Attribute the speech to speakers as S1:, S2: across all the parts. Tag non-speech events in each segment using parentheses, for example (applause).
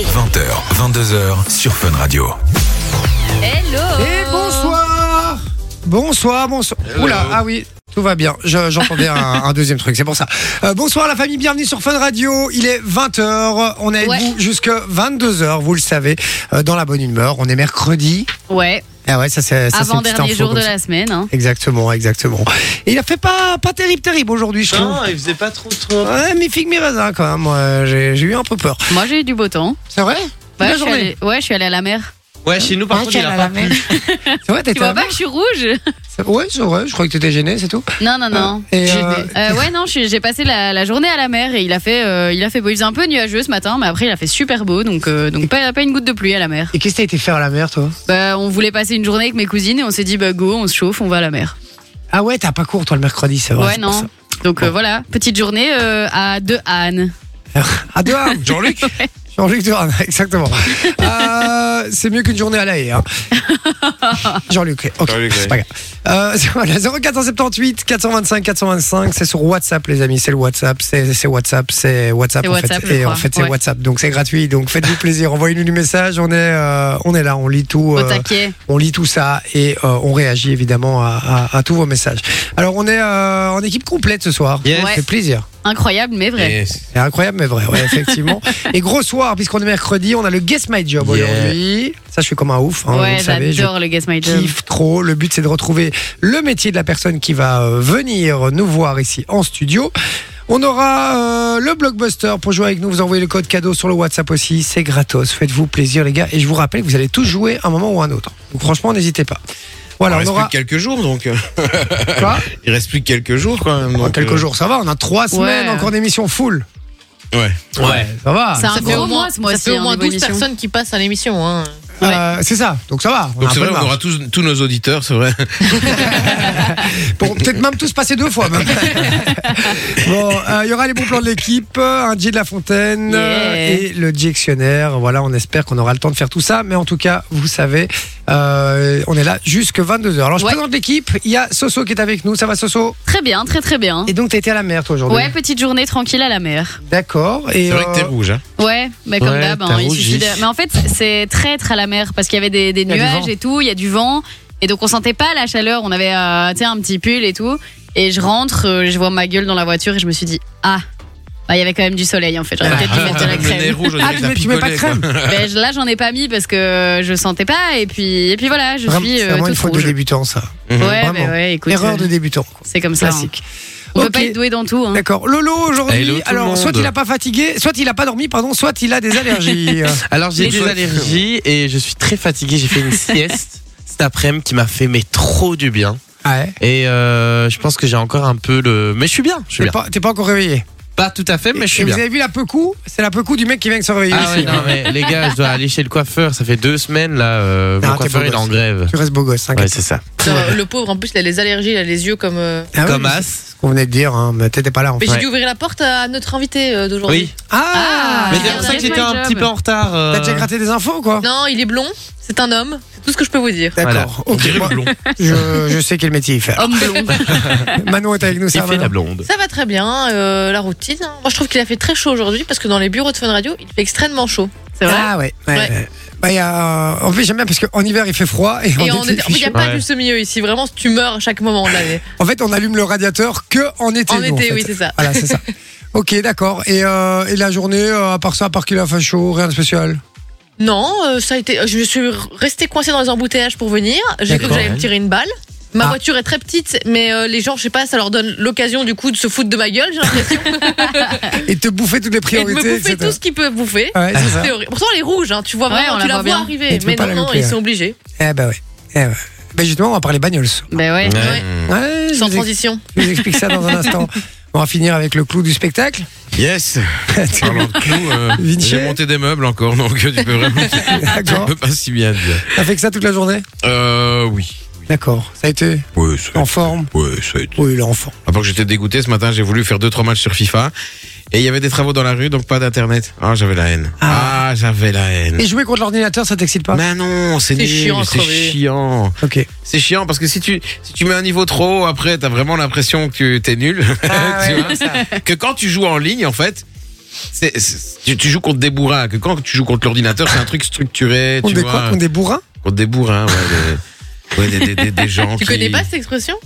S1: 20h, 22h sur Fun Radio.
S2: Hello
S3: Et bonsoir Bonsoir, bonsoir. Oula, ah oui, tout va bien. Je-
S4: (laughs)
S3: J'entendais un, un deuxième truc, c'est pour ça. Euh, bonsoir la famille, bienvenue sur Fun Radio. Il est 20h, on est avec
S2: Ouais.
S3: vous jusqu'à 22h, vous le savez, euh, dans la bonne humeur. On est mercredi.
S2: Ouais,
S3: Ah ouais, ça c'est ça, c'est une petite
S2: avant-dernier
S3: info
S2: jour
S3: comme
S2: de
S3: ça.
S2: la semaine. hein.
S3: Exactement, exactement. Et il a fait pas, pas terrible, terrible aujourd'hui, je trouve.
S4: Non, Oh, il faisait pas trop trop.
S3: Ouais, mes figues, mes raisins quand même. Moi, j'ai j'ai eu un peu peur.
S2: Moi, j'ai eu du beau temps.
S3: C'est vrai
S2: Ouais,
S3: Belle
S2: je suis
S3: journée.
S2: allée- ouais, je suis allée à la mer.
S4: Ouais, chez nous par contre, il a pas plu.
S3: Ah,
S2: (laughs)
S3: C'est vrai,
S2: Tu
S3: t'étais.
S2: vois pas que je suis rouge
S3: Ouais, c'est vrai, je crois que t'étais gêné, c'est tout.
S2: Non, non, non.
S3: Et,
S2: J'ai-
S3: euh,
S2: Euh, ouais, non, je suis- j'ai passé la, la journée à la mer et il a fait, euh, il a fait beau. Il faisait un peu nuageux ce matin, mais après il a fait super beau, donc, euh, donc pas, pas une goutte de pluie à la mer.
S3: Et qu'est-ce que t'as été faire à la mer, toi
S2: Bah, on voulait passer une journée avec mes cousines et on s'est dit, bah go, on se chauffe, on va à la mer.
S3: Ah ouais, t'as pas cours toi le mercredi, c'est vrai.
S2: Ouais,
S3: ben, c'est pour
S2: non. Donc euh, voilà, petite journée euh, à deux Anne.
S3: ça. À Dohan, Ah,
S2: (laughs)
S3: Jean-Luc. Jean-Luc Dohan, (laughs) exactement. Euh, c'est mieux qu'une journée à la
S2: (laughs)
S3: haie. hein. Jean-Luc, ok,
S4: Jean-Luc,
S3: c'est
S4: ouais.
S3: pas grave. Euh, voilà, 0478 425 425, c'est sur WhatsApp les amis, c'est le WhatsApp, c'est c'est WhatsApp, c'est WhatsApp
S2: C'est
S3: en
S2: WhatsApp, je
S3: fait. Et en
S2: crois,
S3: fait c'est
S2: ouais.
S3: WhatsApp, donc c'est gratuit, donc faites-vous plaisir, envoyez-nous du message, on est, euh, on est là, on lit tout.
S2: Au
S3: euh,
S2: taquet.
S3: on lit tout ça et euh, on réagit évidemment à, à- à tous vos messages. Alors on est euh, en équipe complète ce soir.
S4: Yes.
S3: Ça
S2: Ouais.
S3: fait plaisir.
S2: Incroyable, mais vrai.
S3: C'est incroyable mais vrai, ouais, effectivement. et gros soir, puisqu'on est mercredi, on a le Guess My Job
S4: Yeah.
S3: aujourd'hui. Ça je suis comme un ouf, hein, vous
S2: ouais,
S3: le savez. Je
S2: j'adore le Guess My Job.
S3: kiffe trop. Le but c'est de retrouver le métier de la personne qui va euh, venir nous voir ici en studio. On aura euh, le blockbuster pour jouer avec nous. Vous envoyez le code cadeau sur le WhatsApp aussi. C'est gratos. Faites-vous plaisir, les gars. Et je vous rappelle que vous allez tous jouer un moment ou un autre. Donc, franchement, n'hésitez pas.
S5: il
S3: Voilà, on
S5: reste
S3: aura
S5: plus que quelques jours, donc.
S3: (laughs) quoi
S5: Il reste plus que quelques jours, quand même. donc,
S3: Quelques
S5: euh,
S3: jours, ça va. On a trois semaines encore d'émission full.
S5: Ouais.
S4: Ouais.
S3: Ça va.
S2: C'est un
S6: Ça fait
S2: gros
S6: au moins,
S2: mois ce mois-ci.
S6: ça fait
S2: hein,
S6: au moins
S2: niveau
S6: 12
S2: émission.
S6: personnes qui passent à l'émission. Hein.
S3: Euh, c'est ça. Donc, ça va. On a
S5: Donc
S3: un
S5: c'est
S3: peu
S5: vrai, on
S3: de marge.
S5: aura tous, tous nos auditeurs, c'est
S3: (laughs)
S5: vrai.
S3: Pour peut-être même tous passer
S2: (laughs)
S3: deux fois. même. bon, euh, il y aura les bons plans de l'équipe, euh, un DJ de la Fontaine euh,
S2: Yeah.
S3: et le dictionnaire. Voilà, on espère qu'on aura le temps de faire tout ça. Mais en tout cas, vous savez, euh, on est là jusque 22h. Alors, je
S2: Ouais.
S3: présente l'équipe. Il y a Soso qui est avec nous. Ça va, Soso
S2: Très bien, très très bien.
S3: Et donc, t'as été à la mer, toi, aujourd'hui
S2: Ouais, petite journée tranquille à la mer.
S3: D'accord. Et
S5: C'est vrai que t'es
S3: euh,
S5: rouge, hein.
S2: Ouais, mais comme
S4: Ouais,
S2: d'hab, hein,
S4: t'as
S2: il
S4: rougi.
S2: suffit de- Mais en fait, c'est traître à la mer parce qu'il y avait des, des
S3: y a du
S2: nuages
S3: vent.
S2: et tout, il y a du vent. Et donc, on sentait pas la chaleur. On avait euh, tu sais, un petit pull et tout. Et je rentre, euh, je vois ma gueule dans la voiture et je me suis dit, ah, bah, il y avait quand même du soleil en fait. J'aurais peut-être dû mettre de
S5: T'as
S2: la
S5: même le nez
S2: crème.
S5: rouge, on
S3: Ah,
S5: dirait que
S3: tu
S5: t'as
S3: mets, tu mets pas de
S5: picolé, (laughs)
S3: crème
S5: quoi.
S3: (laughs)
S2: Ben, je- là, j'en ai pas mis parce que je sentais pas. Et puis, et puis voilà, je
S3: Vraiment,
S2: suis
S3: C'est
S2: euh,
S3: vraiment une
S2: toute
S3: faute de
S2: rouge.
S3: débutant, ça.
S5: Mhm.
S2: Ouais,
S3: Vraiment.
S2: mais ouais, écoute.
S3: Erreur de
S2: euh,
S3: débutant.
S2: C'est comme ça.
S3: Classique.
S2: hein. On peut
S3: Ok.
S2: pas être doué dans tout. hein.
S3: D'accord. Lolo
S4: Eh,
S5: Hello, tout
S3: aujourd'hui,
S5: le
S3: alors
S5: monde.
S3: soit il a pas fatigué, soit il a pas dormi, pardon, soit il a des allergies.
S4: (laughs) Alors j'ai
S2: Les
S4: des
S2: deux.
S4: allergies et je suis très fatigué. J'ai fait une
S3: (laughs)
S4: sieste cet après-midi qui m'a fait mais trop du bien.
S3: Ah ouais.
S4: Et euh, je pense que j'ai encore un peu le. Mais je suis bien. Je suis
S3: T'es
S4: bien.
S3: pas, t'es pas encore réveillé.
S4: Pas tout à fait, mais je
S3: Et
S4: suis bien.
S3: vous avez vu la pecou C'est la pecou du mec qui vient de se réveiller.
S4: Ah ouais, non mais les gars, je dois aller chez le coiffeur. Ça fait deux semaines là. euh,
S3: Ah,
S4: mon
S3: t'es
S4: coiffeur
S3: beau
S4: il est en
S3: gosse.
S4: grève.
S3: (laughs) Tu restes beau gosse, hein.
S4: Ouais,
S3: t'inquiète.
S4: c'est ça.
S6: Ça, le pauvre, en plus, il a les allergies, il a les yeux comme. euh,
S3: Ah ouais,
S4: Comme
S3: c'est
S4: as.
S3: ce qu'on venait de dire, hein, mais t'étais pas là en
S6: Mais
S3: fait.
S6: j'ai dû ouvrir la porte à notre invité euh, d'aujourd'hui.
S4: Oui.
S3: Ah,
S2: Ah,
S4: Mais
S2: il
S4: c'est
S2: a
S4: pour ça que
S2: raison,
S4: j'étais
S2: le
S4: un petit
S2: job.
S4: peu en retard. euh,
S3: T'as déjà gratté des infos ou quoi
S6: Non, il est blond, c'est un homme, c'est tout ce que je peux vous dire.
S3: D'accord,
S5: On dirait
S3: ok.
S5: le blond.
S3: moi, (laughs) je, je sais quel métier il fait. (laughs)
S2: Homme blond.
S3: Manon est avec nous,
S4: Il
S3: ça va,
S4: fait la
S3: Manon
S5: blonde.
S6: Ça va très bien, euh, la routine. hein. Moi, je trouve qu'il a fait très chaud aujourd'hui parce que dans les bureaux de Fun Radio, il fait extrêmement chaud.
S2: C'est vrai.
S3: Ah ouais. ouais,
S6: Ouais.
S3: ouais. Bah, il y a, en fait, j'aime bien parce qu'en hiver il fait froid et,
S6: Et
S3: en,
S6: on
S3: été,
S6: est-
S3: il
S6: en fait,
S3: fait
S6: il n'y a
S3: chaud.
S6: pas
S4: Ouais.
S6: juste milieu ici. Vraiment, tu meurs à chaque moment de l'année.
S3: En fait, on allume le radiateur que en été.
S6: En
S3: nous,
S6: été,
S3: fait.
S6: oui, c'est ça.
S3: Voilà,
S6: (laughs)
S3: c'est ça. Ok, d'accord. Et, euh, et la journée, euh, à part ça, à part qu'il a fait chaud, rien de spécial.
S6: Non, euh, ça a été. Je suis restée coincée dans les embouteillages pour venir. J'ai cru que
S3: D'accord.
S6: j'allais me tirer une balle. Ma
S3: Ah.
S6: voiture est très petite, mais euh, les gens, je sais pas, ça leur donne l'occasion du coup de se foutre de ma gueule, j'ai
S3: (laughs)
S6: l'impression,
S3: Et te bouffer toutes les
S6: et de
S3: priorités.
S6: me bouffer
S3: etc.
S6: tout ce qu'ils peuvent bouffer.
S3: Ouais, c'est ça.
S6: C'est horrible. Pourtant, les rouges, hein, tu vois
S2: Ouais,
S6: vraiment,
S2: on
S6: tu
S2: la
S6: la
S2: voit
S6: vois
S2: bien.
S6: arriver.
S3: Et tu
S6: Mais
S3: peux pas
S6: non,
S3: la
S6: non,
S3: louper,
S6: ils
S3: ouais.
S6: sont obligés.
S3: Eh ben ouais. Eh ben. Ben justement, on va parler bagnoles.
S2: Ben ouais.
S6: Ouais.
S3: Ouais, je
S6: Sans
S3: vous ex-
S6: transition.
S3: je vous explique ça dans
S6: (laughs)
S3: un instant. On va finir avec le clou du spectacle. (laughs)
S5: Yes. Parlant de clous, euh,
S3: Vinci.
S5: j'ai monté des meubles encore, donc euh, tu peux vraiment. On
S3: (laughs) D'accord.
S5: peut pas si bien dire.
S3: T'as fait que ça toute la journée
S5: Euh, oui.
S3: D'accord. Ça a été
S5: Oui, ça a
S3: en
S5: été-
S3: forme
S5: ouais, ça a été.
S3: Oui, il est en forme.
S5: Après que j'étais dégoûté ce matin, j'ai voulu faire deux trois matchs sur FIFA et il y avait des travaux dans la rue, donc pas d'internet. Ah, j'avais la haine.
S3: Ah.
S5: Ah, j'avais la haine.
S3: Et jouer contre l'ordinateur, ça t'excite pas
S5: Mais Ben non, c'est
S6: C'est
S5: nul,
S6: chiant à
S5: c'est
S6: crever.
S5: chiant.
S3: Ok.
S5: C'est chiant parce que si tu si tu mets un niveau trop haut, après t'as vraiment l'impression que tu t'es nul. (laughs)
S3: Ah
S5: Tu
S3: ouais,
S5: vois
S3: ça.
S5: que quand tu joues en ligne en fait, c'est- c'est- tu, tu joues contre des bourrins. Que quand tu joues contre l'ordinateur, c'est un truc structuré.
S3: On
S5: tu
S3: des
S5: vois,
S3: quoi Contre des bourrins
S5: contre des bourrins, ouais, des, ouais, des, des- des- des gens
S6: (laughs) Tu
S5: qui.
S6: connais pas cette expression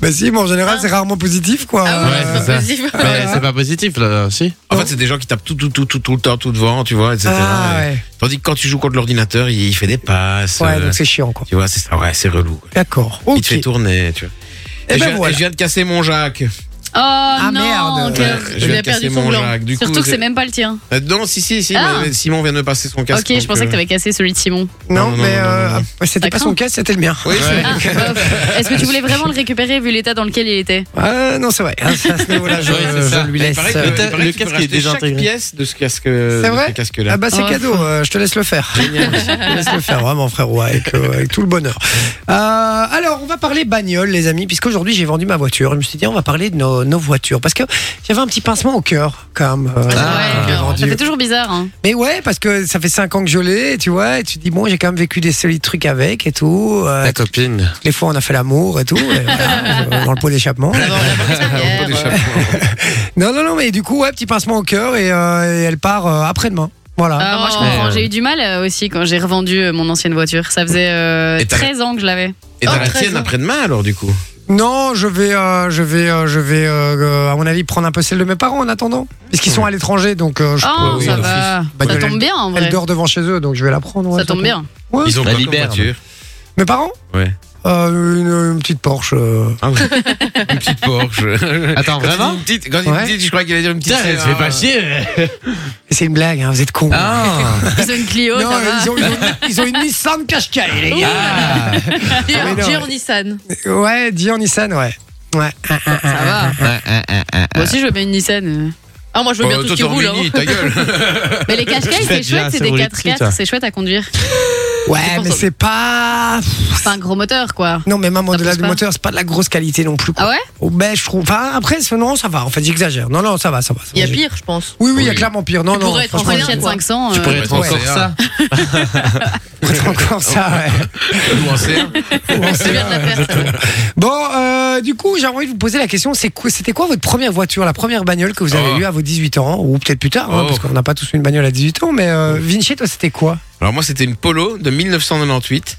S3: Bah si, mais en général,
S6: Ah.
S3: c'est rarement positif, quoi. Euh,
S6: Ah
S4: ouais,
S6: ouais,
S4: c'est
S6: c'est
S4: ça.
S6: pas possible.
S4: Mais c'est pas positif, là, si.
S5: En fait, c'est des gens qui tapent tout, tout, tout, tout, tout le temps, tout devant, tu vois, etc.
S3: Ah, ouais.
S5: Tandis que quand tu joues contre l'ordinateur, il, il fait des passes.
S3: Ouais,
S5: euh,
S3: donc c'est chiant, quoi.
S5: tu vois, c'est ça, ouais, c'est relou. quoi.
S3: D'accord.
S5: Il te
S3: Ok.
S5: fait tourner, tu vois.
S3: Eh
S5: Et, je,
S3: ben
S5: viens-
S3: voilà.
S5: et je viens de casser mon Jacques.
S2: Oh non,
S3: Ah, merde.
S2: quel-
S5: Ouais, je
S6: il
S5: viens
S6: a
S5: de casser
S6: perdu son
S5: mon
S6: blanc.
S5: Jacques. Du
S2: Surtout
S5: coup,
S2: que c'est même pas le tien.
S5: Euh, non, si, si, si.
S2: Ah.
S5: mais Simon vient de me passer son casque.
S2: Ok, je
S5: donc,
S2: pensais
S5: euh,
S2: que t'avais cassé celui de Simon.
S3: Non,
S5: Non, non,
S3: mais
S5: non,
S3: euh,
S5: non, non.
S3: ah, c'était pas
S2: D'accord.
S3: son cas, c'était le mien.
S5: Oui, c'est
S2: Ah, bof. Est-ce que
S3: (laughs)
S2: tu voulais vraiment le récupérer vu l'état dans lequel il était
S3: Ah, non, c'est vrai. À ce niveau-là, je,
S4: Ouais, c'est
S3: je
S4: ça.
S3: lui
S4: Mais
S3: laisse.
S5: Pareil,
S4: Le
S3: euh,
S4: ta- le
S5: casque
S4: casque est déjà intégré.
S5: Chaque pièce de ce casque. de
S3: vrai
S5: ce casque-là.
S3: Ah bah c'est
S2: Oh.
S3: cadeau, euh, je te laisse le faire.
S5: Génial.
S3: (laughs) Je te laisse le faire, vraiment frérot, avec, euh, avec tout le bonheur. Euh, alors on va parler bagnole les amis, puisqu'aujourd'hui j'ai vendu ma voiture. Je me suis dit on va parler de nos, nos voitures, parce que j'avais un petit pincement au cœur quand même. euh,
S4: Ah,
S3: quand j'ai
S2: ouais,
S3: vendu.
S2: Ça fait toujours bizarre. Hein.
S3: Mais ouais, parce que ça fait 5 ans que je l'ai, tu vois, et tu te dis bon j'ai quand même vécu des solides trucs avec et tout. euh,
S4: Ta copine.
S3: les fois on a fait l'amour et tout, et
S2: (laughs)
S3: voilà, euh, dans le pot d'échappement.
S5: Ah, On peut déjà- (laughs)
S3: (laughs) Non, non, non, mais du coup ouais, petit pincement au cœur et, euh, et elle part euh, après-demain. Voilà.
S2: Ah, Moi, je comprends. J'ai eu du mal euh, aussi quand j'ai revendu euh, mon ancienne voiture. Ça faisait euh,
S5: Et t'as-
S2: 13 ans que je
S3: (laughs)
S2: l'avais.
S5: Et t'as
S6: Oh,
S5: la
S6: très
S5: tienne
S6: bien.
S5: après-demain alors du (laughs) coup.
S3: Non, je vais, euh, je vais, euh, je vais, euh, euh, à mon avis, prendre un peu celle de mes parents en attendant, puisqu'ils sont à l'étranger, donc euh, je
S2: Oh,
S5: oui,
S2: ça
S5: oui,
S2: va. Ça
S3: Bagnole,
S2: tombe bien en
S3: elle
S2: vrai.
S3: dort devant chez eux, donc je vais la prendre. ouais,
S2: Ça tombe bien.
S3: Ouais.
S5: Ils ont
S4: La
S5: quoi comme
S4: Liberbe.
S5: voiture
S3: Mes parents
S5: Ouais.
S3: Euh, une, une petite Porsche. euh.
S5: Ah
S3: (laughs)
S5: oui. Une petite Porsche.
S4: Attends,
S5: Quand il dit
S4: vraiment
S5: une petite, quand il dit
S3: Ouais.
S5: une petite, je crois qu'il allait dire une petite.
S4: Putain, elle se
S5: Ferrari.
S4: fait pas chier.
S3: (laughs) Et C'est une blague, hein, vous êtes cons.
S4: Ah.
S2: Ils ont une Clio,
S3: non,
S2: ça
S3: euh,
S2: va.
S3: ils, ont, ils, ont,
S2: (laughs)
S3: ils ont une Nissan Qashqai, les gars.
S4: Ah.
S3: mais non,
S6: Dior
S3: ouais.
S6: Nissan.
S3: (laughs) Ouais, Dion Nissan, ouais. Ouais. Ah, ah, ah.
S2: Ça va.
S4: Ah, ah, ah, ah.
S2: Moi aussi, je veux bien une Nissan. euh.
S6: Ah, moi, je veux bien
S5: Oh,
S6: tout ce
S5: toi,
S6: qui
S5: t'es en
S6: roule. hein.
S5: mini, ta gueule.
S2: (laughs) Mais les
S5: (laughs)
S2: cache
S4: Je
S2: c'est
S4: sais
S2: chouette,
S4: déjà,
S2: c'est
S4: c'est
S2: des
S4: roulé
S2: 4x4,
S4: dessus,
S2: c'est chouette à conduire.
S3: Ouais, mais c'est pas.
S2: C'est un gros moteur, quoi.
S3: Non, mais même
S2: Ça
S3: au-delà
S2: pousse
S3: du
S2: pas
S3: moteur, c'est pas de la grosse qualité non plus. quoi.
S2: Ah ouais
S3: Oh, ben, je trouve. Enfin, après, c'est- non, ça va. En fait, j'exagère. Non, non, ça va, ça va. ça
S6: Il y a
S3: va.
S6: pire, je pense.
S3: Oui, oui, il y a
S5: Oui.
S3: clairement pire. Non,
S6: Tu
S3: non,
S6: pourrais être
S2: En
S3: franchement,
S6: en
S3: je-
S6: Porsche.
S2: 500.
S4: Tu
S2: euh,
S4: pourrais être encore
S5: Ouais.
S3: (laughs)
S4: ça.
S3: Peut-être encore ça, ouais.
S5: Ou en serre. (laughs)
S6: Je viens de la faire. ça.
S3: Bon, euh, du coup, j'ai envie de vous poser la question, c'est quoi- c'était quoi votre première voiture, la première bagnole que vous avez
S5: Oh.
S3: eue à vos 18 ans, ou peut-être plus tard, hein,
S5: Oh.
S3: parce qu'on n'a pas tous eu une bagnole à 18 ans, mais euh, Vinci, toi, c'était quoi
S5: Alors moi c'était une Polo de 1998.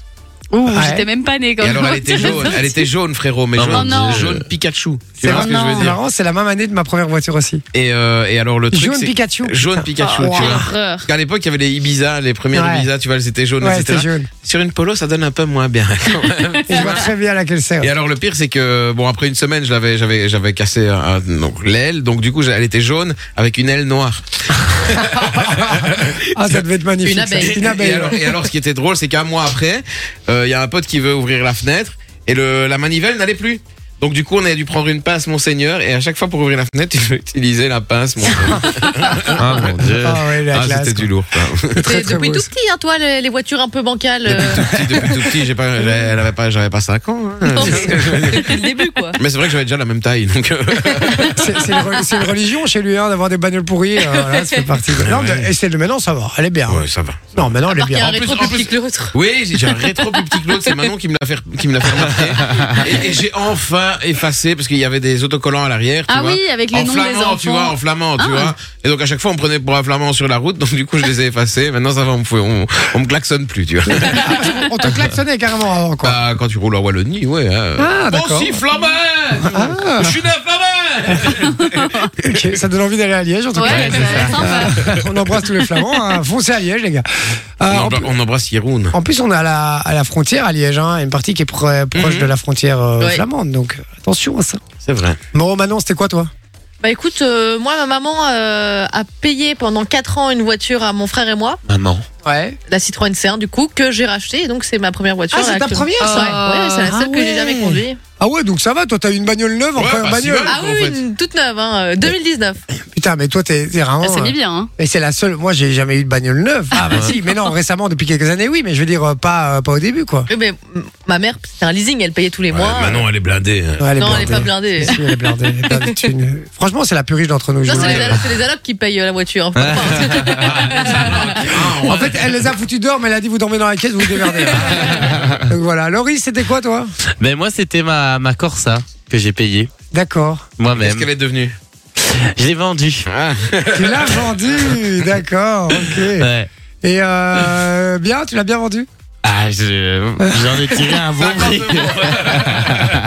S2: Ouh,
S3: Ouais.
S2: j'étais même pas née
S5: Et
S2: quand
S5: alors elle
S2: même. (laughs)
S5: était jaune, elle était jaune frérot, mais
S4: Oh
S5: jaune,
S2: non.
S5: jaune Pikachu. Tu
S3: C'est
S5: vois ce que je veux
S3: marrant,
S5: dire
S3: marrant, c'est la même année de ma première voiture aussi.
S5: Et, euh, et alors le truc
S3: Jaune
S5: c'est-
S3: Pikachu.
S5: jaune Pikachu,
S3: Oh,
S5: tu vois.
S2: Horreur.
S5: Parce qu'à l'époque, il y avait les Ibiza, les premières
S3: Ouais.
S5: Ibiza, tu vois, elles étaient jaunes,
S3: Ouais,
S5: etc.
S3: c'était jaune.
S5: Sur une polo, ça donne un peu moins bien. quand même.
S3: Et je vois très bien laquelle c'est.
S5: Et alors le pire c'est que bon après une semaine je l'avais j'avais j'avais cassé un- donc l'aile donc du coup j'ai- elle était jaune avec une aile noire.
S3: Ah, ça devait être magnifique.
S6: Une
S3: ça.
S6: abeille.
S3: Une abeille.
S5: et, alors,
S3: ouais.
S5: et alors, ce qui était drôle c'est qu'un mois après euh, il y a un pote qui veut ouvrir la fenêtre et le la manivelle n'allait plus. Donc du coup on a dû prendre une pince monseigneur et à chaque fois pour ouvrir la fenêtre (laughs) il faut utiliser la pince monseigneur.
S4: Ah mon dieu.
S3: Ah ouais, la
S5: ah
S3: classe.
S5: c'était du lourd. quoi.
S3: quoi. Très,
S6: Mais
S3: très
S6: Depuis
S3: beau.
S6: tout petit, hein, toi, les les voitures un peu bancales.
S3: (laughs)
S6: euh,
S5: Petit, depuis tout petit j'ai pas elle avait pas j'avais pas 5 ans. hein. (laughs)
S6: non, mais Depuis le début, quoi.
S5: Mais c'est vrai que j'avais déjà la même taille donc. euh,
S3: C'est c'est une re- c'est une religion chez lui, hein, d'avoir des bagnoles pourries. euh, voilà, ça fait partie de... Non, mais- et celle de maintenant, ça va. Elle est bien.
S5: ouais ça va.
S3: Non, maintenant, elle est
S6: Marc, il y a un
S3: bien.
S6: rétro
S5: en plus-
S6: plus que l'autre.
S5: Oui, j'ai j'ai un rétro plus petit que l'autre, c'est Manon qui me l'a fait, qui me l'a fait
S2: (laughs)
S5: remarquer. Et, et j'ai enfin effacé parce qu'il y avait des autocollants à l'arrière, tu
S2: Ah
S5: vois.
S2: oui, avec les
S5: en
S2: noms des
S5: flamand,
S2: enfants.
S5: tu vois, en flamand, tu
S2: Ah.
S5: vois. Et donc à chaque fois, on me prenait pour un flamand sur la route, (laughs) donc du coup, je les ai effacés. Maintenant, ça va, on me, fait- on, on me klaxonne plus, tu vois.
S3: (laughs) On te klaxonnait carrément avant, quoi.
S5: Bah, quand tu roules en Wallonie, ouais. hein.
S3: Ah,
S5: bon,
S3: d'accord.
S5: si, flamand Je suis né à flamand
S3: (laughs) Ok, ça donne envie d'aller à Liège en tout
S2: Ouais,
S6: bah,
S3: cas.
S2: ça va être sympa.
S3: on embrasse tous les Flamands, hein. foncez à Liège les gars.
S5: on,
S3: Euh, en,
S5: embra-
S3: plus-
S5: on embrasse Yeroun.
S3: en plus on est à la, à la frontière à Liège, hein, une partie qui est pro- proche
S5: Mhm.
S3: de la frontière euh,
S6: Ouais.
S3: flamande, donc attention à ça.
S5: C'est vrai.
S3: Bon Manon, c'était quoi toi
S6: Bah écoute, euh, moi, ma maman euh, a payé pendant 4 ans une voiture à mon frère et moi,
S4: Maman.
S3: Ouais.
S6: la Citroën C1 du coup, que j'ai rachetée. Et donc, c'est ma première voiture.
S3: Ah, c'est
S6: là,
S3: ta
S6: actuellement.
S3: première, ça
S6: Ouais, ouais, c'est la
S3: Ah
S6: seule que
S3: ouais. bah,
S6: j'ai jamais conduite.
S3: Ah ouais, donc ça va, toi t'as eu une bagnole neuve en
S5: Ouais,
S3: première
S5: pas si
S3: bagnole.
S5: mal.
S6: Ah
S5: En
S6: oui,
S5: fait.
S6: une toute neuve, hein, euh, 2019.
S3: Putain, mais toi t'es t'es vraiment.
S2: Ah, Ça
S3: euh,
S2: mis bien. Hein.
S3: Mais c'est la seule, moi j'ai jamais eu de bagnole neuve. Ah bah si, mais non, récemment depuis quelques années oui, mais je veux dire euh, pas, euh, pas au début quoi.
S6: Oui, mais mm, ma mère, c'était un leasing, elle payait tous les mois.
S5: Ouais,
S4: Bah
S5: Manon, elle est blindée. hein.
S3: Ouais,
S6: non, elle
S3: blindée.
S6: est pas blindée.
S3: Si, elle est blindée, elle est blindée de thunes. Franchement, c'est la plus riche d'entre nous. je
S6: Non,
S3: vous
S6: c'est
S3: le
S6: les,
S3: dis.
S6: allo- c'est les allocs qui payent euh, la voiture. hein, faut pas croire.
S4: (laughs)
S3: En fait, elle les a foutus dehors, mais elle a dit vous dormez dans la caisse, vous
S6: (laughs)
S3: vous démerdez. Donc voilà. Laurie, c'était quoi toi
S4: Mais moi, c'était ma, ma Corsa que j'ai payée
S3: D'accord.
S5: Qu'est-ce qu'elle
S4: moi-même.
S5: est devenue
S4: Je l'ai vendu.
S5: Ah.
S4: (laughs)
S3: Tu l'as vendu, d'accord, ok.
S4: Ouais.
S3: Et euh, bien, tu l'as bien vendu
S4: Ah, je- j'en ai tiré un bon prix.
S5: 50 euros.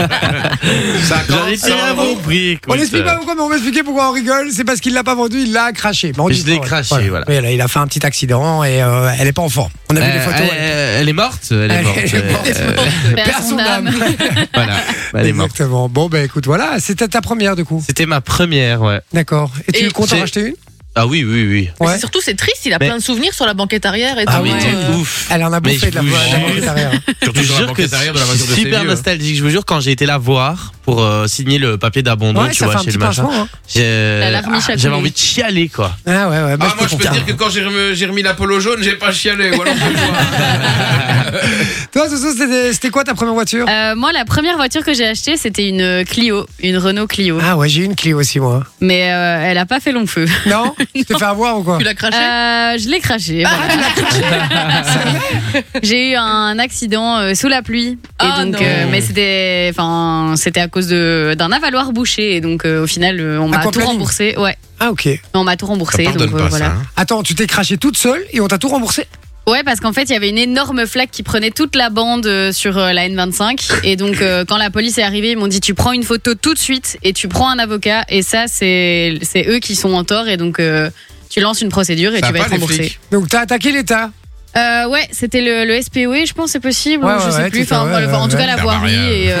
S5: 50,
S4: J'en ai tiré un
S5: 100
S4: bon
S5: euros.
S4: prix. écoute. euh,
S3: On n'explique pas pourquoi, mais on va expliquer pourquoi on rigole. C'est parce qu'il l'a pas vendu, il l'a craché. Mais on
S4: Je
S3: dit
S4: l'ai
S3: pas, ouais.
S4: craché, voilà.
S3: Oui, là, il a fait un petit accident et euh, elle est pas en forme. On a vu les
S4: Euh,
S3: photos.
S4: elle,
S3: elle-
S4: elle est morte. Elle est morte.
S3: Elle est
S5: (laughs)
S3: morte.
S4: Euh, (laughs)
S2: Père à son âme.
S3: (laughs)
S4: voilà. Elle est morte.
S3: Exactement. Bon, ben écoute, voilà, c'était ta première du coup.
S4: C'était ma première, ouais.
S3: D'accord. Et tu
S6: Et
S3: comptes en
S4: j'ai-
S3: racheter une
S4: Ah oui, oui, oui.
S6: Mais
S3: Ouais.
S6: c'est surtout, c'est triste, il a
S4: Mais-
S6: plein de souvenirs sur la banquette arrière et
S4: Ah,
S6: tout.
S4: mais
S6: ouais,
S4: de
S6: euh,
S4: ouf.
S3: Elle en a
S4: Mais
S3: bouffé
S4: je
S3: de la
S4: vous
S3: de la
S4: jure.
S3: banquette arrière.
S5: Surtout
S4: Je
S5: sur la
S4: jure que
S5: banquette arrière de la
S4: je
S5: voiture de
S4: suis super
S5: Séville, ouais.
S4: nostalgique. Je vous jure, quand j'ai été la voir pour euh, signer le papier d'abandon,
S3: Ouais,
S4: tu
S3: ça
S4: vois,
S3: fait un
S4: chez
S3: petit
S4: le machin,
S3: pincement. hein.
S4: j'ai-
S2: La larmiche a
S4: ah, j'avais
S2: coulé.
S4: envie de chialer, quoi.
S3: Ah ouais, ouais. bah,
S5: Ah, moi, je peux te
S3: comprends.
S5: dire que quand j'ai remis, j'ai remis la polo jaune, j'ai pas chialé. ou alors je le vois.
S3: Toi, Soso, c'était- c'était quoi ta première voiture
S2: Euh, moi, la première voiture que j'ai achetée, c'était une euh, Clio, une Renault Clio.
S3: Ah ouais, j'ai une Clio aussi, moi.
S2: Mais euh, elle a pas fait long feu. (laughs)
S3: Non Tu t'es fait avoir ou quoi
S6: Tu l'as craché Ah,
S2: Euh, je l'ai crachée. voilà. (laughs) J'ai eu un accident euh, sous la pluie. Et
S6: Ah
S2: donc, euh,
S6: non.
S2: mais c'était, enfin, c'était à cause de- d'un avaloir bouché. Et donc, euh, au final, euh, on m'a tout
S3: Aquaplaning.
S2: remboursé. Ouais,
S3: Ah ok.
S2: on m'a tout remboursé.
S5: Ça pardonne
S2: donc, euh,
S5: pas, ça,
S2: voilà.
S5: hein.
S3: Attends, tu t'es craché toute seule et on t'a tout remboursé
S2: Ouais, parce qu'en fait, il y avait une énorme flaque qui prenait toute la bande euh, sur euh, la N25. Et donc, euh, quand la police est arrivée, ils m'ont dit Tu prends une photo tout de suite et tu prends un avocat. Et ça, c'est c'est eux qui sont en tort. Et donc, euh, tu lances une procédure et
S5: Ça
S2: tu
S5: va
S2: vas être
S5: pas, les
S2: remboursé.
S5: flics
S3: Donc t'as attaqué l'l'État.
S2: Euh, ouais, c'était le, le SPOE, E, je pense, c'est possible.
S3: Ouais,
S2: ou je
S3: ouais,
S2: sais
S3: ouais,
S2: plus.
S3: tout à
S2: Enfin,
S3: fait,
S2: voilà, enfin, en tout
S3: ouais,
S2: cas, la
S5: ouais.
S2: voirie.
S5: Barbarian.
S2: Et,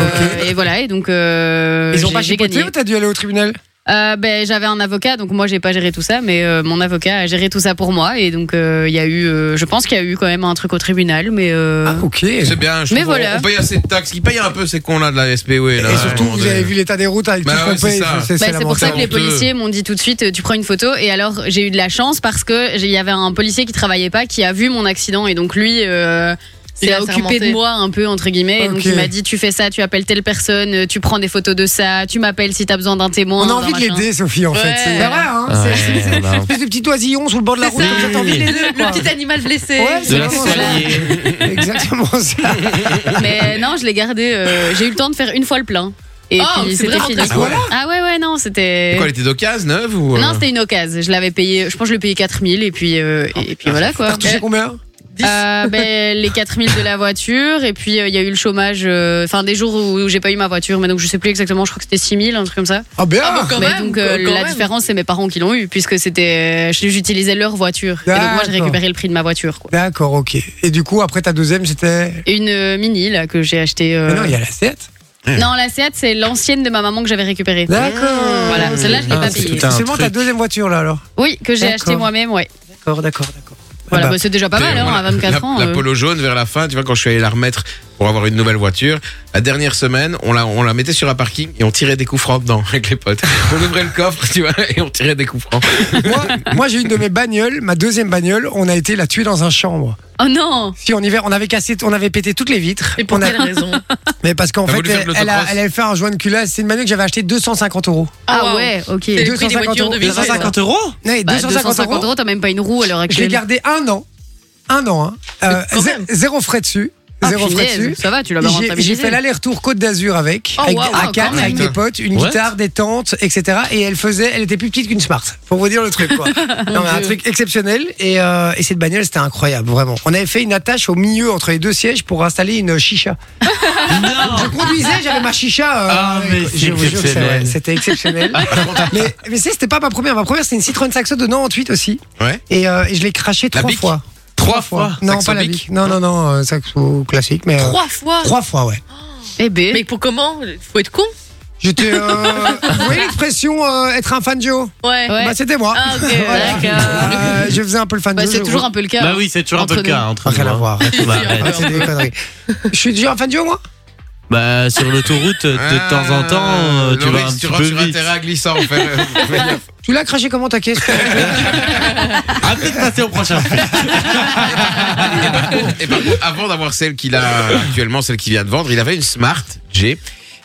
S2: euh, et voilà. Et donc, euh,
S3: Ils ont
S2: j'ai-
S3: pas
S2: j'ai
S3: chipoté
S2: gagné.
S3: ou t'as dû aller au tribunal
S2: Euh, ben, j'avais un avocat, donc moi j'ai pas géré tout ça, mais euh, mon avocat a géré tout ça pour moi. Et donc euh, il y a eu, euh, je pense qu'il y a eu quand même un truc au tribunal, mais euh,
S3: Ah ok.
S5: C'est bien, je
S2: Mais
S5: trouve,
S2: voilà.
S5: On paye assez de taxes. Ils payent un peu ces cons-là de la SPOE. Là,
S3: Et
S5: à un
S3: surtout,
S5: moment
S3: vous
S5: donné.
S3: avez vu l'état des routes avec
S5: Bah
S3: tout ce
S5: ouais,
S3: qu'on
S5: c'est
S3: paye.
S5: ça.
S3: C'est
S2: Bah,
S3: c'est
S2: c'est pour ça que les
S5: lamentable.
S2: policiers m'ont dit tout de suite euh, tu prends une photo et alors j'ai eu de la chance parce que j'ai- il y avait un policier qui travaillait pas qui a vu mon accident et donc lui euh,
S6: Il
S2: s'est
S6: a
S2: occupé
S6: assermenté.
S2: de moi un peu entre guillemets et donc
S3: Ok.
S2: il m'a dit tu fais ça tu appelles telle personne euh, tu prends des photos de ça tu m'appelles si t'as besoin d'un témoin
S3: On a
S2: d'un
S3: envie de
S2: machin.
S3: l'aider, Sophie, en fait.
S6: Ouais.
S3: C'est vrai, hein
S4: Ouais,
S3: C'est- C'est
S4: non.
S3: une espèce de petit oisillon sous le bord de la
S6: C'est
S3: route,
S6: ça.
S3: comme ça, t'as envie de l'aider,
S6: Le
S3: quoi.
S6: petit animal blessé.
S3: Ouais,
S4: De
S3: c'est
S4: la
S3: vraiment ça.
S4: soigner.
S3: (laughs) Exactement ça.
S2: mais non je l'ai gardé euh, j'ai eu le temps de faire une fois le plein et
S6: Oh,
S2: puis
S6: c'est
S2: c'était
S6: vraiment
S2: fini
S5: très cool.
S2: ah ouais ouais non c'était
S5: Quoi, elle était d'occasion, neuve ou. euh,
S2: non c'était une occasion je l'avais payé je pense que je l'ai payé 4000 et puis euh, et puis voilà quoi
S3: T'as touché combien
S6: Dix.
S2: Euh, ben, les 4000 de la voiture et puis euh, il y a eu le chômage euh, enfin des jours où, où j'ai pas eu ma voiture mais donc je sais plus exactement je crois que c'était 6000 un truc comme ça
S3: Ah bien
S6: Ah, bon, quand
S2: mais
S6: même,
S2: donc euh,
S6: quand
S2: la
S6: même.
S2: différence c'est mes parents qui l'ont eu puisque c'était euh, j'utilisais leur voiture et donc moi j'ai
S3: D'accord.
S2: récupéré le prix de ma voiture quoi.
S3: D'accord, ok. Et du coup, après ta deuxième, c'était.
S2: Et une euh, mini là que j'ai acheté euh,
S3: Mais non, il y a la 7.
S2: non la Seat c'est l'ancienne de ma maman que j'avais récupérée
S3: D'accord.
S2: voilà celle-là je l'ai
S4: Ah,
S2: pas
S4: c'est
S2: payée
S4: tout un
S3: C'est seulement ta
S4: truc.
S3: deuxième voiture, là, alors.
S2: oui que j'ai
S3: D'accord. Eh
S2: acheté moi-même ouais
S3: D'accord, d'accord, d'accord.
S2: voilà
S3: Ah bah,
S2: bah, c'est déjà pas mal hein,
S5: voilà,
S2: à 24
S5: la,
S2: ans
S5: la
S2: euh.
S5: polo jaune vers la fin, tu vois, quand je suis allé la remettre pour avoir une nouvelle voiture, la dernière semaine, on la, on la mettait sur un parking et on tirait des coups francs dedans (laughs) avec les potes. On ouvrait le coffre, tu vois, et on tirait des coups francs.
S3: moi, (laughs) moi, j'ai une de mes bagnoles, ma deuxième bagnole, on a été la tuer dans un chambre.
S2: oh non
S3: Si, en hiver, on avait cassé, on avait pété toutes les vitres.
S6: Et pour
S3: On a-
S6: quelle
S3: (laughs)
S6: raison
S3: Mais parce qu'en
S5: T'as
S3: fait,
S5: voulu faire de
S3: elle, elle a,
S5: l'autocross
S3: elle avait fait un joint de culasse. C'est une bagnole que j'avais acheté 250 euros.
S2: ah,
S6: wow.
S2: ouais ok
S6: C'est le prix des voitures de ville.
S4: 250 euros
S3: Ouais,
S2: Bah,
S3: 250,
S2: 250
S3: euros.
S2: euros, t'as même pas une roue à l'heure
S3: Je l'ai
S2: actuelle.
S3: gardé un an. Un an, hein. Euh,
S6: Quand
S3: zé-
S6: même.
S3: zéro frais dessus.
S2: Ah,
S3: zéro frais
S2: punaise,
S3: dessus.
S2: Ça va, tu l'as
S3: J'ai- J'ai
S2: rentabilisé.
S3: fait l'aller-retour Côte d'Azur avec,
S6: Oh,
S3: avec
S6: wow,
S3: à
S2: quand
S3: quatre,
S2: même.
S3: avec des potes, une
S4: What
S3: guitare, des tentes, etc. Et elle faisait, elle était plus petite qu'une Smart, pour vous dire le
S2: (laughs)
S3: truc. Quoi. non, mais un
S6: Dieu.
S3: truc exceptionnel. Et, euh, et cette bagnole, c'était incroyable, vraiment. On avait fait une attache au milieu entre les deux sièges pour installer une chicha. Je conduisais, j'avais ma chicha. euh,
S4: Ah, mais
S3: je
S4: c'est
S3: vous jure que c'est-
S4: exceptionnel.
S3: ouais, C'était
S7: (laughs)
S3: exceptionnel. mais Ah, mais c'est- c'était pas ma première. Ma première, c'était une Citroën Saxo de 98 aussi.
S5: Ouais.
S3: Et, euh, et je l'ai crachée
S5: La
S3: trois
S5: Bic
S3: fois.
S4: Trois fois
S3: Non,
S5: Saxo
S3: pas la
S5: Bic
S3: Bic. Non, non, non, euh, Saxo classique, mais. euh,
S6: Trois fois
S3: Trois fois, ouais.
S2: Eh ben.
S6: Mais pour comment Faut être con
S2: (laughs)
S3: J'étais. Euh... Vous voyez l'expression euh, être un fan de Joe
S6: Ouais.
S2: Ouais.
S3: Bah, C'était moi.
S6: Ah, ok,
S3: (laughs) Voilà.
S2: d'accord.
S3: Euh, je faisais un peu le fan
S2: Bah,
S3: de Joe.
S2: c'est toujours un peu le cas.
S4: Bah oui, c'est toujours un peu
S2: Entre
S4: le cas.
S2: nous.
S4: Entre
S3: Rien
S4: nous,
S3: à
S4: hein.
S3: voir.
S6: Si, si,
S4: (laughs) Bah,
S6: un
S4: arrête.
S3: Ah,
S6: peu.
S3: c'est des conneries. Je suis déjà un fan de Joe, moi
S4: Bah, sur l'autoroute, de temps en temps, euh, tu vas un
S5: Ah, Loris,
S4: petit
S5: tu rentres
S4: peu
S5: sur un
S4: vite.
S5: terrain glissant, en fait. euh,
S3: Tu l'as craché comment ta caisse
S4: Ah, peut-être passer au prochain.
S5: (laughs) Et par contre, avant d'avoir celle qu'il a actuellement, celle qu'il vient de vendre, il avait une Smart G.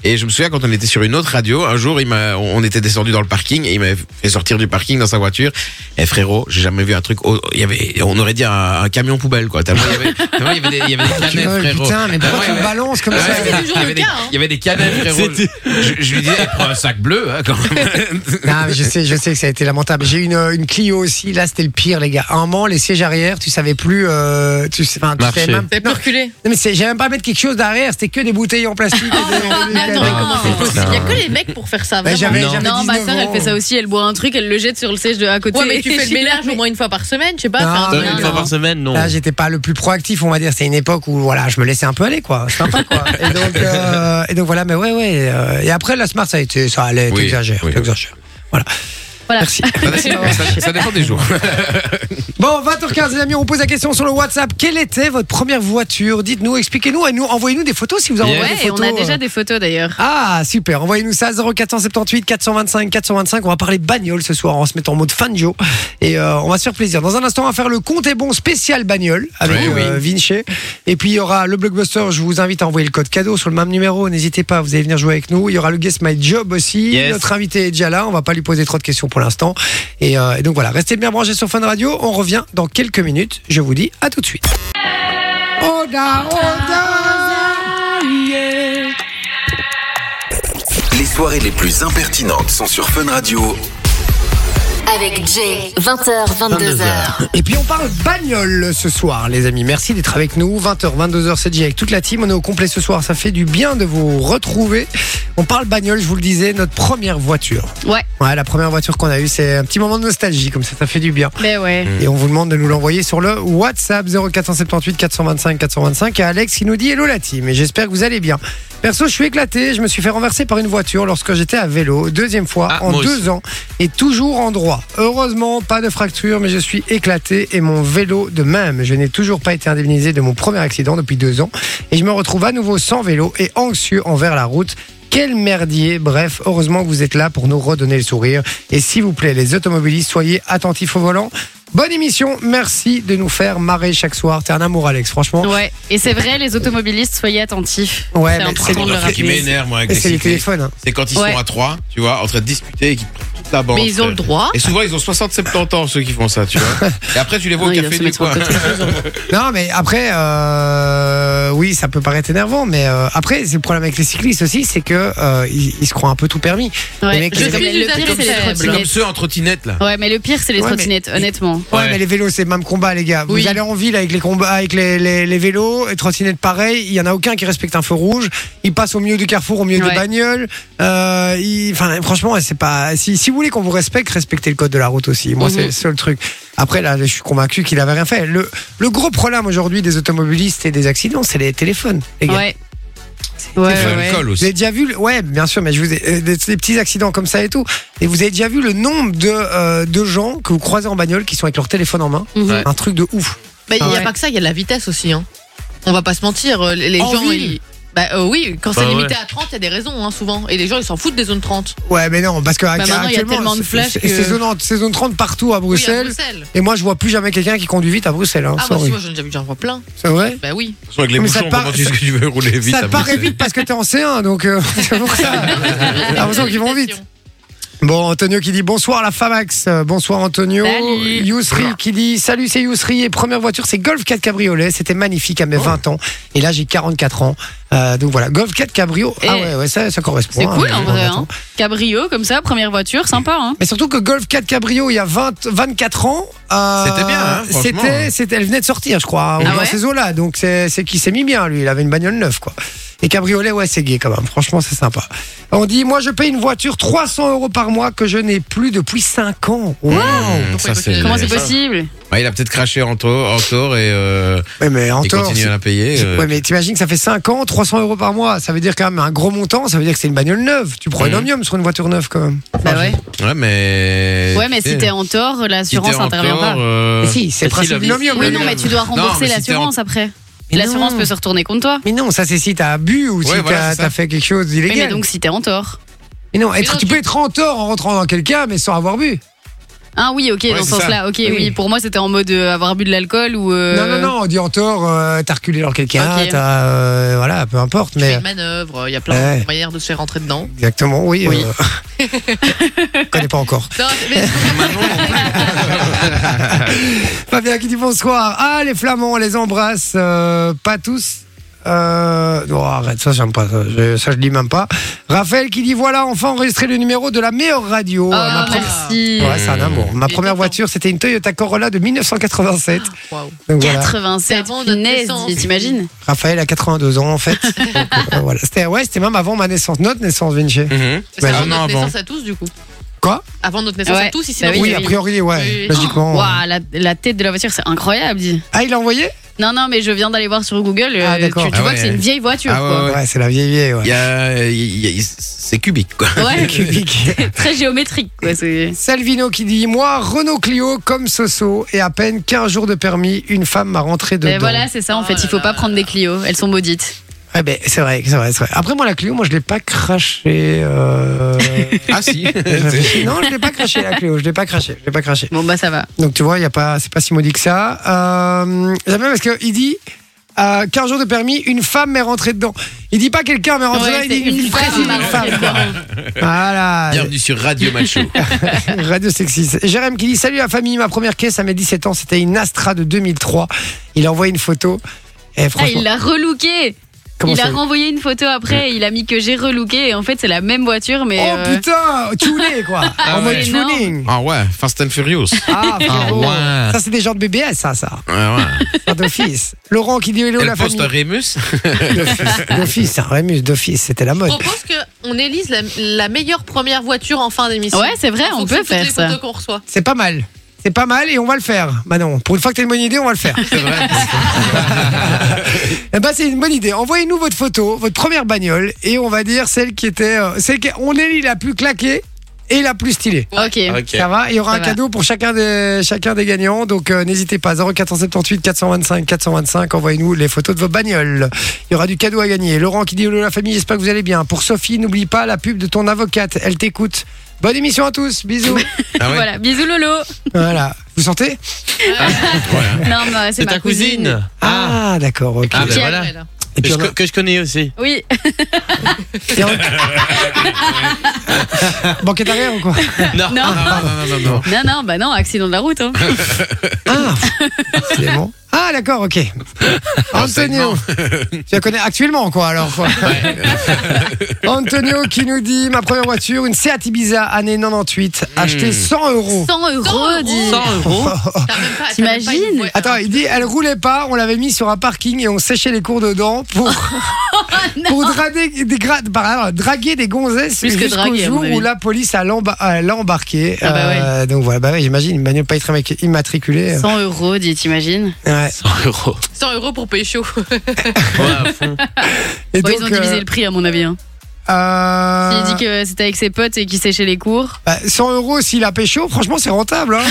S5: Et je me souviens quand on était sur une autre radio, un jour, il m'a, on était descendu dans le parking et il m'avait fait sortir du parking dans sa voiture. Et frérot, j'ai jamais vu un truc. au- Il y avait, on aurait dit un, un camion poubelle quoi. Tellement il
S6: (laughs)
S5: y avait, tellement il y avait des, il y avait des
S3: Tu
S5: canettes,
S3: vois,
S5: frérot.
S3: putain,
S4: Bah
S3: mais pourquoi
S5: Ouais,
S3: tu me
S5: ouais.
S3: balances comme
S5: Ouais,
S3: ça
S5: il y avait-
S6: toujours
S5: il y
S6: le
S5: avait des-
S6: cas, hein.
S5: Il y avait des canettes, frérot.
S4: C'était-
S5: Je, je lui disais, prends un sac bleu, hein, quand
S1: (laughs)
S5: même.
S3: (laughs) Non, mais je sais, je sais que ça a été lamentable. J'ai une, euh, une Clio aussi. Là, c'était le pire, les gars. À un moment, les sièges arrière, tu savais plus. euh, tu sais, enfin, tu
S4: Marcher.
S3: savais même.
S6: T'avais pu
S3: Non,
S6: reculer.
S3: non, mais c'est- j'avais même pas à mettre quelque chose derrière. C'était que des bouteilles en plastique. et des-
S6: Oh non,
S3: des-
S6: mais attends, mais
S3: des-
S6: comment c'est possible Il y a
S4: putain.
S6: que les mecs pour faire ça.
S3: Bah,
S6: vraiment.
S3: j'avais-
S4: Non.
S3: j'avais
S2: Non, ma
S3: 19
S2: soeur, elle
S3: ans.
S2: fait ça aussi. Elle boit un truc, elle le jette sur le siège de à côté.
S6: Ouais, mais
S2: (laughs)
S6: tu
S2: Et
S6: fais
S2: je suis
S6: le ménage
S2: là,
S6: au moins une fois par semaine, je sais pas.
S3: Non,
S6: faire un
S3: non,
S6: truc,
S4: (laughs) Une fois
S6: euh,
S4: par semaine, non.
S3: Là, j'étais pas le plus proactif, on va dire. C'est une époque où voilà, je me laissais un peu aller, quoi. C'est
S4: (laughs)
S3: Sympa, quoi. Et donc, euh, et donc voilà, mais ouais, ouais. euh, et après, la Smart, ça a été, ça allait,
S5: Oui,
S3: t'exagères,
S5: oui.
S3: t'exagères. Voilà.
S2: Voilà.
S3: Merci.
S5: ça, ça dépend des jours.
S3: Bon, 20h15, les amis, on pose la question sur le WhatsApp. Quelle était votre première voiture Dites-nous, expliquez-nous et nous, envoyez-nous des photos si vous en
S4: Yes.
S3: envoyez
S2: Ouais,
S3: des
S2: et on
S3: photos. hein.
S2: a déjà des photos d'ailleurs.
S3: Ah, super. Envoyez-nous ça 0478 425 425. On va parler bagnole ce soir. On va se mettre en mode fan Joe. Et euh, on va se faire plaisir. Dans un instant, on va faire le compte est bon spécial bagnole avec
S5: Oui, oui.
S3: euh, Vinci. Et puis, il y aura le blockbuster. Je vous invite à envoyer le code cadeau sur le même numéro. N'hésitez pas, vous allez venir jouer avec nous. Il y aura le Guess My Job aussi.
S4: Yes.
S3: Notre invité est déjà là. On va pas lui poser trop de questions pour l'instant. Et, euh, et donc voilà, restez bien branchés sur Fun Radio. On revient dans quelques minutes. Je vous dis à tout de suite. Oda, Oda.
S1: Les soirées les plus impertinentes sont sur Fun Radio.
S8: Avec Jay, 20h, 22h.
S3: Et puis on parle bagnole ce soir, les amis. Merci d'être avec nous. 20h, 22h, c'est Jay avec toute la team. On est au complet ce soir. Ça fait du bien de vous retrouver. On parle bagnole, je vous le disais, notre première voiture.
S2: Ouais,
S3: Ouais, la première voiture qu'on a eue, c'est un petit moment de nostalgie, comme ça, ça fait du bien.
S2: mais ben ouais.
S3: Et on vous demande de nous l'envoyer sur le WhatsApp 0478 425 425 à Alex qui nous dit Hello la team et j'espère que vous allez bien. Perso, je suis éclaté, je me suis fait renverser par une voiture lorsque j'étais à vélo, deuxième fois
S4: Ah,
S3: en
S4: moi
S3: deux
S4: aussi.
S3: ans et toujours en droit. Heureusement, pas de fracture, mais je suis éclaté et mon vélo de même. Je n'ai toujours pas été indemnisé de mon premier accident depuis deux ans et je me retrouve à nouveau sans vélo et anxieux envers la route. Quel merdier Bref, heureusement que vous êtes là pour nous redonner le sourire. Et s'il vous plaît, les automobilistes, soyez attentifs au volant. Bonne émission, merci de nous faire marrer chaque soir. T'es un amour Alex, franchement.
S2: Ouais. Et c'est vrai, les automobilistes, soyez attentifs. c'est
S3: Ouais,
S5: C'est
S3: mais c'est-
S2: important de le
S5: ce qui
S2: rappeler.
S5: m'énerve, moi, avec
S3: Et
S5: les
S3: c'est les
S5: cyclistes.
S3: téléphones. hein.
S5: C'est quand ils
S2: Ouais.
S5: sont à trois, tu vois, en train de discuter et qu'ils prennent toute la bande.
S6: Mais ils ont le droit.
S5: Et souvent, ils ont 60-70 ans, ceux qui font ça, tu
S3: (laughs)
S5: vois. Et après, tu les vois
S2: Non,
S5: au
S2: ils doivent
S5: café
S2: se
S5: du
S2: mettre sur
S5: coin.
S2: le côté.
S5: (laughs)
S3: Non, mais après, euh, oui, ça peut paraître énervant, mais euh, après, c'est le problème avec les cyclistes aussi, c'est que euh, ils, ils se croient un peu tout permis. Les
S2: Ouais.
S3: mecs,
S2: Je
S3: les-
S2: suis
S6: les-
S2: le
S6: les-
S2: pire, c'est les
S6: les-
S5: C'est comme
S2: trottinettes.
S5: ceux en trottinette, là.
S2: Ouais, mais le pire, c'est les
S3: Ouais, mais-
S2: trottinettes, honnêtement.
S3: Ouais,
S5: Ouais.
S3: mais les vélos, c'est le même combat, les gars.
S2: Oui.
S3: Vous allez en ville avec les combats, avec les, les, les vélos, et trottinettes pareil. Il y en a aucun qui respecte un feu rouge. Ils passent au milieu du carrefour, au milieu
S2: Ouais.
S3: des bagnoles. Euh, ils- Enfin, franchement, c'est pas. Si, si vous voulez qu'on vous respecte, respectez le code de la route aussi. Moi,
S2: Mhm.
S3: c'est le seul truc. Après, là, je suis convaincu qu'il avait rien fait. Le, le gros problème aujourd'hui des automobilistes et des accidents, c'est les téléphones, les gars.
S2: Ouais. Ouais, ouais, ouais.
S5: L'alcool
S3: Vous
S5: aussi.
S3: avez déjà vu, le- ouais, bien sûr, mais je vous ai, euh, des, des petits accidents comme ça et tout. Et vous avez déjà vu le nombre de, euh, de gens que vous croisez en bagnole qui sont avec leur téléphone en main.
S2: Mhm. Bah,
S3: Un truc de ouf. (laughs) Ah
S6: Mais il n'y a
S2: Ouais.
S6: pas que ça, il y a de la vitesse aussi. Hein. On va pas se mentir, euh, les les
S3: En
S6: gens.
S3: ville
S6: ils- Bah euh, oui, quand
S4: Bah
S6: c'est limité à 30, il y a des raisons hein, souvent. Et les gens, ils s'en foutent des zones Bah, 30.
S3: Ouais, mais non, parce que
S2: Bah, maintenant, il y a
S3: actuellement,
S2: tellement de
S3: c'est-
S2: flashs
S3: c'est-
S2: que-
S3: c'est zone, c'est zone 30 partout à
S6: Oui, à
S3: Bruxelles.
S6: Bruxelles.
S3: et moi, je vois plus jamais quelqu'un qui conduit vite à Bruxelles. hein,
S6: Ah bah
S3: sorry.
S6: si, moi j'en ai déjà vu, j'en vois plein.
S3: c'est vrai.
S6: Bah oui.
S5: De toute façon, Avec les
S3: Mais ça
S5: bouchons,
S3: te paraît-
S5: comment tu sais que tu veux rouler vite hein,
S3: ça
S6: hein,
S3: te
S5: à
S3: paraît
S5: Bruxelles
S3: vite parce que t'es en C1, donc euh, (laughs) c'est pour ça. T'as l'impression qu'ils vont vite. Bon, Antonio qui dit bonsoir la Famax. Euh, Bonsoir Antonio.
S2: Salut.
S3: Yousri qui dit salut, c'est Yousri. Et première voiture, c'est Golf 4 Cabriolet. C'était magnifique à mes 20 ans. Et là, j'ai 44 ans. Euh, donc voilà, Golf 4 Cabrio. Ah
S2: Et-
S3: ouais, ouais, ça, ça correspond.
S2: C'est
S3: hein,
S2: cool en
S3: mes
S2: vrai.
S3: 20 ans.
S2: hein. Cabrio, comme ça, première voiture, sympa. Hein.
S3: Mais surtout que Golf 4 Cabrio, il y a 20, 24 ans. euh,
S5: C'était bien, hein, franchement.
S3: c'était, c'était, elle venait de sortir, je crois,
S2: Ah
S3: dans
S2: ouais
S3: ces eaux-là. Donc c'est, c'est qu'il s'est mis bien, lui. Il avait une bagnole neuve, quoi. Et cabriolet, ouais, c'est gay quand même. Franchement, c'est sympa. On dit, moi, je paye une voiture 300 euros par mois que je n'ai plus depuis 5 ans. Wow.
S5: Hum, ça, c'est-
S2: Comment c'est
S5: ça.
S2: possible
S5: Ouais, Il a peut-être craché en taux- en tort et euh,
S3: Ouais, mais en
S5: et
S3: tort,
S5: continue
S3: c'est-
S5: à la payer. euh.
S3: Ouais, mais t'imagines que ça fait 5 ans, 300 euros par mois. Ça veut dire quand même un gros montant. Ça veut dire que c'est une bagnole neuve. Tu prends une
S5: Mhm.
S3: omnium sur une voiture neuve, quand même.
S2: Bah ouais.
S5: Ouais, mais.
S2: Ouais, mais
S5: Tu
S2: si
S5: sais,
S2: t'es en tort,
S5: si t'es
S2: l'assurance
S5: en
S2: intervient
S5: tort,
S2: pas.
S5: euh,
S3: Mais si, c'est le
S4: Parce qu'il
S3: principe de
S4: a-
S3: l'omnium.
S2: Oui,
S3: le-
S2: non, mais tu dois rembourser
S5: mais si t'es en-
S2: l'assurance après.
S3: Mais
S2: L'assurance
S3: non.
S2: peut se retourner contre toi.
S3: Mais non, ça c'est si t'as bu ou si
S5: Ouais, voilà,
S3: t'as
S5: c'est ça.
S3: t'as fait quelque chose
S2: Oui,
S3: d'illégal.
S2: mais donc si t'es en tort.
S3: Mais non, être-
S6: non, tu-
S3: tu peux être en tort en rentrant dans quelqu'un, mais sans avoir bu.
S2: Ah oui, ok, dans ce
S5: c'est ça.
S2: sens-là. Ok, oui.
S3: Oui.
S2: Pour moi, c'était en mode euh, avoir bu de l'alcool ou. euh,
S3: Non, non, non, on dit en tort, euh, t'as reculé dans quelqu'un,
S2: Ok.
S3: t'as. euh, voilà, peu importe,
S6: Il y a
S3: mais.
S6: une manœuvre, il y a plein
S3: Ouais.
S6: de manières de se faire rentrer dedans.
S3: Exactement, oui.
S6: Oui.
S3: euh, je connais pas encore.
S6: Non, mais
S7: Ah,
S3: Fabien qui dit bonsoir. Ah, les Flamands, on les embrasse. euh, pas tous. Euh, non, arrête, ça, j'aime pas. Ça je, ça, je lis même pas. Raphaël qui dit voilà, enfin enregistré le numéro de la meilleure radio. Euh, ma
S2: Ah,
S3: première-
S2: merci.
S3: Ouais, c'est un amour.
S6: Il
S3: Ma
S6: était
S3: première
S6: temps.
S3: voiture, c'était une Toyota Corolla de 1987.
S6: Waouh.
S3: Donc voilà,
S2: 87,
S6: C'est avant notre
S2: punaise,
S6: naissance.
S2: t'imagines
S5: Bah,
S3: Raphaël a 82 ans
S6: (laughs)
S3: en fait. Donc, euh, voilà. C'était ouais, c'était même avant ma naissance, notre naissance, Vinci.
S5: Mhm.
S6: C'est
S5: Ah,
S6: avant
S5: non,
S6: notre
S5: avant.
S6: naissance à tous, du coup.
S3: Quoi
S6: Avant notre naissance
S2: Ouais.
S6: à tous, ici.
S2: Bah
S6: dans
S2: oui,
S6: le
S3: Oui,
S2: oui.
S3: a
S6: pays.
S3: priori, ouais.
S6: Oui, oui.
S3: Logiquement.
S2: Waouh, la, la tête de la voiture, c'est incroyable, dis.
S3: Ah, il l'a envoyé
S2: Non, non, mais je viens d'aller voir sur Google.
S3: Ah,
S2: euh, tu,
S3: d'accord.
S2: tu
S5: Ah
S2: vois
S5: ouais.
S2: que c'est une vieille voiture,
S5: Ah
S2: quoi.
S5: ouais.
S3: Ouais, c'est la vieille vieille, ouais.
S5: Il y a- il y a- c'est cubique, quoi. (laughs)
S2: Ouais,
S3: Cubique.
S2: (laughs) très géométrique, quoi. c'est-
S3: Salvino qui dit Moi, Renault Clio comme Soso, et à peine 15 jours de permis, une femme m'a rentré dedans.
S2: Mais voilà, c'est ça en
S6: Oh
S2: fait. Il
S6: là
S2: faut
S6: là
S2: pas prendre des Clio, elles sont maudites.
S3: Ouais, ben, c'est vrai, c'est vrai, c'est vrai. Après, moi, la Clio, moi, je l'ai pas craché. euh,
S5: (laughs) Ah si.
S3: non, je l'ai pas craché, la Clio, je l'ai pas craché, je l'ai pas craché.
S2: Bon bah ça va.
S3: Donc, tu vois, y a pas, c'est pas si maudit que ça. Euh, J'aime bien parce qu'il dit. euh, 15 jours de permis, une femme m'est rentrée dedans. Il dit pas quelqu'un m'est rentré
S2: Ouais,
S3: dedans, il
S2: c'est
S3: dit
S2: une
S3: précise,
S2: femme. hein.
S3: une femme. quoi. Voilà. (laughs)
S5: Bienvenue sur Radio Macho.
S3: Radio Sexis. Jérém qui dit Salut la famille, ma première caisse à mes 17 ans, c'était une Astra de 2003. Il a envoyé une photo. Et
S2: Ah,
S3: franchement,
S2: il l'a relooké.
S3: comment
S2: il a
S3: ça-
S2: renvoyé une photo après, il a mis que j'ai relooké et en fait c'est la même voiture mais
S3: Oh
S2: euh,
S3: putain,
S2: (laughs)
S3: tuné quoi En mode
S5: Ah ouais.
S3: tuning
S5: Ah ouais, Fast and Furious.
S3: Ah, frérot.
S5: ouais.
S3: Ça, c'est des gens de BBS, ça, ça.
S5: Ouais, ouais.
S3: Pas d'office. Laurent qui dit Hello
S5: Elle
S3: la
S5: poste
S3: famille.
S5: à Remus.
S3: (laughs) D'office, D'office, c'est un Rémus, d'office, c'était la
S6: Je
S3: mode.
S6: propose qu'on élise la, la meilleure première voiture en fin d'émission.
S2: Ouais, c'est vrai,
S6: En
S2: on peut
S6: fonction de toutes
S2: faire
S6: les
S2: ça.
S6: photos qu'on reçoit.
S3: C'est pas mal. C'est pas mal et on va le faire. Manon, pour une fois que t'as une bonne idée, on va le faire.
S5: C'est vrai.
S3: (laughs) Eh ben, c'est une bonne idée. Envoyez-nous votre photo, votre première bagnole, et on va dire celle qui était. euh, celle qui, on élit la plus claquée et la plus stylée.
S2: OK.
S5: Ok.
S3: Ça va Il y aura
S2: Ça
S3: un
S2: va.
S3: cadeau pour chacun des, chacun des gagnants. Donc euh, n'hésitez pas. 0478 425 425. Envoyez-nous les photos de vos bagnoles. Il y aura du cadeau à gagner. Laurent qui dit Hello la famille, j'espère que vous allez bien. Pour Sophie, n'oublie pas la pub de ton avocate. Elle t'écoute. Bonne émission à
S2: (laughs)
S3: tous. Bisous.
S5: Ah ouais.
S2: Voilà, bisous Lolo.
S3: voilà. Vous sentez
S2: (laughs) Non, mais Ah, c'est
S4: C'est
S2: ma
S4: ta cousine. Ah,
S3: Ah, d'accord. ok.
S4: Ah,
S2: Qui
S4: ben voilà.
S6: Ouais, là.
S3: Et
S4: Que
S3: puis
S4: je,
S3: on a-
S4: co- que je connais aussi.
S2: Oui,
S3: et
S4: (laughs)
S3: on- Banquette arrière ou quoi
S4: Non.
S2: non.
S5: Ah, non, non, non, non.
S2: (laughs) Non non, bah non, accident de la route hein.
S3: Ah, Clément. Ah, d'accord, ok. (laughs) Antonio. Tu la connais actuellement, quoi, alors, quoi. Antonio qui nous dit Ma première voiture, une Seat Ibiza, année 98, achetée 100 euros.
S2: 100 Hmm. euros dit.
S4: 100
S3: (laughs)
S6: T'as même
S4: euros.
S6: pas- t'as même
S2: T'imagines
S6: pas une voie-
S3: Attends, il dit, elle roulait pas, on l'avait mis sur un parking et on séchait les cours dedans
S6: (laughs)
S3: pour, pour draguer, des gra- pardon, draguer des gonzesses
S2: Plus que
S3: jusqu'au
S2: draguer, à mon
S3: jour
S2: avis.
S3: où la police a l'emba- euh, l'a embarqué.
S2: Ah bah ouais.
S3: Euh, donc voilà, bah ouais, j'imagine, une bagnole pas immatric- immatriculée.
S2: 100 euros dit, t'imagines
S3: Ouais.
S4: 100 euros.
S6: 100 euros
S2: (laughs)
S6: pour pécho.
S4: Ouais, à fond.
S3: Et
S2: Bon, Ils ont
S3: donc,
S2: divisé
S3: euh,
S2: le prix à mon avis hein.
S3: euh,
S2: Il dit que c'était avec ses potes et qu'il séchait les cours.
S3: Bah, 100 euros s'il a pécho, franchement, c'est rentable. hein.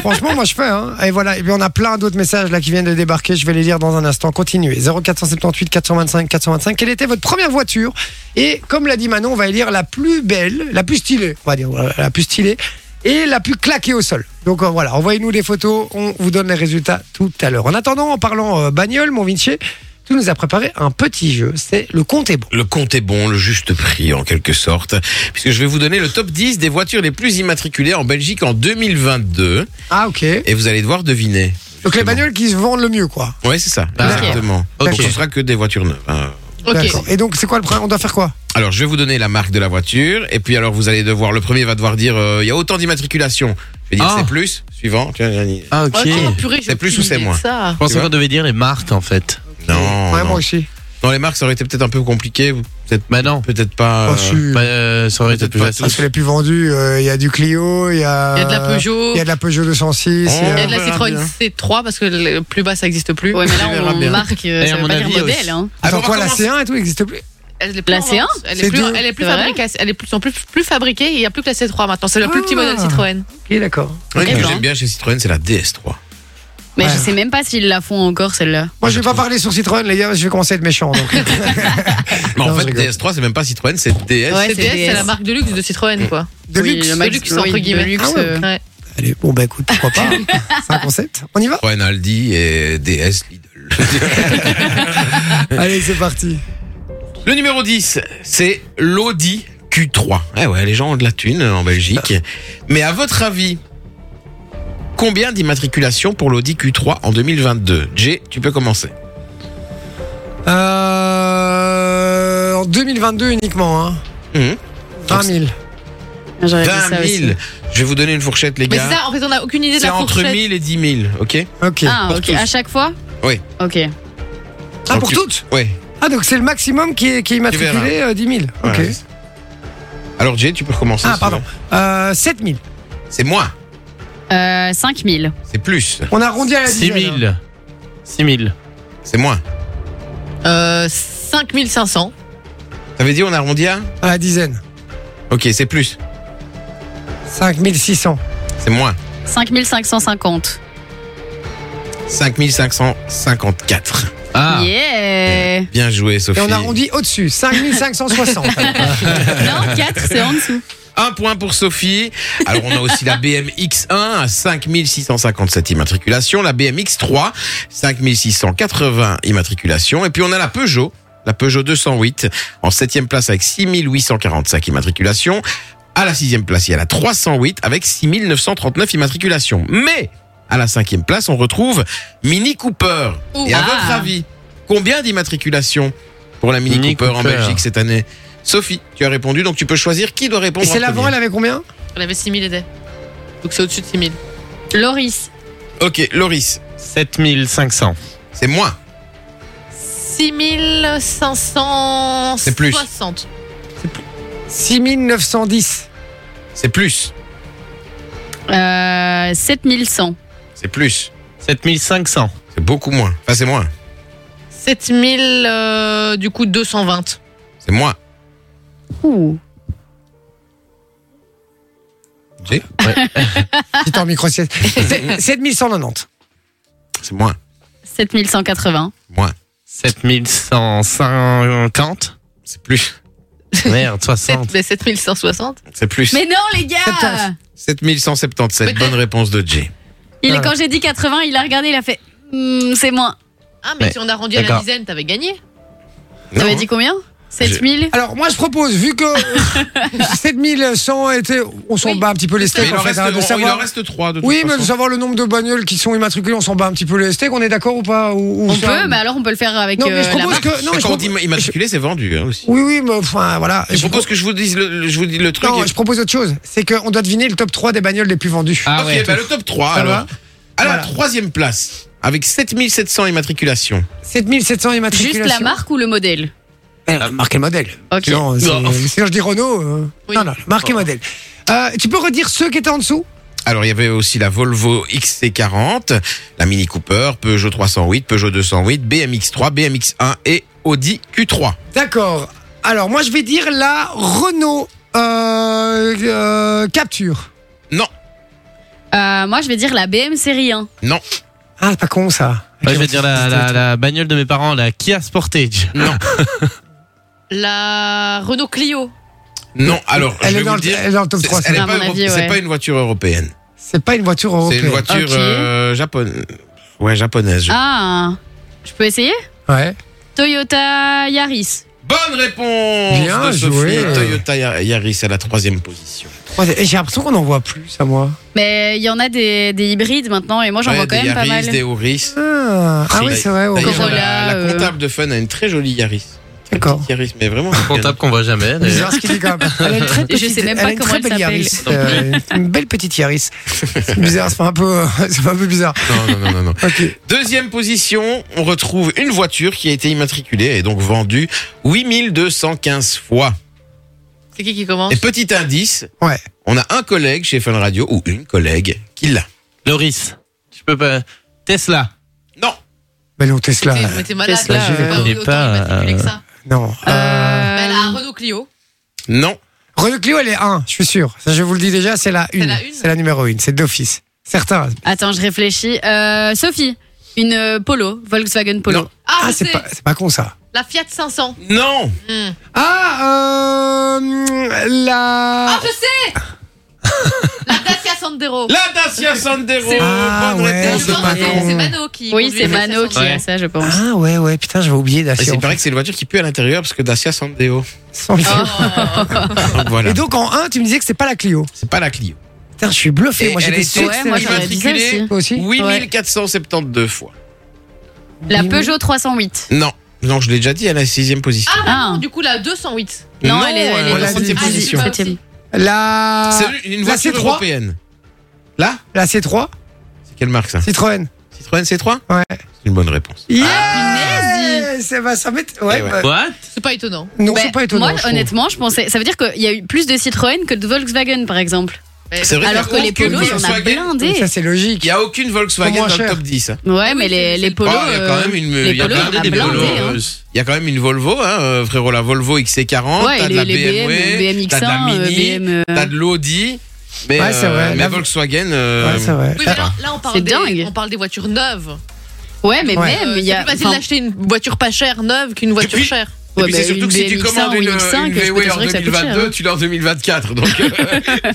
S3: franchement, moi, je fais. hein. Et voilà. Et puis, on a plein d'autres messages là qui viennent de débarquer. Je vais les lire dans un instant. Continuez. 0478 425 425. Quelle était votre première voiture Et comme l'a dit Manon, on va élire la plus belle, la plus stylée. On va dire voilà, la plus stylée et la plus claquée au sol. Donc euh, voilà, envoyez-nous des photos. On vous donne les résultats tout à l'heure. En attendant, en parlant euh, bagnole, mon Vinci, tu nous as préparé un petit jeu. C'est le compte est bon.
S5: Le compte est bon, le juste prix en quelque sorte, puisque je vais vous donner le top 10 des voitures les plus immatriculées en Belgique en 2022,
S3: Ah, ok.
S5: et vous allez devoir deviner.
S3: Donc les
S5: Exactement.
S3: bagnoles qui se vendent le mieux, quoi.
S5: Ouais, c'est ça,
S4: Ah,
S5: exactement.
S4: ok.
S5: Donc ce sera que des voitures neuves. hein.
S6: Ok.
S3: D'accord. Et donc, c'est quoi le problème On doit faire quoi
S5: Alors je vais vous donner la marque de la voiture, et puis alors vous allez devoir, le premier va devoir dire, euh, il y a autant d'immatriculations. Je vais dire
S4: Ah.
S5: c'est plus, suivant. Tiens, Yannick.
S4: Ah, ok.
S6: Oh,
S4: Je
S6: purée, j'ai
S5: C'est plus
S6: aucune
S5: ou c'est
S6: idée de
S5: moins
S6: ça.
S4: pensais
S5: Tu vois
S4: qu'on devait dire les marques en fait.
S5: Non,
S3: Ouais,
S5: non.
S3: moi aussi.
S5: Non, les marques ça aurait été peut-être un peu compliqué, peut-être
S4: Bah non.
S5: peut-être pas.
S3: Oh,
S5: euh,
S3: si.
S4: Bah, euh, ça aurait été plus
S5: Pas
S4: facile.
S3: Parce que les plus vendus, euh, il y a du Clio, il y a.
S6: Il y a de la Peugeot.
S3: Il y a de la Peugeot 206.
S5: Oh.
S3: il y a-
S6: Il y a Eh, de
S5: On
S6: la
S5: verra
S6: Citroën
S5: bien.
S6: C3 parce que le plus bas ça n'existe plus.
S2: Ouais, mais
S5: On
S2: là
S5: verra
S2: on
S5: bien.
S2: marque euh,
S4: Et à
S2: ça veut
S4: mon
S2: pas dire
S4: avis
S2: modèle
S4: aussi.
S2: hein.
S5: Alors,
S6: Ah.
S3: Attends, quoi,
S5: on
S3: la
S5: commence.
S3: C1 et tout n'existe plus
S6: Elle est plus
S2: La
S6: en
S2: C1?
S6: vente. Elle
S3: C'est
S6: est plus,
S3: deux.
S6: elle est plus
S2: C'est vrai
S6: fabriquée. Elle est plus en plus, plus fabriquée. et Il y a plus que la C3 maintenant. C'est le
S3: Ah.
S6: plus petit modèle Citroën.
S3: Ok, d'accord.
S5: ouais,
S2: Eh
S5: que
S2: ben.
S5: j'aime bien chez Citroën, c'est la DS3.
S2: Mais
S3: Ouais.
S2: je sais même pas s'ils la font encore celle-là.
S3: Moi, je vais pas parler sur Citroën, les gars, je vais commencer à être méchant. donc.
S5: Mais
S6: (laughs)
S3: Non,
S5: en
S3: je
S5: fait,
S3: rigole.
S5: DS3, c'est même pas Citroën, c'est DS.
S2: Ouais,
S6: CDS,
S2: DS.
S6: c'est la marque de luxe de Citroën quoi.
S3: de
S2: Oui,
S3: luxe.
S2: le
S6: De
S2: Max
S6: luxe
S2: Louis,
S6: entre
S2: de
S6: guillemets.
S2: luxe,
S6: Ah ouais.
S2: euh,
S6: Ouais.
S3: Allez, bon, bah écoute, pourquoi pas hein. C'est un concept. On y va
S5: Renaldi et DS Lidl.
S3: (laughs) Allez, c'est parti.
S5: Le numéro 10, c'est l'Audi Q3. Eh ouais, les gens ont de la thune euh, en Belgique. Mais à votre avis, combien d'immatriculations pour l'Audi Q3 en 2022 Jay, tu peux commencer.
S3: Euh, en 2022 uniquement, hein.
S5: Mhm.
S3: 20 000.
S6: Ah,
S2: J'aurais dit
S5: 20
S2: ça
S5: 000.
S2: aussi.
S5: Je vais vous donner une fourchette, les
S6: Mais
S5: gars.
S6: c'est ça, en fait, on n'a aucune idée de
S5: C'est
S6: la
S5: entre
S6: fourchette.
S5: 1000 et 10 000, ok
S3: Ok.
S2: Ah,
S3: Ah,
S5: Pour
S2: ok.
S5: tous.
S2: À chaque fois
S5: Oui.
S2: Ok.
S3: pour toutes
S5: Ouais.
S3: Ah, donc c'est le maximum qui est, qui est immatriculé, euh, 10 000. Ok.
S5: Voilà, c'est ça. Alors Jay, tu peux recommencer.
S3: Ah,
S5: si
S3: pardon.
S5: tu veux.
S3: Euh, 7 000.
S5: C'est moins,
S2: Euh, 5000.
S5: c'est plus,
S3: On a arrondi à la
S4: 6
S3: dizaine.
S4: 000.
S3: hein.
S4: 6 000.
S5: c'est moins.
S6: Euh, 5500.
S5: T'avais dit on arrondit à
S3: À la dizaine.
S5: Ok, c'est plus,
S3: 5 600.
S5: c'est moins.
S2: 5550.
S5: 5554.
S4: Ah,
S2: Yeah
S6: Eh.
S5: Bien joué, Sophie.
S3: Et on arrondit au-dessus. 5
S5: (laughs)
S2: (laughs)
S3: 560.
S2: Non, 4, c'est en dessous.
S5: Un point pour Sophie. Alors, on a aussi la BMX 1 à 5657 immatriculations, la BMX 3, 5680 immatriculations, et puis on a la Peugeot, la Peugeot 208, en septième place avec 6845 immatriculations. À la sixième place, il y a la 308 avec 6939 immatriculations. Mais, à la cinquième place, on retrouve Mini Cooper. Et à
S2: Ah.
S5: votre avis, combien d'immatriculations pour la Mini,
S4: Mini
S5: Cooper, en
S4: Cooper.
S5: Belgique cette année Sophie, tu as répondu, donc tu peux choisir qui doit répondre.
S3: Et c'est
S5: en
S3: la
S5: premier.
S3: elle avait combien
S6: On avait 6000 et des. Donc c'est au-dessus de 6000.
S2: Loris,
S5: Ok, Loris,
S4: 7 500.
S5: c'est moins,
S6: 6560.
S5: C'est plus.
S3: 6 910.
S5: c'est plus,
S2: euh, 7100.
S5: c'est plus,
S4: 7 500.
S5: c'est beaucoup moins. Enfin, c'est moins,
S6: 7000, euh, du coup, 220.
S5: c'est moins.
S2: Ouh.
S5: Jay (laughs)
S3: J'étais en micro-sieste. 7190.
S5: C'est moins,
S2: 7180.
S5: moins,
S4: 7 150.
S5: c'est plus,
S4: Merde, 60.
S6: 7160.
S5: c'est plus.
S2: Mais non, les gars
S3: 70.
S5: 7177, bonne réponse de Jay.
S2: il, est-
S3: Ah.
S2: Quand j'ai dit 80, il a regardé, il a fait. Hmm, c'est moins.
S6: Ah, mais,
S4: Mais,
S6: si on arrondit à la
S4: d'accord.
S6: dizaine, t'avais gagné.
S5: Non,
S2: T'avais
S5: hein.
S2: dit combien 7000
S3: Alors, moi, je propose, vu que 7100 était. On s'en
S2: Oui.
S3: bat un petit peu les
S5: Mais
S3: steaks,
S5: il, en
S3: en fait,
S5: reste,
S3: hein,
S5: on-
S3: de
S5: il en
S3: savoir.
S5: reste 3 de toute
S3: Oui, mais
S5: façon.
S3: de savoir le nombre de bagnoles qui sont immatriculées, on s'en bat un petit peu les steaks. On est d'accord ou pas ou, ou
S2: On
S3: ça-
S2: peut, bah. mais alors on peut le faire avec
S3: Non, mais
S2: euh,
S3: je
S2: la
S3: propose
S2: marque.
S3: que. Non,
S5: Et
S3: je
S5: quand on
S3: propose-
S5: dit immatriculé, c'est vendu hein, aussi.
S3: Oui, oui, mais enfin, voilà.
S5: Je propose que je vous dise le, le- je vous dis le truc.
S3: Non,
S5: et-
S3: je propose autre chose. C'est qu'on doit deviner le top 3 des bagnoles les plus vendues.
S4: Ah
S5: ok,
S4: ouais.
S5: bah, le top 3
S3: Ça
S5: alors.
S3: va
S5: À la
S3: Voilà.
S5: troisième place, avec 7700 immatriculations.
S3: 7700 immatriculations.
S2: Juste la marque ou le modèle
S3: Euh, Marque et modèle.
S2: Ok.
S3: Sinon, c'est-
S5: Ah. Non.
S3: sinon, je dis Renault. euh,
S6: Oui.
S3: Non, non, marque et modèle. Euh, tu peux redire ceux qui étaient en dessous
S5: Alors il y avait aussi la Volvo XC40, la Mini Cooper, Peugeot 308, Peugeot 208, BMX 3, BMX 1 et Audi Q3.
S3: D'accord. Alors, moi, je vais dire la Renault euh, euh, Capture.
S5: Non,
S2: Euh, Moi, je vais dire la BM série 1.
S5: non,
S3: Ah, c'est pas con, ça.
S4: Moi, (laughs) je vais dire la, la, la bagnole de mes parents, la Kia Sportage.
S5: non,
S6: La Renault Clio.
S5: non. Alors
S3: Elle
S5: je
S3: est
S5: vais
S3: dans
S5: vous
S3: le-
S5: le dire,
S3: elle est dans le top
S5: c'est-
S3: 3,
S5: elle est
S2: celle-là.
S5: pas
S2: À mon
S5: euro-
S2: avis,
S5: c'est
S2: ouais.
S5: pas une voiture européenne.
S3: C'est pas une voiture
S5: C'est
S3: européenne.
S5: une voiture
S2: Ok.
S5: euh, japon- ouais, japonaise. je-
S2: Ah Je peux essayer
S3: Ouais.
S2: Toyota Yaris.
S5: Bonne réponse
S3: Bien
S5: de Sophie.
S3: joué.
S5: Toyota Yar- Yaris à la troisième position.
S3: Moi, J'ai l'impression qu'on n'en voit plus, à moi.
S2: Mais il y en a des, des hybrides maintenant et moi j'en
S5: Ouais,
S2: vois quand
S5: des
S2: même
S5: Yaris,
S2: pas mal.
S5: des Auris.
S3: Ah, ah oui, c'est vrai. ouais,
S5: D'ailleurs, la,
S3: ouais.
S2: Corolla, euh,
S5: la comptable de Fun a une très jolie Yaris.
S3: D'accord.
S5: Yaris, mais vraiment.
S4: Comptable qu'on voit jamais.
S3: C'est
S4: d'ailleurs.
S3: bizarre ce qu'il dit quand même. Elle a une très
S2: Je
S3: petite,
S2: sais même
S3: elle a
S2: pas
S3: une
S2: comment
S3: très
S2: elle
S3: belle
S2: s'appelle.
S3: Yaris. Euh, une belle petite Yaris. C'est bizarre, c'est un peu, (laughs) euh, c'est un peu bizarre.
S5: Non, non, non, non, non.
S3: (laughs) Ok.
S5: Deuxième position, on retrouve une voiture qui a été immatriculée et donc vendue 8215 fois.
S6: C'est qui qui commence
S5: Et petit indice,
S3: Ouais.
S5: on a un collègue chez Fun Radio ou une collègue qui l'a.
S4: (laughs) Loris, tu peux pas. Tesla.
S5: Non,
S3: Mais non, Tesla.
S6: T'es-
S3: euh,
S6: Mais t'es malade,
S3: Tesla,
S6: là.
S3: je
S6: euh,
S4: connais
S6: autant
S4: pas,
S6: immatriculé que
S4: euh,
S6: ça.
S2: Euh,
S3: Non. Euh,
S6: Bah, la Renault Clio.
S5: non,
S3: Renault Clio, elle est 1, je suis sûr. Ça, je vous le dis déjà, c'est la 1.
S6: la une
S3: C'est la numéro 1, c'est d'office. Certain.
S2: Attends, je réfléchis. Euh, Sophie, une euh, Polo, Volkswagen Polo.
S5: Non.
S6: Ah,
S3: Ah,
S6: je
S3: c'est
S6: sais.
S3: pas, c'est pas con ça.
S6: La Fiat 500.
S5: non,
S6: Hmm.
S3: Ah, euh, la.
S6: Ah, je sais Ah, (laughs) La Dacia Sandero.
S5: La Dacia Sandero.
S6: C'est-
S3: Ah,
S5: bonne
S3: ouais,
S5: réponse.
S3: c'est pas
S6: c'est
S3: con.
S6: c'est Mano qui.
S2: Oui,
S6: conduit
S2: c'est
S6: la
S2: Mano qui
S6: Dacia
S2: a ça, je pense.
S3: Ah ouais, ouais, putain, j'avais oublié
S5: Et
S3: Dacia.
S5: c'est pareil que c'est une voiture qui pue à l'intérieur parce que Dacia Sandero.
S6: Oh.
S3: Sans le-
S6: Sandero.
S5: (laughs) Donc voilà.
S3: Et donc en 1, tu me disais que c'est pas la Clio.
S5: C'est pas la Clio.
S3: Putain, je suis bluffé.
S5: Et
S3: Moi,
S5: elle
S3: j'étais
S5: est-
S3: sûr que
S2: ouais,
S3: c'était
S2: moi,
S3: la Clio.
S2: j'aurais dit ça aussi.
S3: Toi aussi
S2: Ouais.
S5: 8472 fois.
S2: La Peugeot 308.
S5: Non. Non, je l'ai déjà dit, elle est à la sixième position.
S6: Ah, bah
S2: Ah.
S6: non, du coup, la 208.
S2: Non, elle est- elle est
S5: à la
S3: dans son
S5: septième
S3: petit-
S5: position.
S6: Ah,
S2: Septième.
S6: aussi.
S3: La...
S5: C'est une
S3: la
S5: voiture
S3: C3.
S5: européenne. Là
S3: la C3
S5: C'est quelle marque ça
S3: Citroën.
S5: Citroën C3
S3: Ouais.
S5: C'est une bonne réponse.
S3: Yeah
S2: punaise,
S3: Ça va, ça m'étonne. Ouais,
S5: Ah, Eh ouais.
S3: bah,
S4: What
S6: C'est pas étonnant.
S3: non,
S2: Bah,
S3: c'est pas étonnant.
S2: Moi,
S3: je trouve.
S2: honnêtement, je pensais. Ça veut dire qu'il y a eu plus de Citroën que de Volkswagen, par exemple.
S6: Mais-
S5: C'est vrai
S2: Alors que
S5: par
S2: les
S5: contre,
S2: polos, il y en a
S5: Volkswagen,
S2: blindé.
S3: Ça, c'est
S5: Il
S3: logique.
S5: n'y a aucune Volkswagen
S3: Moins
S5: dans le
S3: cher. Euh,
S5: top 10. hein.
S2: Ouais, mais
S6: oui,
S2: les,
S6: c'est-
S2: les
S6: c'est-
S2: polos.
S5: Oh,
S3: Ah,
S5: il y a quand même une, il y a
S2: polos,
S5: blindé
S2: on a
S5: des
S2: blindé,
S5: polos,
S2: hein.
S5: euh, Il y a quand même une Volvo, hein, euh, frérot, la Volvo XC40,
S2: Ouais,
S5: t'as
S2: et
S5: de
S2: les,
S5: la
S2: les BM,
S5: BMW, t'as de la
S2: BMX1, euh,
S5: Mini,
S2: BM. euh,
S5: t'as de l'Audi, mais,
S3: Ouais, c'est vrai,
S5: euh, mais
S3: la-
S5: Volkswagen, euh,
S3: Ouais, c'est vrai.
S6: Oui, mais là, là, on
S2: C'est
S6: parle des,
S2: dingue.
S6: on parle des voitures neuves.
S2: Ouais, mais
S3: Ouais.
S2: même,
S6: Euh,
S2: il y
S6: c'est
S2: a.
S6: plus facile
S2: enfin,
S6: d'acheter une voiture pas chère neuve qu'une voiture
S5: puis-
S6: chère.
S5: et
S2: ouais,
S5: puis
S2: bah,
S5: c'est surtout que si tu
S2: BMX1,
S5: commandes une,
S2: ou
S5: une
S2: X5, je peux
S5: VW en
S2: t'assurer que ça coûte cher, hein.
S5: 2022, tu l'as en 2024. Donc, euh,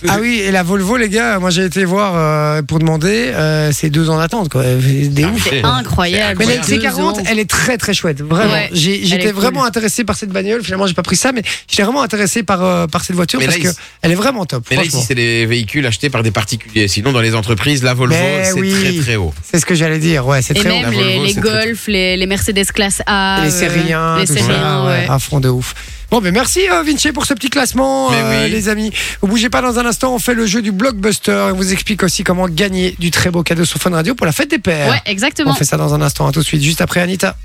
S3: Ah oui, et la Volvo, les gars, moi, j'ai été voir euh, pour demander. euh, c'est deux ans d'attente, quoi.
S5: Ah,
S3: Des ouf.
S2: hein. Incroyable.
S3: Mais la
S5: Incroyable.
S3: XC40, elle est très très chouette, vraiment.
S2: Ouais,
S3: J'ai-
S2: elle
S3: J'étais
S2: est cool.
S3: vraiment intéressé par cette bagnole. Finalement, j'ai pas pris ça, mais j'étais vraiment intéressé par euh, par cette voiture
S5: Mais
S3: parce
S5: là,
S3: que
S5: ici-
S3: elle est vraiment top.
S5: Mais là, ici,
S3: franchement.
S5: c'est des véhicules achetés par des particuliers. Sinon, dans les entreprises, la Volvo,
S3: Mais
S5: c'est
S3: oui.
S5: très très haut.
S3: C'est ce que j'allais dire. Ouais, c'est
S2: Et
S3: très haut.
S2: même
S5: La
S2: les,
S5: Volvo,
S2: les
S5: c'est très
S2: Golf, les, les Mercedes classe A.
S3: Et les
S2: euh,
S3: séries 1,
S2: les
S3: tout
S2: séries
S3: ça,
S2: 1, ouais.
S3: à fond de ouf. Bon, mais merci euh, Vinci pour ce petit classement,
S5: Mais
S3: euh,
S5: oui.
S3: les amis. Vous bougez pas dans un instant, on fait le jeu du blockbuster et on vous explique aussi comment gagner du très beau cadeau sur Fun Radio pour la fête des pères.
S2: Ouais,
S3: On
S2: exactement.
S3: fait ça dans un instant, à tout de suite, juste après Anita.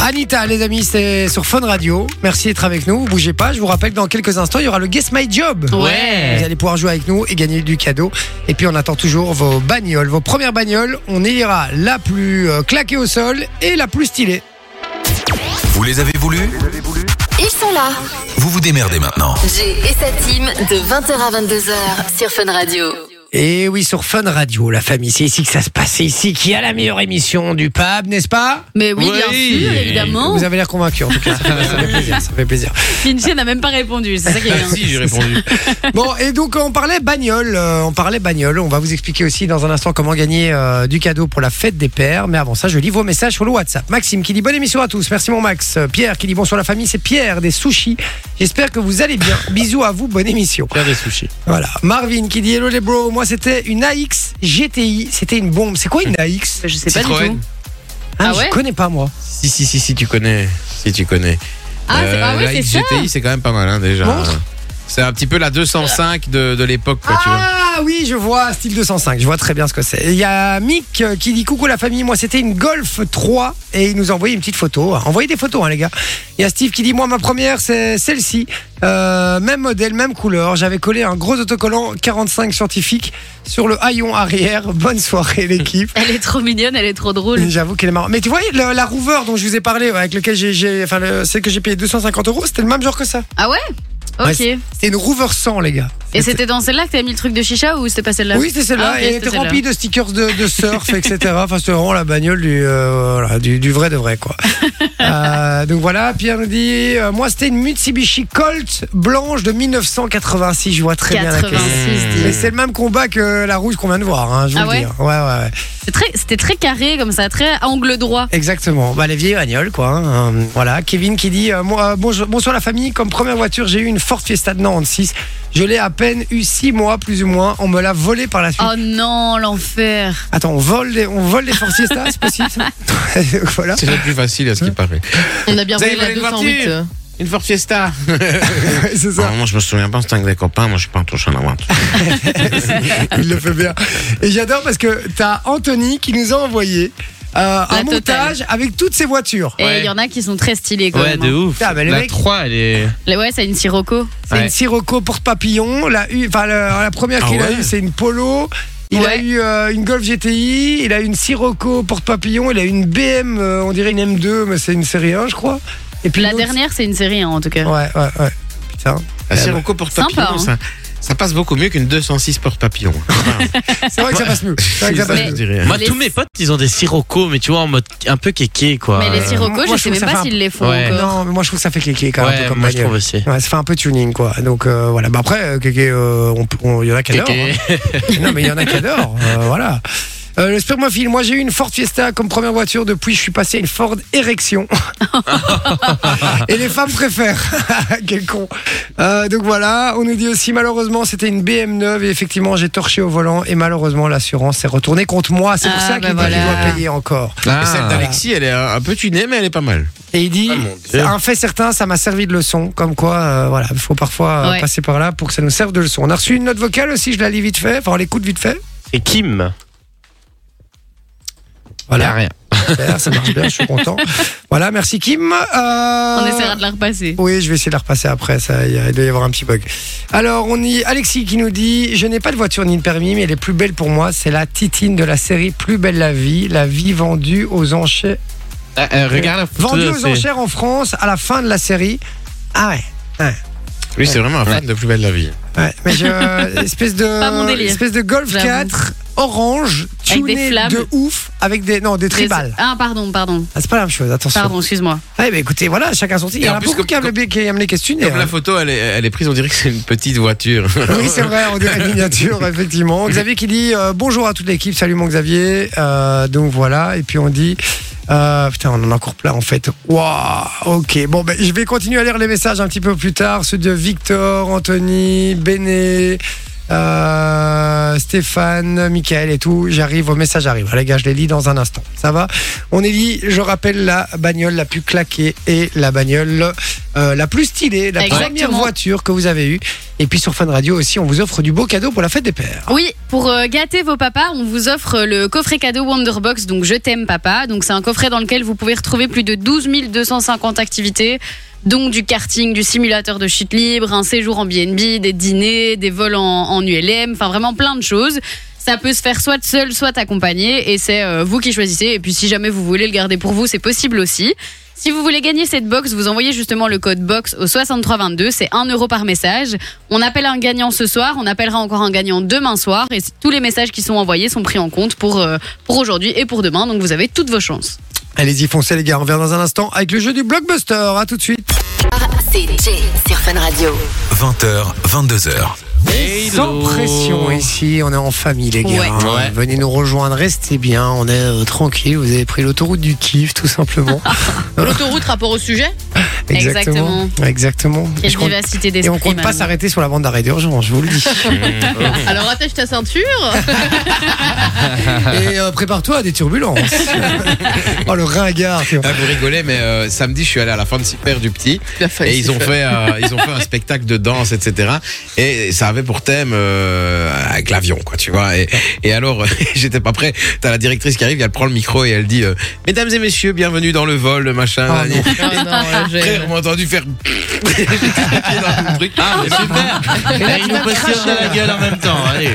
S3: Anita, les amis, c'est sur Fun Radio. Merci d'être avec nous. Vous bougez pas. Je vous rappelle que dans quelques instants, il y aura le Guess My Job.
S2: Ouais.
S3: Vous allez pouvoir jouer avec nous et gagner du cadeau. Et puis, on attend toujours vos bagnoles, vos premières bagnoles. On élira la plus euh, claquée au sol et la plus stylée.
S1: Vous les avez voulu
S8: Ils sont là.
S1: Vous vous démerdez maintenant.
S8: Jay et sa team de 20h à 22h sur Fun Radio.
S3: Et oui, sur Fun Radio, la famille, c'est ici que ça se passe. C'est ici qu'il y a la meilleure émission du PAB, n'est-ce pas
S2: Mais oui, bien
S5: Oui.
S2: sûr, évidemment.
S3: Vous avez l'air convaincu, en tout
S2: (laughs)
S3: cas. Ça fait, ça fait plaisir, ça fait plaisir. Bah,
S2: Vinci n'a même pas répondu, c'est ça qui est
S5: Ah,
S2: bien.
S5: si, j'ai répondu.
S3: (laughs) Bon, et donc, on parlait bagnole. euh, on parlait bagnole. On va vous expliquer aussi dans un instant comment gagner euh, du cadeau pour la fête des pères. Mais avant ça, je lis vos messages sur le WhatsApp. Maxime qui dit bonne émission à tous. Merci, mon Max. Euh, Pierre qui dit bonsoir, la famille. C'est Pierre des sushis. J'espère que vous
S4: (laughs)
S3: allez bien. Bisous à vous. Bonne émission.
S4: Faire des sushis.
S3: Voilà. Marvin qui dit hello les bros. Moi, c'était une AX GTI. C'était une bombe. C'est quoi une AX
S2: Je sais pas du
S5: Citroën.
S2: tout.
S3: Ah,
S2: Ah ouais
S3: Je connais pas, moi.
S5: Si, si, si, si, tu connais. Si, tu connais. Euh,
S2: Ah, c'est- ah ouais,
S5: la
S2: c'est ça.
S5: XGTI, c'est quand même pas mal, hein, déjà.
S3: Montre.
S5: C'est un petit peu la 205 de, de l'époque, (laughs) quoi, tu vois.
S3: Ah oui, je vois, style 205, je vois très bien ce que c'est. Il y a Mick euh, qui dit coucou la famille, moi c'était une Golf 3 et il nous a envoyé une petite photo. Envoyez des photos hein, les gars. Il y a Steve qui dit moi ma première c'est celle-ci, Euh, même modèle, même couleur. J'avais collé un gros autocollant 45 scientifique sur le haillon arrière. (laughs) Bonne soirée l'équipe.
S2: Elle est trop mignonne, elle est trop drôle.
S3: J'avoue qu'elle est marrante. Mais tu vois, le- la Rover dont je vous ai parlé, avec lequel j'ai, j'ai- enfin, le- celle que j'ai payé 250 euros, c'était le même genre que ça.
S2: Ah ouais
S3: Ouais,
S2: Ok.
S3: c'est- C'était une Rover 100, les gars.
S2: Et c'était dans celle-là que t'as mis le truc de chicha ou c'était pas celle-là
S3: Oui, c'était celle-là.
S2: Ah, ok,
S3: et elle
S2: c'était
S3: était remplie de stickers de, de
S2: (laughs)
S3: surf, etc. Enfin, c'était vraiment la bagnole du, euh, voilà, du, du vrai de
S2: (laughs)
S3: vrai, quoi. Euh, donc voilà, Pierre nous dit euh, Moi, c'était une Mitsubishi Colt blanche de 1986. Je vois très bien laquelle
S2: 86,
S3: c'est. Mais
S2: dis.
S3: c'est le même combat que la rouge qu'on vient de voir, hein, je vous
S2: Ah
S3: le
S2: ouais
S3: dis. Ouais, ouais, ouais.
S2: C'est très- C'était très carré comme ça, très angle droit.
S3: Exactement. Bah, les vieilles bagnoles, quoi. hein. Euh, Voilà. Kevin qui dit euh, moi, euh, bonjour, Bonsoir la famille. Comme première voiture, j'ai eu une Ford Fiesta de 96. Je l'ai à peine eu 6 mois, plus ou moins. On me l'a volée par la suite.
S2: Oh non, l'enfer.
S3: Attends, on vole les, on vole les Ford Fiesta, c'est possible
S2: (laughs)
S3: Donc Voilà.
S5: C'est le plus facile à ce qui (laughs) paraît.
S6: On a bien
S5: Vous
S6: vu
S5: avez
S6: la
S5: volé une
S6: 208.
S5: voiture
S6: euh.
S5: Une Ford Fiesta.
S3: c'est
S5: Non, Ah, moi, je me souviens pas, c'était avec des copains. Moi, je suis pas un touche à la vente.
S3: (laughs) Il le fait bien. Et j'adore parce que t'as Anthony qui nous a envoyé euh, un
S2: totale.
S3: montage avec toutes ses voitures.
S2: Et
S4: Ouais.
S2: Eh, il y en a qui sont très stylés quand
S4: Ouais,
S2: même.
S4: de
S2: hein.
S4: ouf.
S3: Ah, mais le
S4: la
S3: mec-
S4: 3, elle est.
S2: Là, Ouais, c'est une Sirocco.
S3: C'est
S4: Ouais.
S3: une Sirocco porte-papillon. La, U- enfin, la, la première
S5: Ah
S3: qu'il a
S5: ouais.
S3: eue, c'est une Polo. Il a
S2: Ouais.
S3: eu euh, une Golf GTI, il a eu une Sirocco porte-papillon, il a eu une BM, euh, on dirait une M2, mais c'est une série 1, je crois. Et puis
S2: La
S3: une autre-
S2: dernière, c'est une série hein, en tout cas.
S3: Ouais, ouais, ouais. Putain.
S5: Ah, c'est Rocco pour
S2: Sympa,
S5: papillon,
S2: hein.
S5: ça. ça passe beaucoup mieux qu'une 206 porte (laughs) papillon.
S3: C'est vrai que ça passe mieux. C'est vrai que ça passe
S2: Mais-
S5: je
S3: mieux.
S5: dirais.
S4: Moi,
S2: Les-
S4: tous mes potes, ils ont des siroccos, mais tu vois, en mode un peu kéké, quoi.
S2: Mais les
S3: moi,
S2: siroccos,
S3: je
S2: je
S3: trouve
S2: sais même
S3: ça fait
S2: pas
S3: un-
S2: s'ils les font
S4: Ouais.
S2: encore.
S3: Non, mais moi je trouve que ça fait cliquer quand même un peu
S4: Ouais,
S3: comme
S4: moi, je
S3: bagnole.
S4: trouve aussi.
S3: Ouais, ça fait un peu tuning quoi. Donc euh, voilà. Bah après, euh, Kéké, euh, on peut- on- il y en a qui adorent.
S4: Kéké.
S3: hein. non, mais il y en a qui adorent. euh, voilà. Euh, le spermophile, moi j'ai eu une Ford Fiesta comme première voiture, depuis je suis passé à une Ford
S4: (laughs)
S3: Érection. Et les femmes préfèrent. (laughs) Quel con. Euh, donc voilà, on nous dit aussi malheureusement c'était une BM9 et effectivement j'ai torché au volant et malheureusement l'assurance s'est retournée contre moi. C'est pour
S2: Ah,
S3: ça qu'il
S2: bah
S3: dit qu'il
S2: voilà.
S3: doit payer encore.
S4: Ah.
S5: Et celle d'Alexis, elle est un un peu tunée, mais elle est pas mal.
S3: Et il dit,
S5: Ah, mon Dieu.
S3: c'est un fait certain, ça m'a servi de leçon. Comme quoi, euh, voilà, il faut parfois euh,
S2: Ouais.
S3: passer par là pour que ça nous serve de leçon. On a reçu une note vocale aussi, je la lis vite fait, enfin on l'écoute vite fait.
S4: Et Kim.
S5: Y a
S3: Voilà,
S5: rien.
S3: super, ça marche bien, je suis content. Voilà, merci Kim. Euh,
S2: On essaiera de la repasser.
S3: Oui, je vais essayer de la repasser après, ça, il y a- il doit y avoir un petit bug. Alors, on y Alexis qui nous dit Je n'ai pas de voiture ni de permis, mais elle est plus belle pour moi. C'est la titine de la série Plus belle la vie, la vie vendue aux enchères.
S4: Ah, euh, regarde la photo.
S3: Vendue aux
S4: c'est-
S3: enchères en France à la fin de la série. Ah ouais.
S5: Lui, c'est vraiment un fan de plus belle la vie.
S3: Ouais, mais je, euh, espèce de
S2: Pas mon délire.
S3: espèce de Golf
S2: J'avoue.
S3: 4 orange
S2: Avec des
S3: tuné
S2: flammes.
S3: de ouf avec des non des
S2: Les-
S3: tribales.
S2: Ah, pardon, pardon.
S3: Ah, c'est pas la même chose, attention.
S2: Pardon, excuse-moi.
S3: Ouais, mais écoutez, voilà, chacun son style. Il y
S5: Et
S3: en
S5: en
S3: a
S5: plus,
S3: beaucoup
S5: comme-
S3: qui aiment, les- qui aiment les questionnaires. hein.
S5: Comme la photo, elle est, elle est prise, on dirait que c'est une petite voiture.
S3: (laughs) Oui, c'est vrai, on dirait une miniature, effectivement. Xavier qui dit euh, bonjour à toute l'équipe, salut mon Xavier. Euh, donc voilà, et puis on dit. euh, putain, on en a encore plein en fait. Waouh, ok. Bon, ben, je vais continuer à lire les messages un petit peu plus tard. Ceux de Victor, Anthony, Béné, euh, Stéphane, Michael et tout. J'arrive, vos messages arrivent. Les gars, je les lis dans un instant. Ça va On est dit, je rappelle la bagnole la plus claquée et la bagnole euh, la plus stylée, la première
S2: Exactement.
S3: voiture que vous avez eue. Et puis sur Fun Radio aussi, on vous offre du beau cadeau pour la fête des pères.
S2: Oui, pour euh, gâter vos papas, on vous offre le coffret cadeau Wonderbox, donc Je t'aime papa. Donc c'est un coffret dans lequel vous pouvez retrouver plus de 12 250 activités, donc du karting, du simulateur de chute libre, un séjour en BNB, des dîners, des vols en, en ULM, enfin vraiment plein de choses. Ça peut se faire soit seul, soit accompagné, et c'est euh, vous qui choisissez. Et puis si jamais vous voulez le garder pour vous, c'est possible aussi. Si vous voulez gagner cette box, vous envoyez justement le code box au 6322, c'est 1 euro par message. On appelle un gagnant ce soir, on appellera encore un gagnant demain soir et c- tous les messages qui sont envoyés sont pris en compte pour, euh, pour aujourd'hui et pour demain, donc vous avez toutes vos chances.
S3: Allez-y, foncez les gars, on revient dans un instant avec le jeu du blockbuster. À tout de suite.
S8: C'est Jay sur Fun Radio.
S1: 20h, 22h.
S3: Sans pression ici, on est en famille les gars. Hein.
S2: Ouais.
S4: Ouais.
S3: Venez nous rejoindre, restez bien, on est euh, tranquille, vous avez pris l'autoroute du kiff tout simplement.
S6: L'autoroute rapport au sujet
S3: (laughs) Exactement. Exactement. Et,
S2: Quelle
S3: je compte-
S2: vivacité
S3: et on
S2: d'esprit.
S3: compte pas
S2: Manon.
S3: s'arrêter sur la bande d'arrêt d'urgence, je vous le dis.
S2: (laughs)
S6: Alors attache ta ceinture.
S3: et euh, prépare-toi à des turbulences. oh le ringard. tu vois.
S5: Ah, vous rigolez, mais euh, samedi, je suis allé à la fin de Super du Petit. Et ils ont fait, euh, ils ont fait un spectacle de danse, etc. Et ça avait pour thème euh, avec l'avion, quoi, tu vois. Et, et alors, (laughs) j'étais pas prêt. T'as la directrice qui arrive, elle prend le micro et elle dit euh, Mesdames et messieurs, bienvenue dans le vol, le machin.
S3: Ah, non.
S6: Ah non, là, j'ai-
S5: Frère, on m'a entendu
S6: (laughs)
S5: faire. J'étais dans le truc.
S4: Ah, mais super Et il nous postionne dans la gueule en même temps. Allez.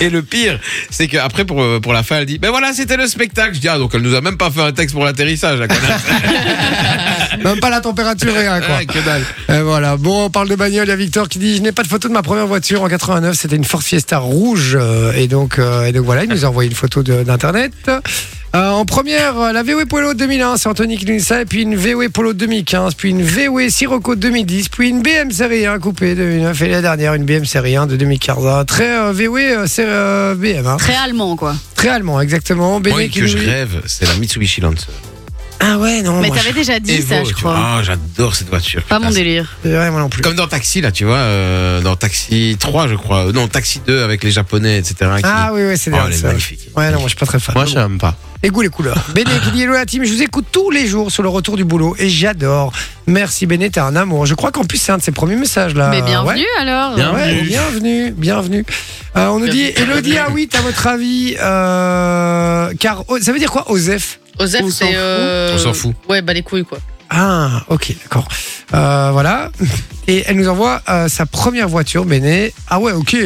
S5: Et le pire, c'est qu'après, pour, pour la fin, elle dit Ben voilà, c'était le spectacle. Je dis Ah, donc elle nous a même pas fait un texte pour l'atterrissage, la connasse.
S3: (laughs) Même pas la température rien quoi.
S5: Ah, que dalle.
S3: Et voilà. Bon, on parle de bagnole. Il y a Victor qui dit Je n'ai pas de photo de ma première voiture en 89. C'était une Ford Fiesta rouge. Euh, Et donc, euh, et donc voilà, il nous a envoyé une photo de- d'Internet. Euh, en première, euh, la VW Polo 2001, c'est Anthony qui nous dit ça, et puis une VW Polo 2015, puis une VW Sirocco 2010, puis une BM série 1 coupée 2009, et la dernière, une BM série 1 de 2015. hein. Très euh, VW, euh, c'est euh, BM, hein.
S2: Très allemand, quoi.
S3: très allemand, exactement. Béné
S5: Moi, une
S3: qui
S5: que
S3: nous
S5: je
S3: dit-
S5: rêve, c'est la Mitsubishi Lancer. Oh,
S3: Ah ouais, non,
S2: Mais
S3: moi,
S2: t'avais déjà dit
S5: Evo,
S2: ça, je
S5: tu
S2: crois.
S5: vois. Ah, j'adore cette voiture.
S2: Pas
S5: putain,
S2: mon
S5: c'est-
S2: délire.
S3: je- ouais, moi non plus.
S5: Comme dans Taxi, là, tu vois, euh, dans Taxi 3, je crois. Euh, Non, Taxi 2 avec les Japonais, etc. qui-
S3: Ah oui, oui, c'est
S5: Oh,
S3: bien
S5: elle est
S3: ça.
S5: magnifique.
S3: Ouais, non, moi je suis pas très fan.
S4: Moi, je n'aime pas.
S3: Les goûts, les
S5: (laughs)
S3: couleurs. Béné qui dit Hello la team, je vous écoute tous les jours sur le retour du boulot et j'adore. Merci Béné, t'es un amour. Je crois qu'en plus c'est un de ses premiers messages là.
S2: Mais
S3: Ouais.
S2: bienvenue alors.
S4: Bien.
S3: Ouais,
S4: Bienvenue.
S3: bienvenue, bienvenue. Euh, on nous dit Elodie, ah oui, à votre avis, euh, car oh, ça veut dire quoi, Osef
S6: Osef,
S3: On s'en
S6: c'est. euh,
S5: fout. On s'en fout.
S6: Ouais, bah les couilles quoi.
S3: Ah, ok, d'accord. Euh, voilà. Et elle nous envoie euh, sa première voiture, Béné. Ah ouais, ok.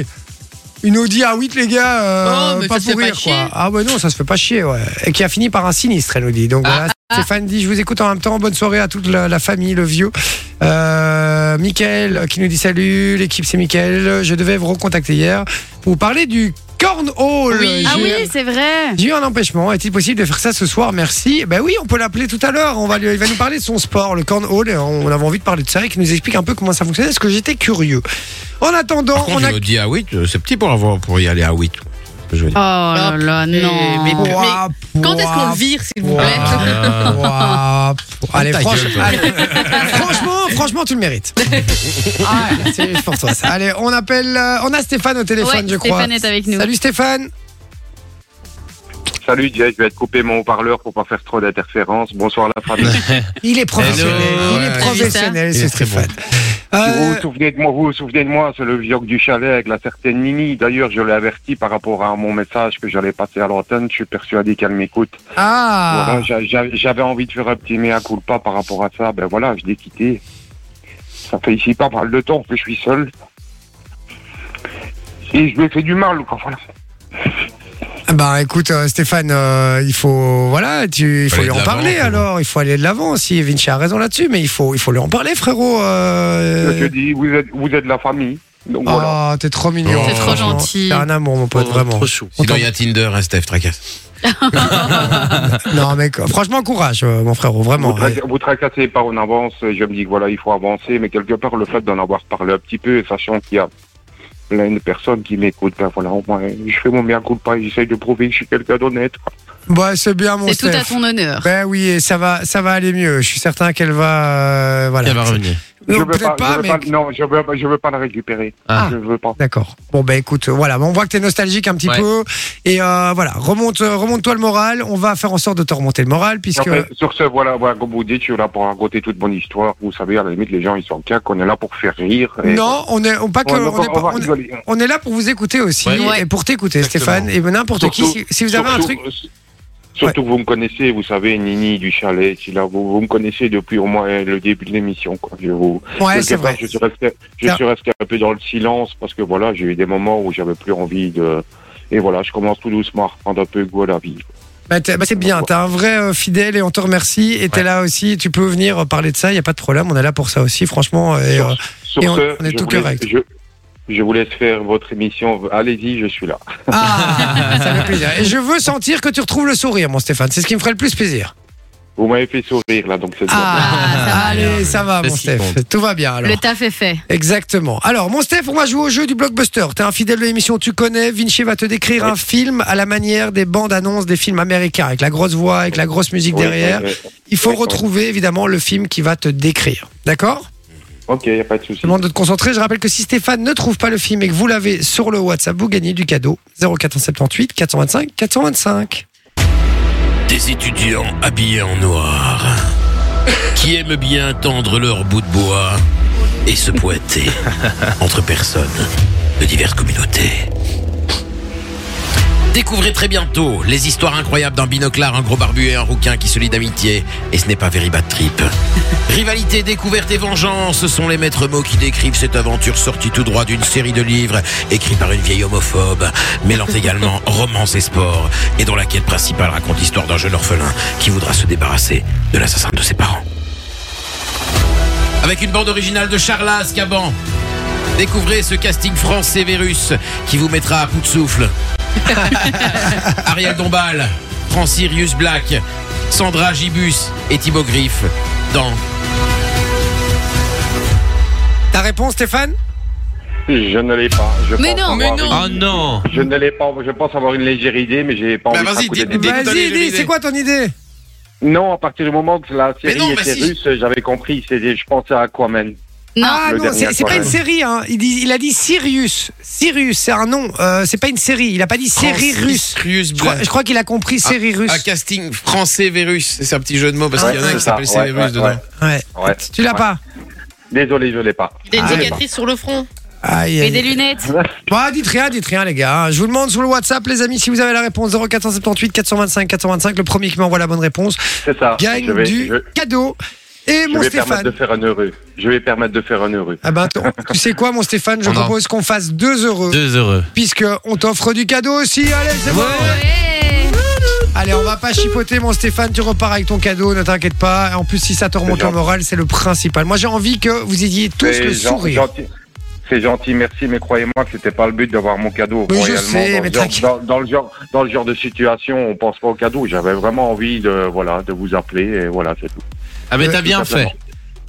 S3: Une Audi A8, les gars, euh,
S6: Oh, mais
S3: pas
S6: ça se fait
S3: pour
S6: pas
S3: rire,
S6: chier.
S3: quoi. Ah ouais, non, ça se fait pas chier, ouais. Et qui a fini par un sinistre, elle nous
S5: Ah,
S3: dit. Donc voilà, Stéphane dit, je vous écoute en même temps, bonne soirée à toute la, la famille, le vieux. Euh, Mickaël euh, qui nous dit salut, l'équipe c'est Mickaël. Je devais vous recontacter hier. Vous parlez du cornhole. J'ai-
S2: Ah oui, c'est vrai.
S3: J'ai eu un empêchement. Est-il possible de faire ça ce soir Merci. Ben oui, on peut l'appeler tout à l'heure. On va, lui- il va nous parler de son sport, le cornhole. Et On avait envie de parler de ça et qu'il nous explique un peu comment ça fonctionnait. Parce que j'étais curieux. En attendant,
S5: Par contre,
S3: on a.
S5: je me dis ah oui, c'est petit pour avoir pour y aller à 8. Je veux
S2: Oh
S5: dire.
S2: là là, non.
S6: mais- mais-
S3: Ouah,
S6: Quand est-ce qu'on
S3: ouah,
S6: le vire, s'il vous plaît
S3: ouah,
S5: Ah.
S6: (laughs)
S3: ouah. Allez,
S5: Ta
S3: franch-
S5: gueule, toi.
S3: allez. franchement, franchement, tu
S2: (laughs)
S3: le mérites. Ah, c'est pour toi ça. Allez, on appelle. euh, on a Stéphane au téléphone,
S2: Ouais,
S3: je crois.
S2: Stéphane est avec nous.
S3: Salut Stéphane.
S9: Salut, Jay, je vais te couper mon haut-parleur pour pas faire trop d'interférences. Bonsoir la famille.
S3: Il est professionnel.
S5: Hello,
S3: il
S5: ouais.
S3: est
S2: T'as vu ça
S3: professionnel,
S5: Il
S3: c'est
S5: est très
S3: Stéphane.
S9: Vous
S3: Euh,
S9: vous souvenez de moi, vous vous souvenez de moi, c'est le vieux du chalet avec la certaine Nini. D'ailleurs, je l'ai averti par rapport à mon message que j'allais passer à l'antenne. Je suis persuadé qu'elle m'écoute.
S3: ah,
S9: Voilà, j'a- j'a- J'avais envie de faire un petit mea culpa par rapport à ça. Ben voilà, je l'ai quitté. Ça fait ici pas mal de temps que je suis seul. Et je lui ai fait du mal, quoi. Voilà.
S3: bah écoute euh, Stéphane, euh, il faut voilà, tu, il faut
S5: Faut aller
S3: lui en
S5: de l'avant,
S3: parler
S5: quoi.
S3: alors, il faut aller de l'avant aussi. Vinci a raison là-dessus, mais il faut, il faut lui en parler frérot. euh,
S9: Je te dis, vous êtes, vous êtes la famille. Donc voilà.
S3: Oh, t'es trop mignon.
S2: T'es trop
S3: franchement.
S2: gentil.
S3: T'es un amour, mon pote, vraiment.
S4: Trop chou.
S5: Sinon Oh, il y a Tinder, hein, Steph, tracasse.
S3: Non, mais euh, franchement, courage, euh, mon frérot,
S9: Vous,
S3: vraiment.
S9: tra-
S3: Ouais.
S9: vous tracassez par une avance, je me dis que voilà, il faut avancer, mais quelque part, le fait d'en avoir parlé un petit peu, sachant qu'il y a plein de personnes qui m'écoutent, ben voilà, au moins, je fais mon bien coup de pas, j'essaye de prouver que je suis quelqu'un d'honnête. quoi.
S3: Ouais, c'est bien, mon
S2: C'est tout à
S3: Steph.
S2: ton honneur.
S3: Ben oui, et ça va, ça va aller mieux. Je suis certain qu'elle va, euh, voilà.
S4: Elle va revenir.
S9: je
S3: Non,
S9: veux
S3: peut-être
S9: je
S3: pas,
S9: veux
S3: mais.
S9: non, je veux, je veux pas la récupérer.
S3: Ah.
S9: Je veux pas.
S3: D'accord. Bon ben écoute, euh, voilà, on voit que t'es nostalgique un petit
S4: Ouais.
S3: peu et euh, voilà, remonte, euh, remonte-toi le moral. On va faire en sorte de te remonter le moral puisque
S9: Après, sur ce, voilà, voilà, comme vous dites, je suis là pour raconter toute mon histoire. Vous savez, à la limite, les gens, ils sont bien qu'on est là pour faire rire. et-
S3: non, on est, on, pas que,
S9: Ouais, donc,
S3: on, est,
S9: on va hein.
S3: pas- on est-
S9: rigoler.
S3: on est là pour vous écouter aussi
S4: Ouais.
S2: Ouais.
S3: et pour t'écouter,
S4: Exactement.
S3: Stéphane. Et n'importe qui, si,
S9: Surtout-
S3: si vous avez un
S9: surtout-
S3: truc,
S9: Surtout que vous me connaissez, vous savez, Nini du chalet, qui là, vous, vous me connaissez depuis au moins le début de l'émission. quoi. Je, vous,
S3: ouais,
S9: quelque
S3: c'est
S9: part,
S3: vrai.
S9: je, suis resté, je
S3: Tiens.
S9: suis resté un peu dans le silence parce que voilà, j'ai eu des moments où j'avais plus envie de. Et voilà, je commence tout doucement à reprendre un peu goût à la vie.
S3: Bah, t'es- bah, c'est bien, t'es un vrai euh, fidèle et on te remercie. Et t'es là aussi, tu peux venir euh, parler de ça, il n'y a pas de problème, on est là pour ça aussi, franchement. Et, euh,
S9: Sur
S3: Et on- on est
S9: je
S3: tout
S9: vous laisse-
S3: correct.
S9: Je, je vous laisse faire votre émission. Allez-y, je suis là.
S3: Ah, ça fait plaisir. Et je veux sentir que tu retrouves le sourire, mon Stéphane, c'est ce qui me ferait le plus plaisir.
S9: Vous m'avez fait sourire là, donc c'est
S3: Ah,
S2: Ah, ça va
S3: allez,
S4: alors.
S3: ça va,
S4: C'est
S3: mon
S4: ce qui
S3: Steph,
S4: compte.
S3: tout va bien alors.
S2: Le taf est fait.
S3: Exactement. Alors, mon Steph, on va jouer au jeu du blockbuster. T'es un fidèle de l'émission, tu connais. Vinci va te décrire un film à la manière des bandes annonces des films américains, avec la grosse voix, avec la grosse musique
S9: Oui,
S3: derrière.
S9: oui, oui.
S3: Il faut
S9: oui, oui.
S3: retrouver évidemment le film qui va te décrire. D'accord
S9: Ok, y a pas de
S3: Je
S9: souci.
S3: te demande de te concentrer. Je rappelle que si Stéphane ne trouve pas le film et que vous l'avez sur le WhatsApp, vous gagnez du cadeau. 0478 425 425.
S10: Des étudiants habillés en noir qui aiment bien tendre leur bout de bois et se
S5: (laughs)
S10: pointer entre personnes de diverses communautés.
S5: Découvrez très bientôt les histoires incroyables d'un binoclard, un gros barbu et un rouquin qui se lient d'amitié. Et ce n'est pas Very Bad Trip. Rivalité, découverte et vengeance sont les maîtres mots qui décrivent cette aventure sortie tout droit d'une série de livres écrits par une vieille homophobe, mêlant également romance et sport, et dont la quête principale raconte l'histoire d'un jeune orphelin qui voudra se débarrasser de l'assassin de ses parents. Avec une bande originale de Charlas Caban, découvrez ce casting français Vérus qui vous mettra à bout de souffle. Ariel Dombal, Francirius Black, Sandra Gibus et Thibaut Griff dans
S3: Ta réponse, Stéphane
S9: Je ne l'ai pas. Je
S2: Mais
S9: pense
S2: non,
S9: avoir
S6: mais non.
S5: Ah
S9: une-
S4: Oh non
S9: Je ne l'ai pas. Je pense avoir une légère idée, mais j'ai pas
S5: Bah,
S9: envie de
S5: vas-y,
S9: raconter
S5: dis-
S9: de-
S5: dis- Désolé,
S3: Vas-y,
S5: j'ai
S3: dis,
S5: une
S3: c'est
S5: idée.
S3: quoi ton idée
S9: Non, à partir du moment que la série
S5: non, bah
S9: était
S5: si.
S9: russe, j'avais compris. C'était, je pensais à Aquaman.
S2: Non.
S3: Ah
S9: Le
S3: non,
S9: dernier
S3: c'est c'est pas une
S9: problème.
S3: série. Hein. Il, dit- il a dit Sirius. Sirius, c'est un nom. Euh, c'est pas une série. Il a pas dit série russe.
S5: Francirius
S3: Je crois,
S5: Black.
S3: je crois qu'il a compris
S9: Ah,
S3: série russe.
S5: Un casting français Vérus. C'est un petit jeu de mots parce qu'il y en a
S9: Ouais,
S5: un qui
S9: c'est ça.
S5: s'appelle
S9: Ouais,
S5: Cyrus
S9: ouais,
S5: dedans.
S9: ouais.
S3: Ouais.
S9: Ouais.
S3: Tu l'as
S9: Ouais.
S3: pas
S9: Désolé, je l'ai pas.
S6: Des
S9: Ah,
S6: cicatrices sur le front.
S3: Aïe,
S2: Et
S3: aïe,
S2: des lunettes.
S3: Bah, dites rien, dites rien, les gars. hein. Je vous demande sur le WhatsApp, les amis, si vous avez la réponse 0478 425 425, le premier qui m'envoie la bonne réponse
S9: C'est ça. Ah, je
S3: gagne
S9: vais,
S3: du
S9: je,
S3: cadeau. Et
S9: je
S3: mon
S9: vais permettre de
S3: Stéphane.
S9: faire un heureux. Je vais permettre de faire un heureux.
S3: Ah ben, attends, tu sais quoi, mon Stéphane, je
S4: On en-
S3: propose qu'on fasse deux heureux,
S4: Deux heureux.
S3: puisque on t'offre du cadeau aussi. Allez, c'est bon.
S2: Ouais.
S3: Allez, on va pas chipoter, mon Stéphane. Tu repars avec ton cadeau, ne t'inquiète pas. En plus, si ça te remonte
S9: C'est
S3: le
S9: gentil.
S3: moral, c'est le principal. Moi, j'ai envie que vous ayez tous
S9: C'est
S3: le
S9: gen-
S3: sourire.
S9: gentil. C'est gentil, merci, mais croyez-moi que c'était pas le but d'avoir mon cadeau.
S3: Mais je
S9: Réellement,
S3: sais,
S9: dans,
S3: mais
S9: le genre,
S3: t'inquiète.
S9: dans- dans le genre, dans le genre de situation, on pense pas au cadeau. J'avais vraiment envie de, voilà, de vous appeler et voilà, c'est tout. Euh,
S4: Ah, mais t'as
S3: Ouais,
S4: bien
S9: tout à
S4: fait.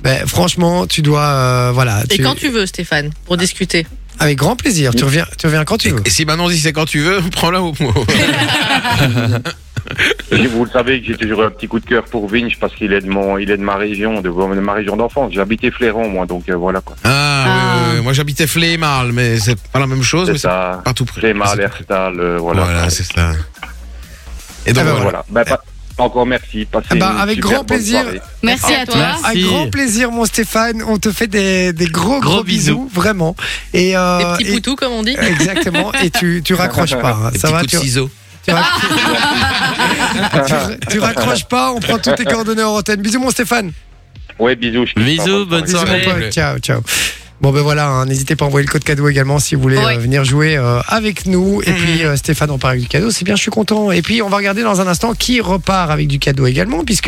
S3: Ben, franchement, tu dois. euh, voilà.
S6: Et
S3: tu- Ah.
S6: quand tu veux, Stéphane, pour discuter.
S3: Avec grand plaisir. Tu reviens, tu reviens quand tu veux.
S5: Et si maintenant on dit c'est quand tu veux, (laughs) prends-la au mot.
S9: Et vous le savez que j'ai toujours eu un petit coup de cœur pour Vinge parce qu'il est de mon, il est de ma région, de, de ma région d'enfance. J'habitais Fléron, moi, donc euh, voilà quoi.
S5: Ah,
S2: Ah.
S5: oui, oui, oui. moi j'habitais Flémarle, mais c'est pas la même chose,
S9: C'est
S5: mais c'est
S9: ça.
S5: pas tout près.
S9: J'ai mal,
S5: C'est-
S9: Herstal, euh, voilà.
S5: Voilà, c'est ça. Et
S3: Ah
S5: donc
S3: bah
S5: voilà.
S9: Voilà. Ben, pas- encore merci. Passez
S3: Ah bah,
S9: une
S3: avec
S9: super
S3: grand
S9: bonne
S3: plaisir.
S9: soirée.
S2: Merci à toi.
S4: Merci.
S3: Un grand plaisir, mon Stéphane. On te fait des, des gros, gros,
S4: Gros
S3: bisous. vraiment. Et, euh,
S6: Des petits
S3: et-
S6: poutous, comme on dit.
S3: Exactement. Et tu, tu raccroches pas. hein.
S5: Des
S3: Ça
S5: petits
S3: va,
S5: coups
S3: tu,
S5: de ciseaux.
S3: tu, rac- (laughs) tu- tu raccroches pas. On prend toutes tes coordonnées en antenne. Bisous, mon Stéphane.
S9: Ouais, bisous. je kiffe.
S4: Bisous,
S9: Au revoir.
S4: bonne
S3: Bisous,
S4: soirée.
S3: mon pote. Ciao, ciao. Bon ben voilà, hein. n'hésitez pas à envoyer le code cadeau également si vous voulez
S2: Oui. Mm-hmm.
S3: euh, venir jouer euh, avec nous. Et puis euh, Stéphane, on part avec du cadeau, c'est bien, je suis content. Et puis on va regarder dans un instant qui repart avec du cadeau également, puisque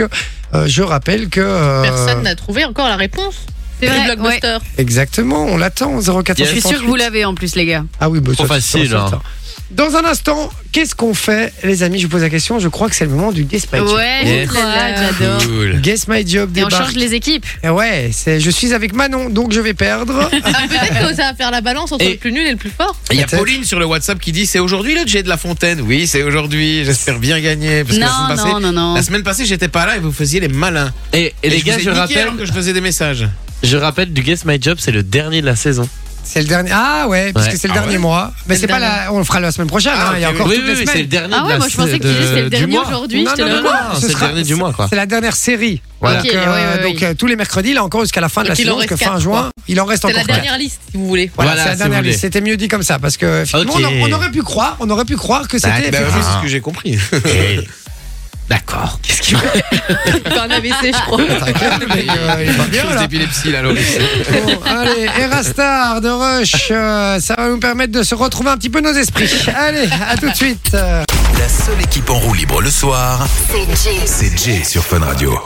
S3: euh, je rappelle que... euh,
S6: Personne n'a trouvé encore la réponse.
S2: C'est
S6: du
S2: vrai, ouais.
S6: blockbuster.
S3: Exactement, on l'attend au 04
S2: Je suis sûr que vous l'avez en plus, les gars.
S3: Ah oui, bah,
S4: Trop
S3: ça,
S4: facile,
S3: ça, ça,
S4: hein.
S3: ça. Dans un instant, qu'est-ce qu'on fait Les amis, je vous pose la question, je crois que c'est le moment du Guess My Job.
S2: Ouais,
S4: Yes.
S2: je là, j'adore.
S5: Cool.
S3: Guess My Job
S2: Et on
S3: débarque.
S2: change les équipes.
S3: Eh ouais, c'est, je suis avec Manon, donc je
S2: (laughs)
S3: vais perdre.
S6: Ah, peut-être que ça va faire la balance entre
S5: Et-
S6: le plus nul et le plus fort.
S5: Il y a
S3: Peut-être.
S5: Pauline sur le WhatsApp qui dit c'est aujourd'hui le jet de la fontaine. Oui, c'est aujourd'hui. J'espère bien gagner. Parce que la,
S2: Non,
S5: semaine passée,
S2: non, non, non.
S5: la semaine passée, j'étais pas là et vous faisiez les malins.
S4: Et, et les
S5: je
S4: gars,
S5: vous ai
S4: je
S5: niqué hein.
S4: rappelle, (laughs)
S5: alors que je faisais des messages.
S4: je rappelle du Guess My Job, c'est le dernier de la saison.
S3: c'est le dernier. Ah ouais, parce
S4: Ouais.
S3: que c'est le
S5: Ah
S3: dernier
S5: ouais.
S3: mois. Mais
S6: C'est
S3: c'est
S6: le
S3: pas la. On le fera la semaine prochaine.
S5: Ah,
S3: hein, Il y a
S5: ok,
S3: encore
S5: oui,
S3: toutes les semaines.
S4: c'est le dernier
S2: Ah
S4: de
S2: ouais,
S4: la
S2: moi, je pensais que
S4: de-
S2: c'était le
S4: du
S2: dernier
S4: mois.
S2: aujourd'hui,
S4: Non,
S2: j'étais
S4: non,
S2: là,
S4: non,
S2: quoi.
S4: non,
S3: Ce
S4: C'est le
S3: sera-
S4: dernier du mois, quoi.
S3: C'est la dernière série.
S2: Voilà.
S3: Donc,
S2: Ok, ouais, ouais,
S3: donc,
S2: ouais.
S3: euh, tous les mercredis, là encore jusqu'à la fin de
S6: Donc,
S3: la
S6: il en
S3: saison,
S6: reste
S3: que fin
S6: quatre,
S3: juin, il en reste
S6: C'est
S3: encore
S6: la
S3: quatre.
S6: dernière liste, si vous voulez.
S3: Voilà,
S4: Voilà,
S3: c'est la
S4: si
S3: dernière
S4: vous voulez.
S3: liste. C'était mieux dit comme ça parce que effectivement,
S4: Ok. Bah,
S3: on, on aurait pu croire, on aurait pu croire que c'était.
S5: Ben,
S3: effectivement-
S5: oui, c'est ce que j'ai
S3: (laughs)
S5: compris.
S4: D'accord. Qu'est-ce qu'il
S6: C'est un AVC, je crois.
S3: T'inquiète, le mec, euh, il est pas bien,
S5: Chose
S3: là.
S5: d'épilepsie, là, Loris.
S3: Bon, allez, Erastar de Rush, euh, ça va nous permettre de se retrouver un petit peu nos esprits. Allez, à tout de suite. euh.
S1: La seule équipe en roue libre le soir,
S8: C'est Jay.
S1: c'est Jay sur Fun Radio.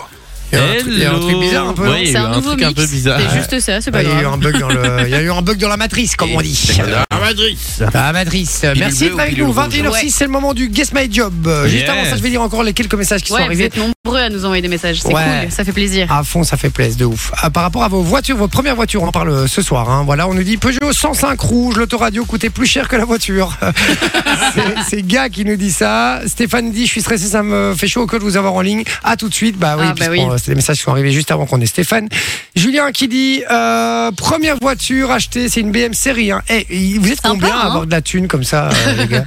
S3: Il y a un truc- il y a un truc bizarre un peu. non
S4: Oui, il y
S2: C'est
S4: a
S2: un
S4: eu un
S2: nouveau
S4: truc
S2: mix.
S4: un peu bizarre.
S2: C'est juste ça, c'est
S3: Bah,
S2: pas
S3: il y a eu
S2: grave.
S3: un bug dans
S2: (laughs)
S3: le, il y a eu un bug dans la matrice, comme on dit.
S4: À Madrid.
S3: Ah, Matrice, euh,
S5: Pilule
S3: merci
S5: bleue
S3: d'être
S5: ou
S3: avec
S5: pilule
S3: nous.
S5: rouge
S3: 21h06,
S2: Ouais.
S3: c'est le moment du Guess My Job. Euh, Juste
S4: Yes.
S3: avant ça, je vais lire encore les quelques messages qui sont
S2: Ouais, vous
S3: arrivés.
S2: êtes nombreux à nous envoyer des messages. C'est
S3: Ouais.
S2: cool, ça fait plaisir.
S3: À fond, ça fait plaisir, de ouf. Ah, par rapport à vos voitures, vos premières voitures, on en parle euh, ce soir. hein. Voilà, on nous dit Peugeot 105 rouge, l'autoradio coûtait plus cher que la voiture. (laughs) C'est- c'est Gars qui nous dit ça. Stéphane dit Je suis stressé, ça me fait chaud au cœur de vous avoir en ligne. À tout de suite. Bah oui,
S2: Ah, bah
S3: puisque,
S2: oui.
S3: bon, c'est des messages qui sont arrivés juste avant qu'on ait Stéphane. Julien qui dit euh, Première voiture achetée, c'est une BM série. Hein. Eh, vous êtes
S2: Sympa,
S3: combien à
S2: hein.
S3: avoir de la thune comme ça, euh,
S6: (laughs)
S3: les gars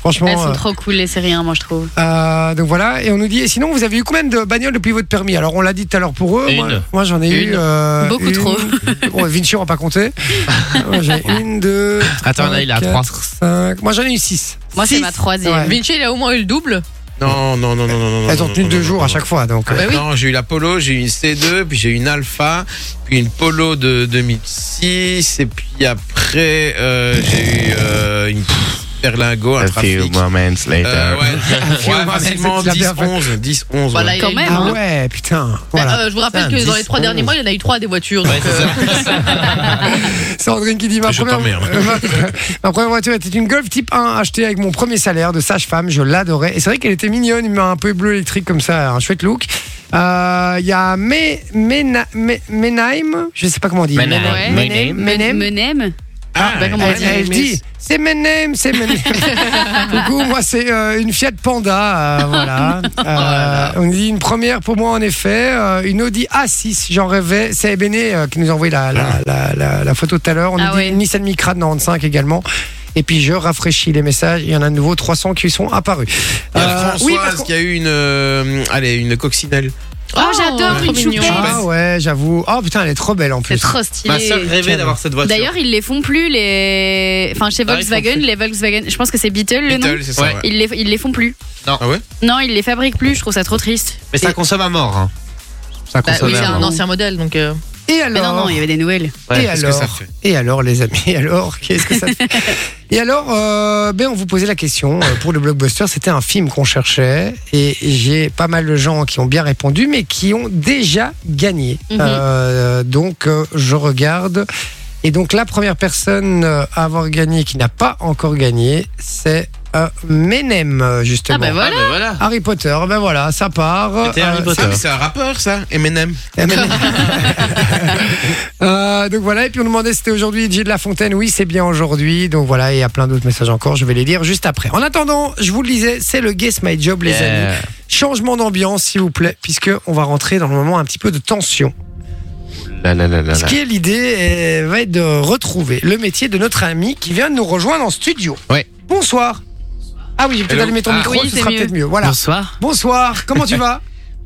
S3: Franchement.
S6: Eh,
S2: Elles sont
S3: euh,
S2: trop cool, les séries 1, moi, je trouve.
S3: euh, donc voilà, et on nous dit, et sinon vous avez eu combien de bagnoles depuis votre permis Alors on l'a dit tout à l'heure pour eux, moi,
S4: Une.
S3: moi, j'en ai
S4: Une.
S3: eu... euh,
S2: Beaucoup
S3: une.
S2: trop.
S3: (laughs) Bon, Vinci on va pas compter.
S6: (laughs)
S3: Moi, j'ai une, deux...
S4: Attends, là, il a trois.
S3: 5. Moi j'en ai eu 6.
S2: Moi, c'est ma troisième.
S3: Ouais.
S6: Vinci, il a au moins eu le double.
S5: Non, non, non, non, non, non.
S3: Elles
S5: non,
S3: ont
S5: non,
S3: tenu
S5: non,
S3: deux
S5: non,
S3: jours
S5: non,
S3: à
S5: non.
S3: chaque fois, donc... euh. (laughs)
S6: Bah oui.
S5: Non, j'ai eu la Polo, j'ai eu une C2, puis j'ai eu une Alpha, puis une Polo de 2006, et puis après, euh, j'ai eu euh, une Berlingo, un trafic. Euh, ouais,
S3: (laughs)
S5: ouais, facilement
S3: Tu l'as
S5: 10,
S3: bien fait.
S5: 11, 10, 11. ouais.
S6: Voilà, Bah, il
S2: Quand
S6: a eu
S2: même,
S6: le
S3: Ah
S6: double.
S3: ouais, putain.
S6: Bah,
S3: Voilà.
S6: euh, je vous rappelle
S3: Putain, Oh.
S6: que dans
S3: 10,
S6: les trois derniers
S3: 11.
S6: mois, il y en a eu trois des voitures. donc, euh,
S3: Sandrine qui dit (laughs) ma
S5: Je
S3: première...
S5: t'emmerde.
S3: ma première voiture était une Golf Type 1 achetée avec mon premier salaire de sage-femme, je l'adorais. Et c'est vrai qu'elle était mignonne, mais un peu bleu électrique comme ça, un chouette look. Euh, Il y a Me- Mena- Me- Menheim, je sais pas comment on dit.
S4: Menheim.
S2: Ouais.
S3: Menheim. Menheim.
S2: Menem
S5: Ah,
S2: bah, comment on
S3: Elle,
S2: dit
S3: elle dit, c'est Menem,
S2: (laughs)
S3: c'est Menem.
S5: (laughs)
S3: Coucou, moi c'est euh, une Fiat Panda, euh, voilà. Euh, on dit une première pour moi en effet, euh, une Audi A6, j'en rêvais. C'est Ebéné euh, qui nous a envoyé la, la, la, la- la photo tout à l'heure. On
S2: Ah
S3: nous dit
S2: ouais.
S3: une Nissan Micra de 95 également. Et puis je rafraîchis les messages, il y en a de nouveau 300 qui sont apparus.
S5: Il y a
S3: Euh,
S5: Françoise
S3: oui, parce qu'on-
S5: qui a eu une, euh, allez, une coccinelle.
S2: Oh, j'adore
S6: trop
S2: une
S6: mignon.
S2: choupette.
S3: Ah ouais, j'avoue. Oh putain, elle est trop belle en
S2: C'est
S3: plus.
S2: trop
S4: Ma sœur
S2: stylé.
S4: rêvait d'avoir cette voiture.
S2: D'ailleurs, ils les font plus, les. Enfin, chez
S4: Ah, ils font
S2: Volkswagen,
S4: plus.
S2: les Volkswagen. Je pense que c'est Beetle le nom.
S5: Beetle, c'est ça.
S4: Ouais.
S5: ouais.
S2: Ils les, ils les font plus.
S5: Ah ouais
S2: Non, ils les fabriquent plus, je trouve ça trop triste.
S4: mais ça consomme à mort. hein. Ça
S6: bah
S4: consomme
S6: oui, c'est
S4: à
S6: un
S4: mort.
S6: ancien modèle, donc. euh,
S3: Et
S2: Mais non,
S3: alors
S2: non, il y avait des nouvelles.
S4: Ouais,
S3: et
S5: qu'est-ce que ça
S3: alors,
S5: fait
S3: et alors, les amis, (laughs) et alors, qu'est-ce que ça fait Et alors, euh, ben, on vous posait la question euh, pour le blockbuster. C'était un film qu'on cherchait, et j'ai pas mal de gens qui ont bien répondu, mais qui ont déjà gagné.
S2: Mhm.
S3: Euh, donc, euh, je regarde, et donc la première personne euh, à avoir gagné, qui n'a pas encore gagné, c'est euh, Menem justement.
S2: Ah bah voilà.
S4: Ah, bah voilà.
S3: Harry Potter, ben voilà, ça part.
S4: C'était Harry
S3: Euh,
S4: Potter.
S5: Ah, mais c'est un rappeur, ça, Eminem.
S3: Eminem. Euh, donc voilà, et puis on demandait si c'était aujourd'hui Gilles de la Fontaine. Oui, c'est bien aujourd'hui. Donc voilà, et il y a plein d'autres messages encore. Je vais les lire juste après. En attendant, je vous le disais, c'est le Guess My Job, les
S4: Yeah.
S3: amis. Changement d'ambiance, s'il vous plaît, puisque on va rentrer dans le moment un petit peu de tension.
S4: Là, là, là, là,
S3: Ce
S4: là.
S3: qui est l'idée, euh, va être de retrouver le métier de notre ami qui vient de nous rejoindre en studio.
S5: Ouais.
S3: Bonsoir. Ah oui, j'ai peut-être
S5: Hello.
S3: allumé ton
S5: Ah.
S3: micro,
S2: Oui,
S3: ce
S2: c'est
S3: sera
S2: mieux.
S3: peut-être mieux. Voilà.
S7: Bonsoir.
S3: Bonsoir, comment tu vas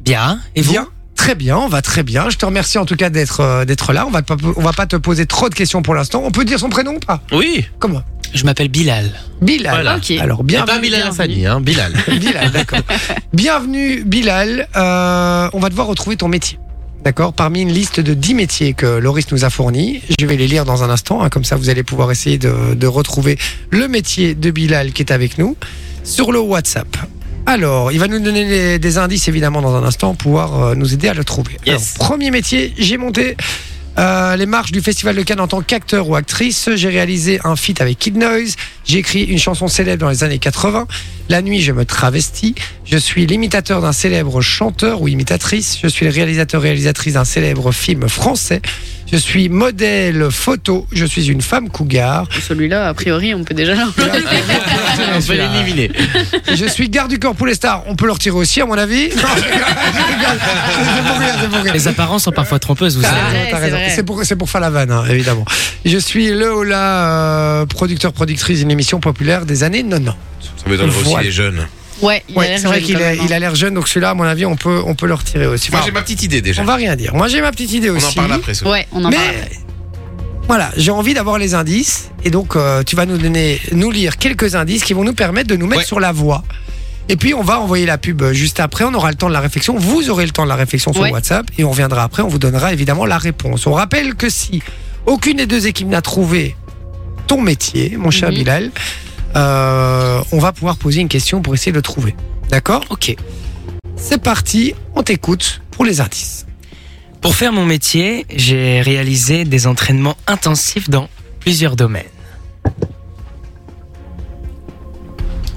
S7: Bien. Et vous
S3: Bien. Très bien, on va très bien. Je te remercie en tout cas d'être euh, d'être là. On va pas on va pas te poser trop de questions pour l'instant. On peut dire son prénom ou pas
S4: Oui.
S3: Comment
S7: Je m'appelle Bilal.
S3: Bilal.
S4: Voilà.
S2: Ok.
S3: Alors
S4: Bien
S3: bienvenue
S4: pas Eh Bilal Hassani, hein,
S3: (laughs)
S4: Bilal.
S3: Bilal, d'accord. (laughs) Bienvenue Bilal. Euh, on va devoir retrouver ton métier. D'accord, parmi une liste de 10 métiers que Loris nous a fournis, je vais les lire dans un instant, hein, comme ça vous allez pouvoir essayer de, de retrouver le métier de Bilal qui est avec nous sur le WhatsApp. Alors, il va nous donner les- des indices évidemment dans un instant pour pouvoir euh, nous aider à le trouver.
S4: Yes.
S3: Alors, premier métier, j'ai monté euh, les marches du Festival de Cannes en tant qu'acteur ou actrice. J'ai réalisé un feat avec Kid Noise. J'ai écrit une chanson célèbre dans les années 80. La nuit, je me travestis. Je suis l'imitateur d'un célèbre chanteur ou imitatrice. Je suis le réalisateur-réalisatrice d'un célèbre film français. Je suis modèle photo. Je suis une femme cougar.
S2: Celui-là, a priori, on peut déjà.
S3: (laughs)
S4: On va l'éliminer.
S3: Je suis garde du corps pour les stars. On peut le retirer aussi, à mon
S7: (laughs)
S3: avis. Non, je rigole. C'est pour rire, c'est pour rire.
S7: Les apparences sont parfois trompeuses, vous
S3: T'as
S7: savez.
S2: vrai,
S3: raison, t'as
S2: c'est
S3: raison.
S2: vrai.
S3: C'est pour, c'est pour faire la vanne, hein, évidemment. Je suis le ou la, euh, producteur, productrice d'une émission populaire des années 90.
S5: Ça me donne aussi
S3: Voilà.
S5: les jeunes.
S2: Ouais, il
S3: Ouais,
S2: a l'air
S3: c'est vrai
S2: jeune,
S3: qu'il
S2: quand
S3: est-
S2: même, hein.
S3: il a l'air jeune, donc celui-là, à mon avis, on peut, on peut le retirer aussi.
S5: Moi,
S3: Enfin,
S5: j'ai ma petite idée déjà.
S3: on va rien dire. Moi, j'ai ma petite idée
S5: On
S3: aussi.
S5: en parle après. ça.
S2: Ouais, on en
S3: Mais
S2: parle. après.
S3: voilà, j'ai envie d'avoir les indices. Et donc, euh, tu vas nous donner, nous lire quelques indices qui vont nous permettre de nous mettre
S5: Ouais.
S3: sur la voie. Et puis, on va envoyer la pub euh, juste après. On aura le temps de la réflexion. Vous aurez le temps de la réflexion sur
S2: Ouais.
S3: WhatsApp. Et on reviendra après. On vous donnera évidemment la réponse. On rappelle que si aucune des deux équipes n'a trouvé ton métier, mon cher
S2: Mhm.
S3: Bilal, euh, on va pouvoir poser une question pour essayer de le trouver. D'accord
S7: Ok.
S3: C'est parti. On t'écoute pour les indices.
S7: Pour faire mon métier, j'ai réalisé des entraînements intensifs dans plusieurs domaines.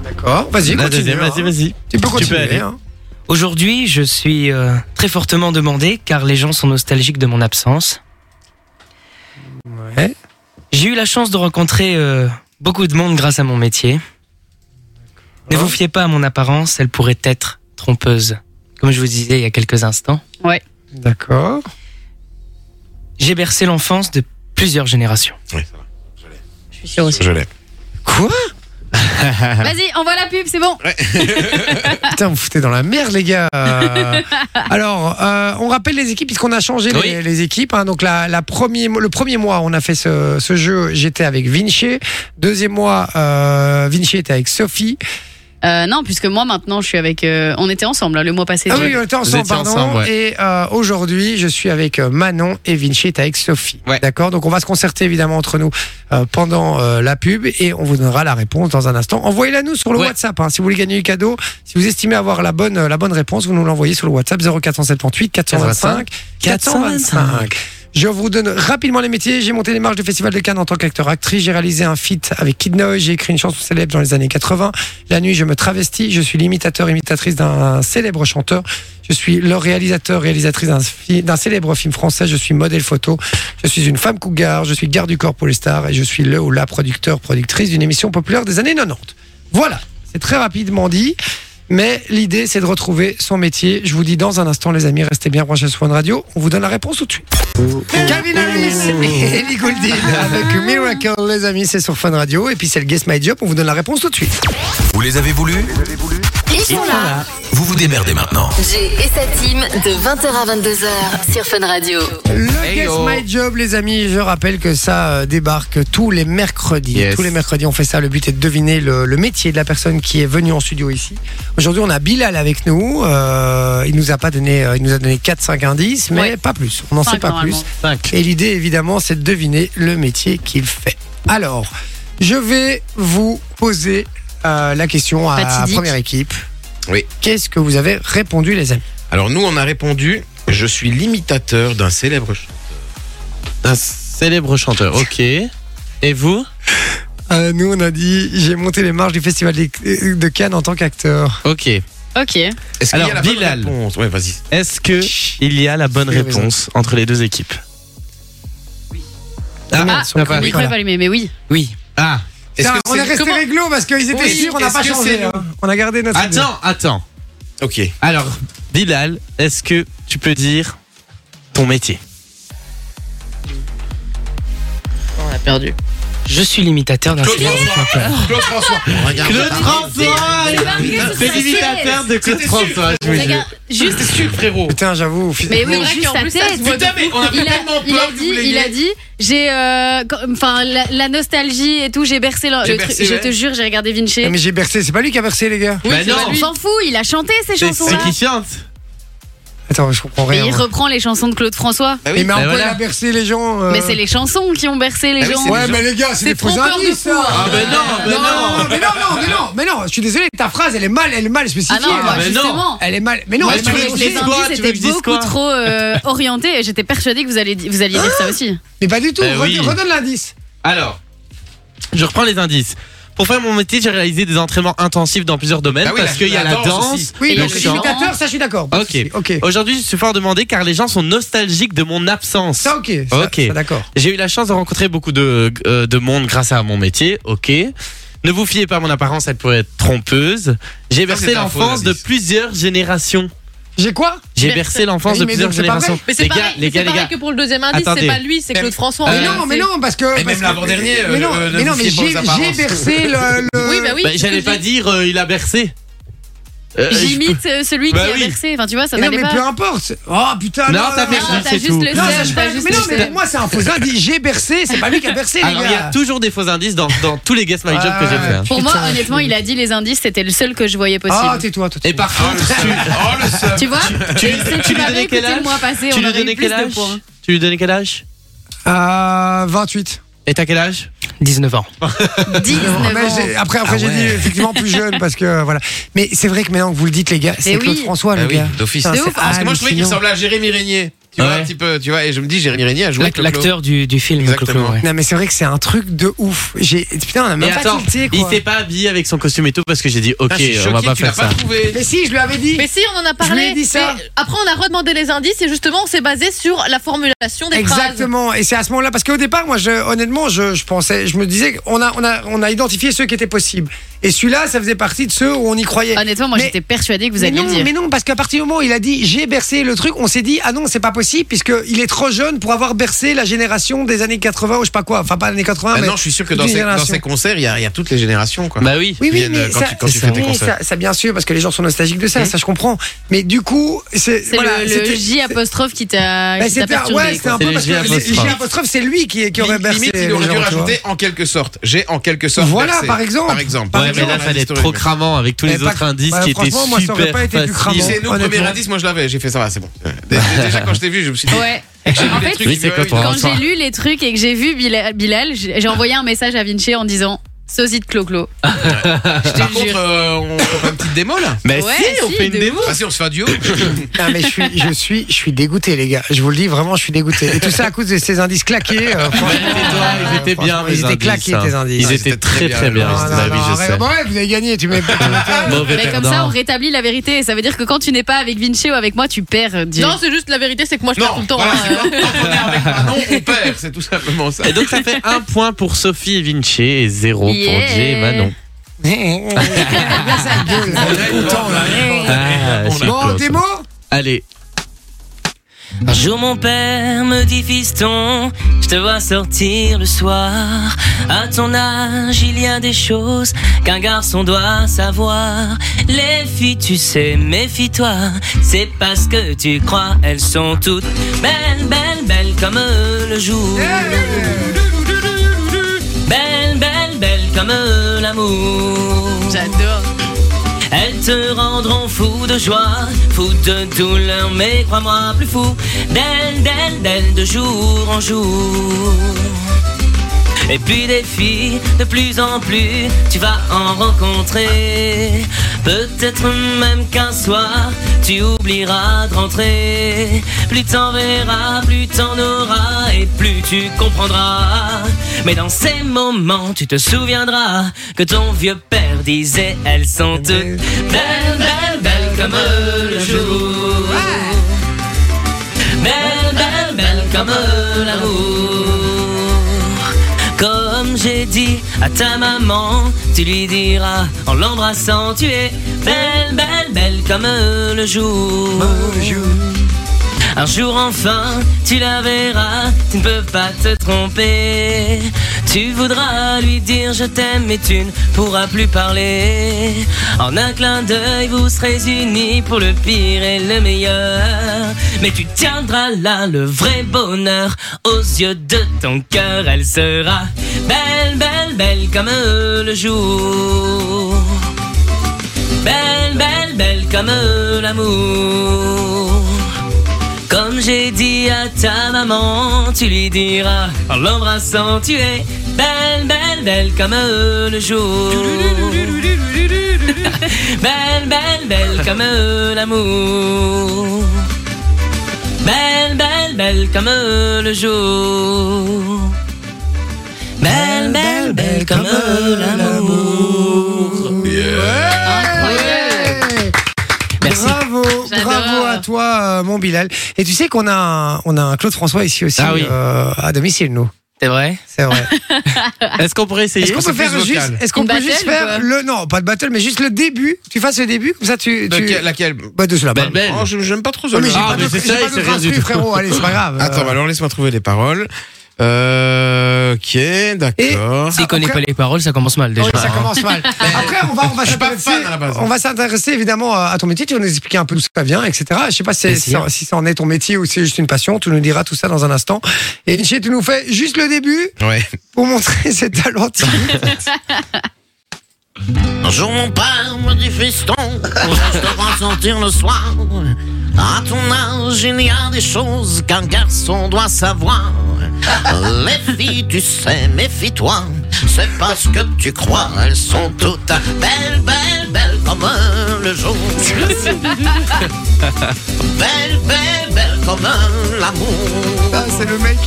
S3: D'accord. Vas-y,
S4: La
S3: continue.
S4: deuxième,
S3: hein.
S4: Vas-y, vas-y.
S3: Tu peux
S4: Tu peux
S3: continuer.
S4: aller.
S3: hein.
S7: Aujourd'hui, je suis euh, très fortement demandé car les gens sont nostalgiques de mon absence.
S3: Ouais.
S7: J'ai eu la chance de rencontrer euh, beaucoup de monde grâce à mon métier. Ne vous fiez pas à mon apparence, elle pourrait être trompeuse. Comme je vous disais il y a quelques instants,
S3: D'accord.
S7: j'ai bercé l'enfance de plusieurs générations.
S5: Oui, ça va.
S2: Je suis sûre aussi.
S5: Je l'ai.
S3: Quoi
S2: (laughs) Vas-y, envoie la pub, c'est bon.
S3: Putain, vous foutez dans la merde, les gars. Euh, Alors, euh, on rappelle les équipes, puisqu'on a changé
S4: Oui.
S3: les, les équipes. hein. Donc, la, la premier, le premier mois, on a fait ce, ce jeu, j'étais avec Vinci. Deuxième mois, euh, Vinci était avec Sophie.
S2: Euh, non, puisque moi maintenant, je suis avec. euh, on était ensemble hein, le mois passé.
S3: Ah
S2: Jay.
S3: oui, on était ensemble,
S4: étiez
S3: pardon.
S4: ensemble, ouais.
S3: Et euh, aujourd'hui, je suis avec euh, Manon et Vinci est avec Sophie.
S4: Ouais.
S3: D'accord Donc, on va se concerter évidemment entre nous euh, pendant euh, la pub et on vous donnera la réponse dans un instant. Envoyez-la nous sur le
S4: Ouais.
S3: WhatsApp. hein, si vous voulez gagner du cadeau, si vous estimez avoir la bonne, euh, la bonne réponse, vous nous l'envoyez sur le WhatsApp 0478 425 425. Je vous donne rapidement les métiers. J'ai monté les marches du Festival de Cannes en tant qu'acteur-actrice. J'ai réalisé un feat avec Kid Noy. J'ai écrit une chanson célèbre dans les années 80. La nuit, je me travestis. Je suis l'imitateur-imitatrice d'un célèbre chanteur. Je suis le réalisateur-réalisatrice d'un fi- d'un célèbre film français. Je suis modèle photo. Je suis une femme cougar. Je suis garde du corps pour les stars. Et je suis le ou la producteur-productrice d'une émission populaire des années 90. Voilà. C'est très rapidement dit. Mais l'idée, c'est de retrouver son métier. Je vous dis dans un instant, les amis, restez bien branchés sur Fun Radio. On vous donne la réponse tout de suite. Calvin Harris et Ellie Goulding avec Miracle, les amis, c'est sur Fun Radio. Et puis c'est le Guess My Job. On vous donne la réponse tout de suite.
S1: Vous les avez voulu
S8: Ils sont
S3: Ah.
S8: là.
S10: Vous vous démerdez maintenant.
S8: Jay et sa team de 20h à 22h sur Fun Radio.
S3: Le Guess
S5: oh.
S3: My Job, les amis, je rappelle que ça euh, débarque tous les mercredis.
S5: Yes.
S3: Tous les mercredis, on fait ça. Le but est de deviner le, le métier de la personne qui est venue en studio ici. Aujourd'hui, on a Bilal avec nous. Euh, il nous a pas donné, euh, il nous a donné 4-5 indices, mais
S2: Ouais.
S3: pas plus. On n'en
S2: Cinq,
S3: sait pas plus.
S2: normalement.
S3: Et l'idée, évidemment, c'est de deviner le métier qu'il fait. Alors, je vais vous poser euh, la question à la
S2: Fatidique.
S3: première équipe.
S5: Oui.
S3: Qu'est-ce que vous avez répondu, les amis
S5: Alors nous, on a répondu, je suis l'imitateur d'un célèbre chanteur.
S4: Un célèbre chanteur, ok. Et vous
S3: Euh, nous, on a dit, j'ai monté les marches du Festival des- euh, de Cannes en tant qu'acteur.
S4: Ok.
S2: Ok.
S5: Est-ce qu'il
S4: Alors,
S5: y a la bonne
S4: Bilal.
S5: réponse Ouais, vas-y.
S4: Est-ce que il y a la bonne
S3: Tu as raison.
S4: réponse entre les deux équipes
S3: Ah, merde,
S2: ah,
S3: sur le coup,
S2: le micro
S3: voilà.
S2: est pas allumé, mais oui.
S4: Oui.
S5: Ah. Est-ce
S3: Putain,
S5: que
S3: on est
S5: c'est-
S3: resté
S5: comment-
S3: réglo parce qu'ils étaient
S5: Oui,
S3: sûrs, on n'a
S5: est-ce
S3: pas
S5: que
S3: changé.
S5: c'est
S3: hein. On a gardé notre. idée.
S4: Attends, attends.
S5: Ok.
S4: Alors, Bilal, est-ce que tu peux dire ton métier
S6: On a perdu.
S7: Je suis l'imitateur d'un
S5: Claude
S7: célèbre chanteur.
S5: Claude François. Regarde.
S3: Eh
S4: C'est l'imitateur de Claude François, je vous jure.
S2: Regarde, juste.
S5: sûr, frérot.
S3: Putain, j'avoue.
S2: Mais oui,
S6: Mais en
S2: juste
S6: vrai, en
S2: sa
S6: plus, ça se
S2: tête.
S6: voit de
S5: Putain, mais on avait
S2: Il a,
S5: tellement
S2: il a
S5: peur que vous
S2: dit, il
S5: l'ayez.
S2: a dit, j'ai, euh, quand- enfin, la, la nostalgie et tout, j'ai bercé le,
S5: J'ai
S2: le
S5: bercé,
S2: truc.
S5: ouais.
S2: Je te jure, j'ai regardé Vinci.
S3: Mais j'ai bercé, c'est pas lui qui a bercé, les gars.
S5: Oui,
S4: Bah
S5: c'est
S4: non.
S5: pas
S2: On
S5: lui.
S2: s'en fout, il a chanté ces
S4: C'est c'est
S2: chansons-là.
S4: qui chante
S3: Attends, je comprends
S2: Et
S3: rien.
S2: hein. il
S3: moi.
S2: reprend les chansons de Claude François.
S5: Bah
S3: Mais
S5: oui.
S3: mais en quoi
S4: voilà.
S3: il a bercé les gens euh,
S2: Mais c'est les chansons qui ont bercé les
S5: Ah oui,
S2: gens.
S5: c'est
S3: Ouais,
S5: les
S3: mais les gars, Bah c'est des faux
S2: trompeur de
S3: indices,
S2: fou,
S3: ça.
S4: Ah ben non, ben non.
S3: mais non, mais non, mais non, je suis désolé, ta phrase, elle est mal, elle est mal spécifiée.
S2: Ah non,
S3: là.
S2: bah,
S4: mais non.
S2: justement.
S3: Elle est mal. Mais non,
S4: Moi,
S3: elle est
S4: tu
S3: mal
S4: veux que je
S2: les
S4: dise quoi
S2: indices
S4: Tu veux que
S2: étaient
S4: je dise
S2: beaucoup
S4: quoi
S2: trop euh, orientés et j'étais persuadée que vous alliez, vous alliez dire ça aussi.
S3: Mais pas du tout,
S4: Eh
S3: redonne-
S4: oui.
S3: Ah, redonne l'indice.
S4: Alors, je reprends les indices. Pour faire mon métier, j'ai réalisé des entraînements intensifs dans plusieurs
S3: Ben
S4: domaines
S5: Bah oui,
S4: Ah parce
S5: la-
S4: qu'il y a
S5: la
S4: la
S5: danse
S4: danse,
S5: aussi.
S3: Oui,
S2: Et
S4: le
S3: donc
S2: le
S4: chant.
S2: chant.
S3: imitateur, ça, je suis d'accord. Pas de
S4: Ok.
S3: souci, Ok.
S4: Aujourd'hui, je suis fort demandé car les gens sont nostalgiques de mon absence.
S3: Ça, ok. ça-
S4: Ok.
S3: ça, D'accord.
S4: J'ai eu la chance de rencontrer beaucoup de, euh, de monde grâce à mon métier, ok. Ne vous fiez pas à mon apparence, elle pourrait être trompeuse. J'ai
S5: c'est
S4: bercé
S5: un faux
S4: l'enfance de
S5: indice.
S4: plusieurs générations.
S3: J'ai quoi
S4: J'ai
S6: Bercé.
S4: bercé l'enfance
S3: Oui,
S4: de
S3: mais
S4: plusieurs
S3: donc c'est pas vrai.
S4: générations.
S6: Mais c'est
S4: les
S6: pareil,
S4: gars, les gars, les gars.
S6: que pour le deuxième indice,
S4: Attendez.
S6: c'est pas lui, c'est Claude François.
S3: Mais
S4: Euh,
S3: non, mais
S6: C'est-
S3: non, parce que.
S5: Et
S3: parce
S5: même
S3: que-
S5: l'avant-dernier, euh,
S3: Mais non,
S5: le-
S3: mais non,
S5: ne
S3: mais
S5: fiez pas aux
S3: j'ai j'ai
S5: apparences.
S3: bercé le. le-
S6: Oui, bah oui.
S4: Bah,
S6: c'est ce
S4: J'allais
S6: que je
S4: pas
S6: dis.
S4: dire euh, il a bercé. Euh, je peux-
S2: J'imite euh, celui
S4: Bah
S2: qui
S4: oui.
S2: a bercé. Enfin, tu vois, ça
S3: Mais non,
S2: n'allait
S3: mais
S2: pas.
S3: peu importe. Oh putain.
S4: Non, t'as bercé,
S2: Non, t'as
S4: c'est
S2: juste
S4: tout.
S2: le
S3: Non,
S2: seul,
S3: ça, je-
S2: t'as
S3: mais
S2: juste
S3: non,
S2: le
S3: mais
S2: seul.
S3: pour moi, c'est un faux indice. J'ai bercé, c'est pas lui qui a bercé, les
S4: Alors, il y a
S3: gars.
S4: toujours des faux indices dans, dans tous les Guess My Job que j'ai
S3: Ouais.
S4: fait. hein.
S2: Pour moi,
S3: Putain,
S2: honnêtement, il a dit les indices, c'était le seul que je voyais
S3: Ah,
S2: possible.
S3: tais-toi, toi.
S4: Et par contre, tu,
S5: Oh, le seum.
S2: Tu vois
S4: tu-
S2: Et si
S4: tu lui
S2: m'avais
S4: donnais quel
S2: écouté
S4: âge
S2: le mois passé,
S4: tu
S2: on
S4: lui
S2: aurait eu
S4: donnais
S2: plus
S4: quel
S2: de
S4: âge
S2: points.
S4: Tu lui donnais quel âge
S3: Euh, 28.
S4: Et t'as quel âge
S7: 19
S2: (laughs)
S7: ans.
S2: 19
S3: Mais
S2: ans.
S3: j'ai- après, après
S4: Ah
S3: j'ai
S4: ouais.
S3: dit effectivement
S4: (laughs)
S3: plus jeune parce que euh, voilà. Mais c'est vrai que maintenant que vous le dites, les gars, c'est
S2: oui.
S3: Claude Eh François,
S5: Bah
S3: le
S5: oui,
S3: gars.
S5: d'office.
S3: Putain,
S2: De
S3: c'est
S2: ouf.
S5: Parce que moi, je trouvais qu'il
S3: hallucinant.
S5: ressemblait à Jérémy Régnier. Tu vois,
S4: Ouais.
S5: un petit peu, tu vois, et je me dis, Jérémy Régnier a joué avec Clo-Clo.
S7: L'acteur du, du film Clo-Clo,
S5: Exactement.
S7: ouais.
S3: Non, mais c'est vrai que c'est un truc de ouf. J'ai putain, on a même
S4: Et
S3: pas
S4: attends,
S3: tilté,
S4: il
S3: quoi.
S4: s'est pas habillé avec son costume et tout parce que j'ai dit ok, euh,
S5: Ah, je suis
S4: on va
S5: choqué
S4: pas
S5: que tu l'as
S4: faire ça.
S5: pas trouvé.
S3: Mais si, je lui avais dit.
S6: Mais si, on en a
S3: Je lui
S6: parlé.
S3: ai dit ça.
S6: mais Après, on a redemandé les indices et justement, on s'est basé sur la formulation des phrases.
S3: Exactement. Et c'est à ce moment-là, parce qu'au départ, moi, je, honnêtement, je, je pensais, je me disais, qu'on a, on a, on a identifié ceux qui étaient possibles. Et celui-là, ça faisait partie de ceux où on y croyait.
S2: Honnêtement, moi,
S3: Mais-
S2: j'étais persuadée que vous
S3: mais
S2: alliez
S3: non,
S2: le dire.
S3: mais non, parce qu'à partir du moment où il a dit j'ai bercé le truc, on s'est dit ah non c'est pas possible puisque il est trop jeune pour avoir bercé la génération des années 80 ou je sais pas quoi, enfin pas années 80
S5: Ah
S3: mais
S5: non, je suis sûr que dans
S3: d'une
S5: ces, dans
S3: génération.
S5: ces concerts, il y, a, il y a toutes les générations. Quoi.
S4: Bah oui.
S3: Oui, oui,
S5: viennent,
S3: mais
S5: quand
S3: ça,
S5: tu- quand tu
S3: ça-
S5: fais tes
S3: oui,
S5: concerts. Hum.
S3: ça- ça, bien sûr, parce que les gens sont nostalgiques de ça, ça je comprends. Mais du coup, c'est
S2: C'est
S3: voilà,
S2: le- le
S3: c'était-
S2: J apostrophe qui t'a
S3: bah,
S2: qui t'a
S3: c'était un- ouais,
S2: perturbé.
S3: c'était
S2: quoi.
S3: un peu
S4: C'est
S3: parce
S4: le
S3: que
S4: J apostrophe.
S3: J apostrophe, c'est lui qui, qui aurait bercé.
S5: Limite, il
S3: les
S5: aurait dû
S3: gens, tu vois.
S5: rajouter en quelque sorte. J'ai en quelque sorte.
S3: Voilà,
S5: bercé.
S3: par exemple.
S5: Par exemple.
S3: Par
S4: Ouais, mais
S3: exemple, Eh,
S4: là, fallait être trop cramant avec tous
S3: Mais
S4: les
S3: pas-
S4: autres indices
S3: ouais,
S4: qui étaient
S3: bah, franchement, moi, ça
S4: super
S3: aurait pas été plus
S5: Tu
S3: cramant.
S5: sais, nous,
S3: Honnêtement.
S5: premier indice, moi je l'avais. J'ai fait ça, va, c'est bon. Euh,
S4: (laughs)
S5: Déjà, quand je t'ai vu, je me suis dit.
S2: Ouais.
S5: (laughs) j'ai vu
S2: En
S5: des
S2: fait,
S5: trucs,
S4: Oui, c'est
S5: je me dis,
S4: quand on-
S5: ah
S2: Quand
S4: Bonsoir.
S2: j'ai lu les trucs et que j'ai vu Bilal, Bilal, j'ai j'ai envoyé un message à Vinci en disant sosie de Clo-Clo.
S5: oui. euh, Par
S2: te
S5: contre,
S2: jure.
S5: euh, on fait une petite démo là.
S4: Mais
S2: Ouais,
S4: si, on
S2: si,
S4: fait une
S2: de
S4: démo.
S5: Vas-y, on se fait un duo.
S3: Ah, mais je suis, je suis, je suis dégoûté, les gars. Je vous le dis vraiment, je suis dégoûté. Et tout ça à cause de ces indices claqués. euh, franchement,
S4: Ils étaient
S3: franchement,
S4: bien, mes
S3: Ils étaient
S4: indices,
S3: claqués,
S4: hein.
S3: tes indices.
S4: Ils
S5: Ah,
S4: étaient très très bien.
S3: Non, non,
S4: Bah oui,
S3: non,
S4: je
S3: arrête.
S4: sais.
S3: Bon, ouais, vous avez gagné, tu mets.
S4: Mauvais
S2: Mais comme
S4: perdant.
S2: ça, on rétablit la vérité et ça veut dire que quand tu n'es pas avec Vinci ou avec moi, tu perds. euh, Jay.
S6: Non, c'est juste la vérité, c'est que moi je perds tout
S5: Non,
S6: le temps.
S5: voilà,
S6: hein,
S5: c'est quand quand on est avec
S4: Ah
S5: Manon, on perd. (laughs) C'est tout simplement ça.
S4: Et donc ça fait un point pour Sophie et Vinci et zéro pour
S2: Yeah.
S4: Jay et (laughs) Manon.
S5: On est
S3: Bon,
S4: Ah, je suis
S3: Bon,
S4: content.
S3: démo
S4: Allez,
S7: Un jour mon père me dit fiston, je te vois sortir le soir. À ton âge, il y a des choses qu'un garçon doit savoir. Les filles, tu sais, méfie-toi, c'est parce que tu crois, elles sont toutes belles, belles, belles comme le jour. Belle, belle, belle comme l'amour.
S2: J'adore.
S7: Elles te rendront fou de joie, fou de douleur, mais crois-moi plus fou d'elle, d'elle, d'elle, de jour en jour. Et puis des filles, de plus en plus, tu vas en rencontrer. Peut-être même qu'un soir, tu oublieras de rentrer. Plus t'en verras, plus t'en auras, et plus tu comprendras. Mais dans ces moments, tu te souviendras que ton vieux père disait, elles sont toutes belles, belles, belles comme le jour. Belles, belles, belles comme l'amour. Comme j'ai dit à ta maman, tu lui diras en l'embrassant, tu es belle, belle, belle comme le jour. Un jour enfin, tu la verras, tu ne peux pas te tromper. Tu voudras lui dire je t'aime, mais tu ne pourras plus parler. En un clin d'œil, vous serez unis pour le pire et le meilleur. Mais tu tiendras là le vrai bonheur aux yeux de ton cœur. Elle sera belle, belle, belle comme le jour. Belle, belle, belle comme l'amour. Comme j'ai dit à ta maman, tu lui diras en l'embrassant, tu es belle, belle, belle comme le jour. (laughs) belle, belle, belle comme l'amour. Belle, belle, belle comme le jour. Belle, belle, belle comme l'amour. Merci.
S3: Bravo, bravo à toi, euh, mon Bilal. Et tu sais qu'on a, un- on a un Claude François ici aussi,
S4: Ah oui.
S3: euh, à domicile, nous.
S7: C'est vrai
S3: C'est vrai.
S4: (laughs) Est-ce qu'on pourrait essayer
S3: Est-ce qu'on peut faire juste, est-ce qu'on
S2: Une
S3: peut
S2: battle
S3: juste
S2: ou
S3: faire
S2: quoi
S3: le, non, pas de battle, mais juste le début. Tu fasses le début, comme ça tu, tu...
S5: Laquelle- Laquelle
S3: bah, de cela.
S4: Belle, belle.
S5: Oh, je- J'aime pas trop ça.
S3: Non, mais j'ai
S4: Ah,
S3: pas
S4: mais
S3: d'autres-
S4: c'est
S3: j'ai
S4: ça,
S3: pas
S4: il
S3: d'autres
S4: s'est rien
S3: instrus,
S4: du tout.
S3: frérot.
S4: (laughs)
S3: Allez, c'est pas grave.
S5: (laughs) Attends, bah alors laisse-moi trouver les paroles. Euh, ok, d'accord.
S7: S'il connaît pas les paroles, ça commence mal déjà.
S3: Ah, Oui, ça
S7: (laughs)
S3: commence mal. Après, on va, on va
S5: Je suis pas
S3: s'intéresser-
S5: fan à la base.
S3: on va s'intéresser évidemment à à ton métier. Tu vas nous expliquer un peu d'où ça vient, etc. Je sais pas si,
S7: Merci.
S3: si, si ça en est ton métier ou si c'est juste une passion. Tu nous diras tout ça dans un instant. Et Vinci, tu nous fais juste le début
S5: Ouais.
S3: pour montrer
S2: (laughs)
S3: ses talents.
S10: Un jour mon père me dit fiston, je devras sortir le soir. À ton âge, il y a des choses qu'un garçon doit savoir. Les filles, tu sais, méfie-toi. C'est parce que tu crois, elles sont toutes belles, belles, belles comme le
S3: (laughs)
S10: jour. Belles, belles, belles comme l'amour.
S3: Ah, c'est le mec.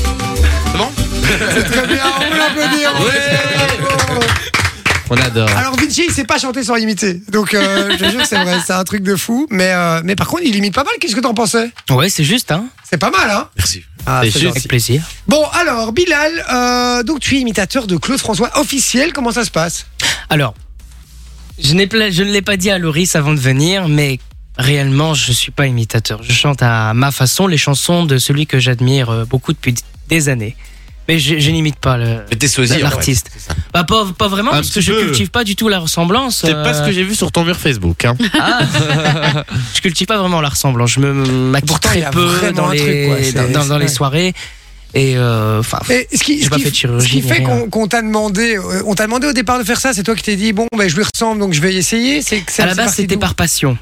S5: bon
S3: C'est très bien. On peut l'applaudir. Bravo.
S4: On adore.
S3: Alors Vinci, il sait pas chanter sans imiter. Donc euh, je te jure, c'est vrai, c'est un truc de fou. Mais euh, mais par contre, il imite pas mal. Qu'est-ce que t'en pensais
S7: Ouais, c'est juste, hein.
S3: C'est pas mal, hein
S5: Merci.
S3: Ah,
S4: C'est juste.
S3: gentil.
S7: Avec plaisir.
S3: Bon, alors, Bilal, euh, donc tu es imitateur de Claude François officiel, comment ça se passe
S7: Alors, je, n'ai pla- je ne l'ai pas dit à Loris avant de venir, mais réellement, je ne suis pas imitateur. Je chante à ma façon les chansons de celui que j'admire euh, beaucoup depuis des années. Mais je, je n'imite pas le-
S5: Mais t'es sosie. en fait.
S7: l'artiste. Bah, pas, pas vraiment,
S4: Un
S7: parce que
S4: petit
S7: je
S4: peu.
S7: cultive pas du tout la ressemblance.
S4: C'est pas ce que
S7: euh,
S4: j'ai vu sur ton mur Facebook. Hein.
S7: ah. je cultive pas vraiment la ressemblance. Je me maquille
S3: Pourtant, il y
S7: très
S3: a
S7: peu
S3: vraiment
S7: dans
S3: un truc,
S7: les,
S3: quoi. C'est-
S7: dans, dans- dans les
S3: ouais.
S7: soirées. Et euh, enfin,
S3: Et ce qui,
S7: J'ai
S3: ce
S7: pas
S3: qui-
S7: fait de chirurgie,
S3: ce qui
S7: ni
S3: fait
S7: rien.
S3: qu'on qu'on t'a demandé, euh, on t'a demandé au départ de faire ça, c'est toi qui t'es dit, bon, ben, je lui ressemble, donc je vais essayer. C'est que ça-
S7: à la
S3: c'est
S7: base,
S3: parti
S7: c'était
S3: d'où
S7: par passion.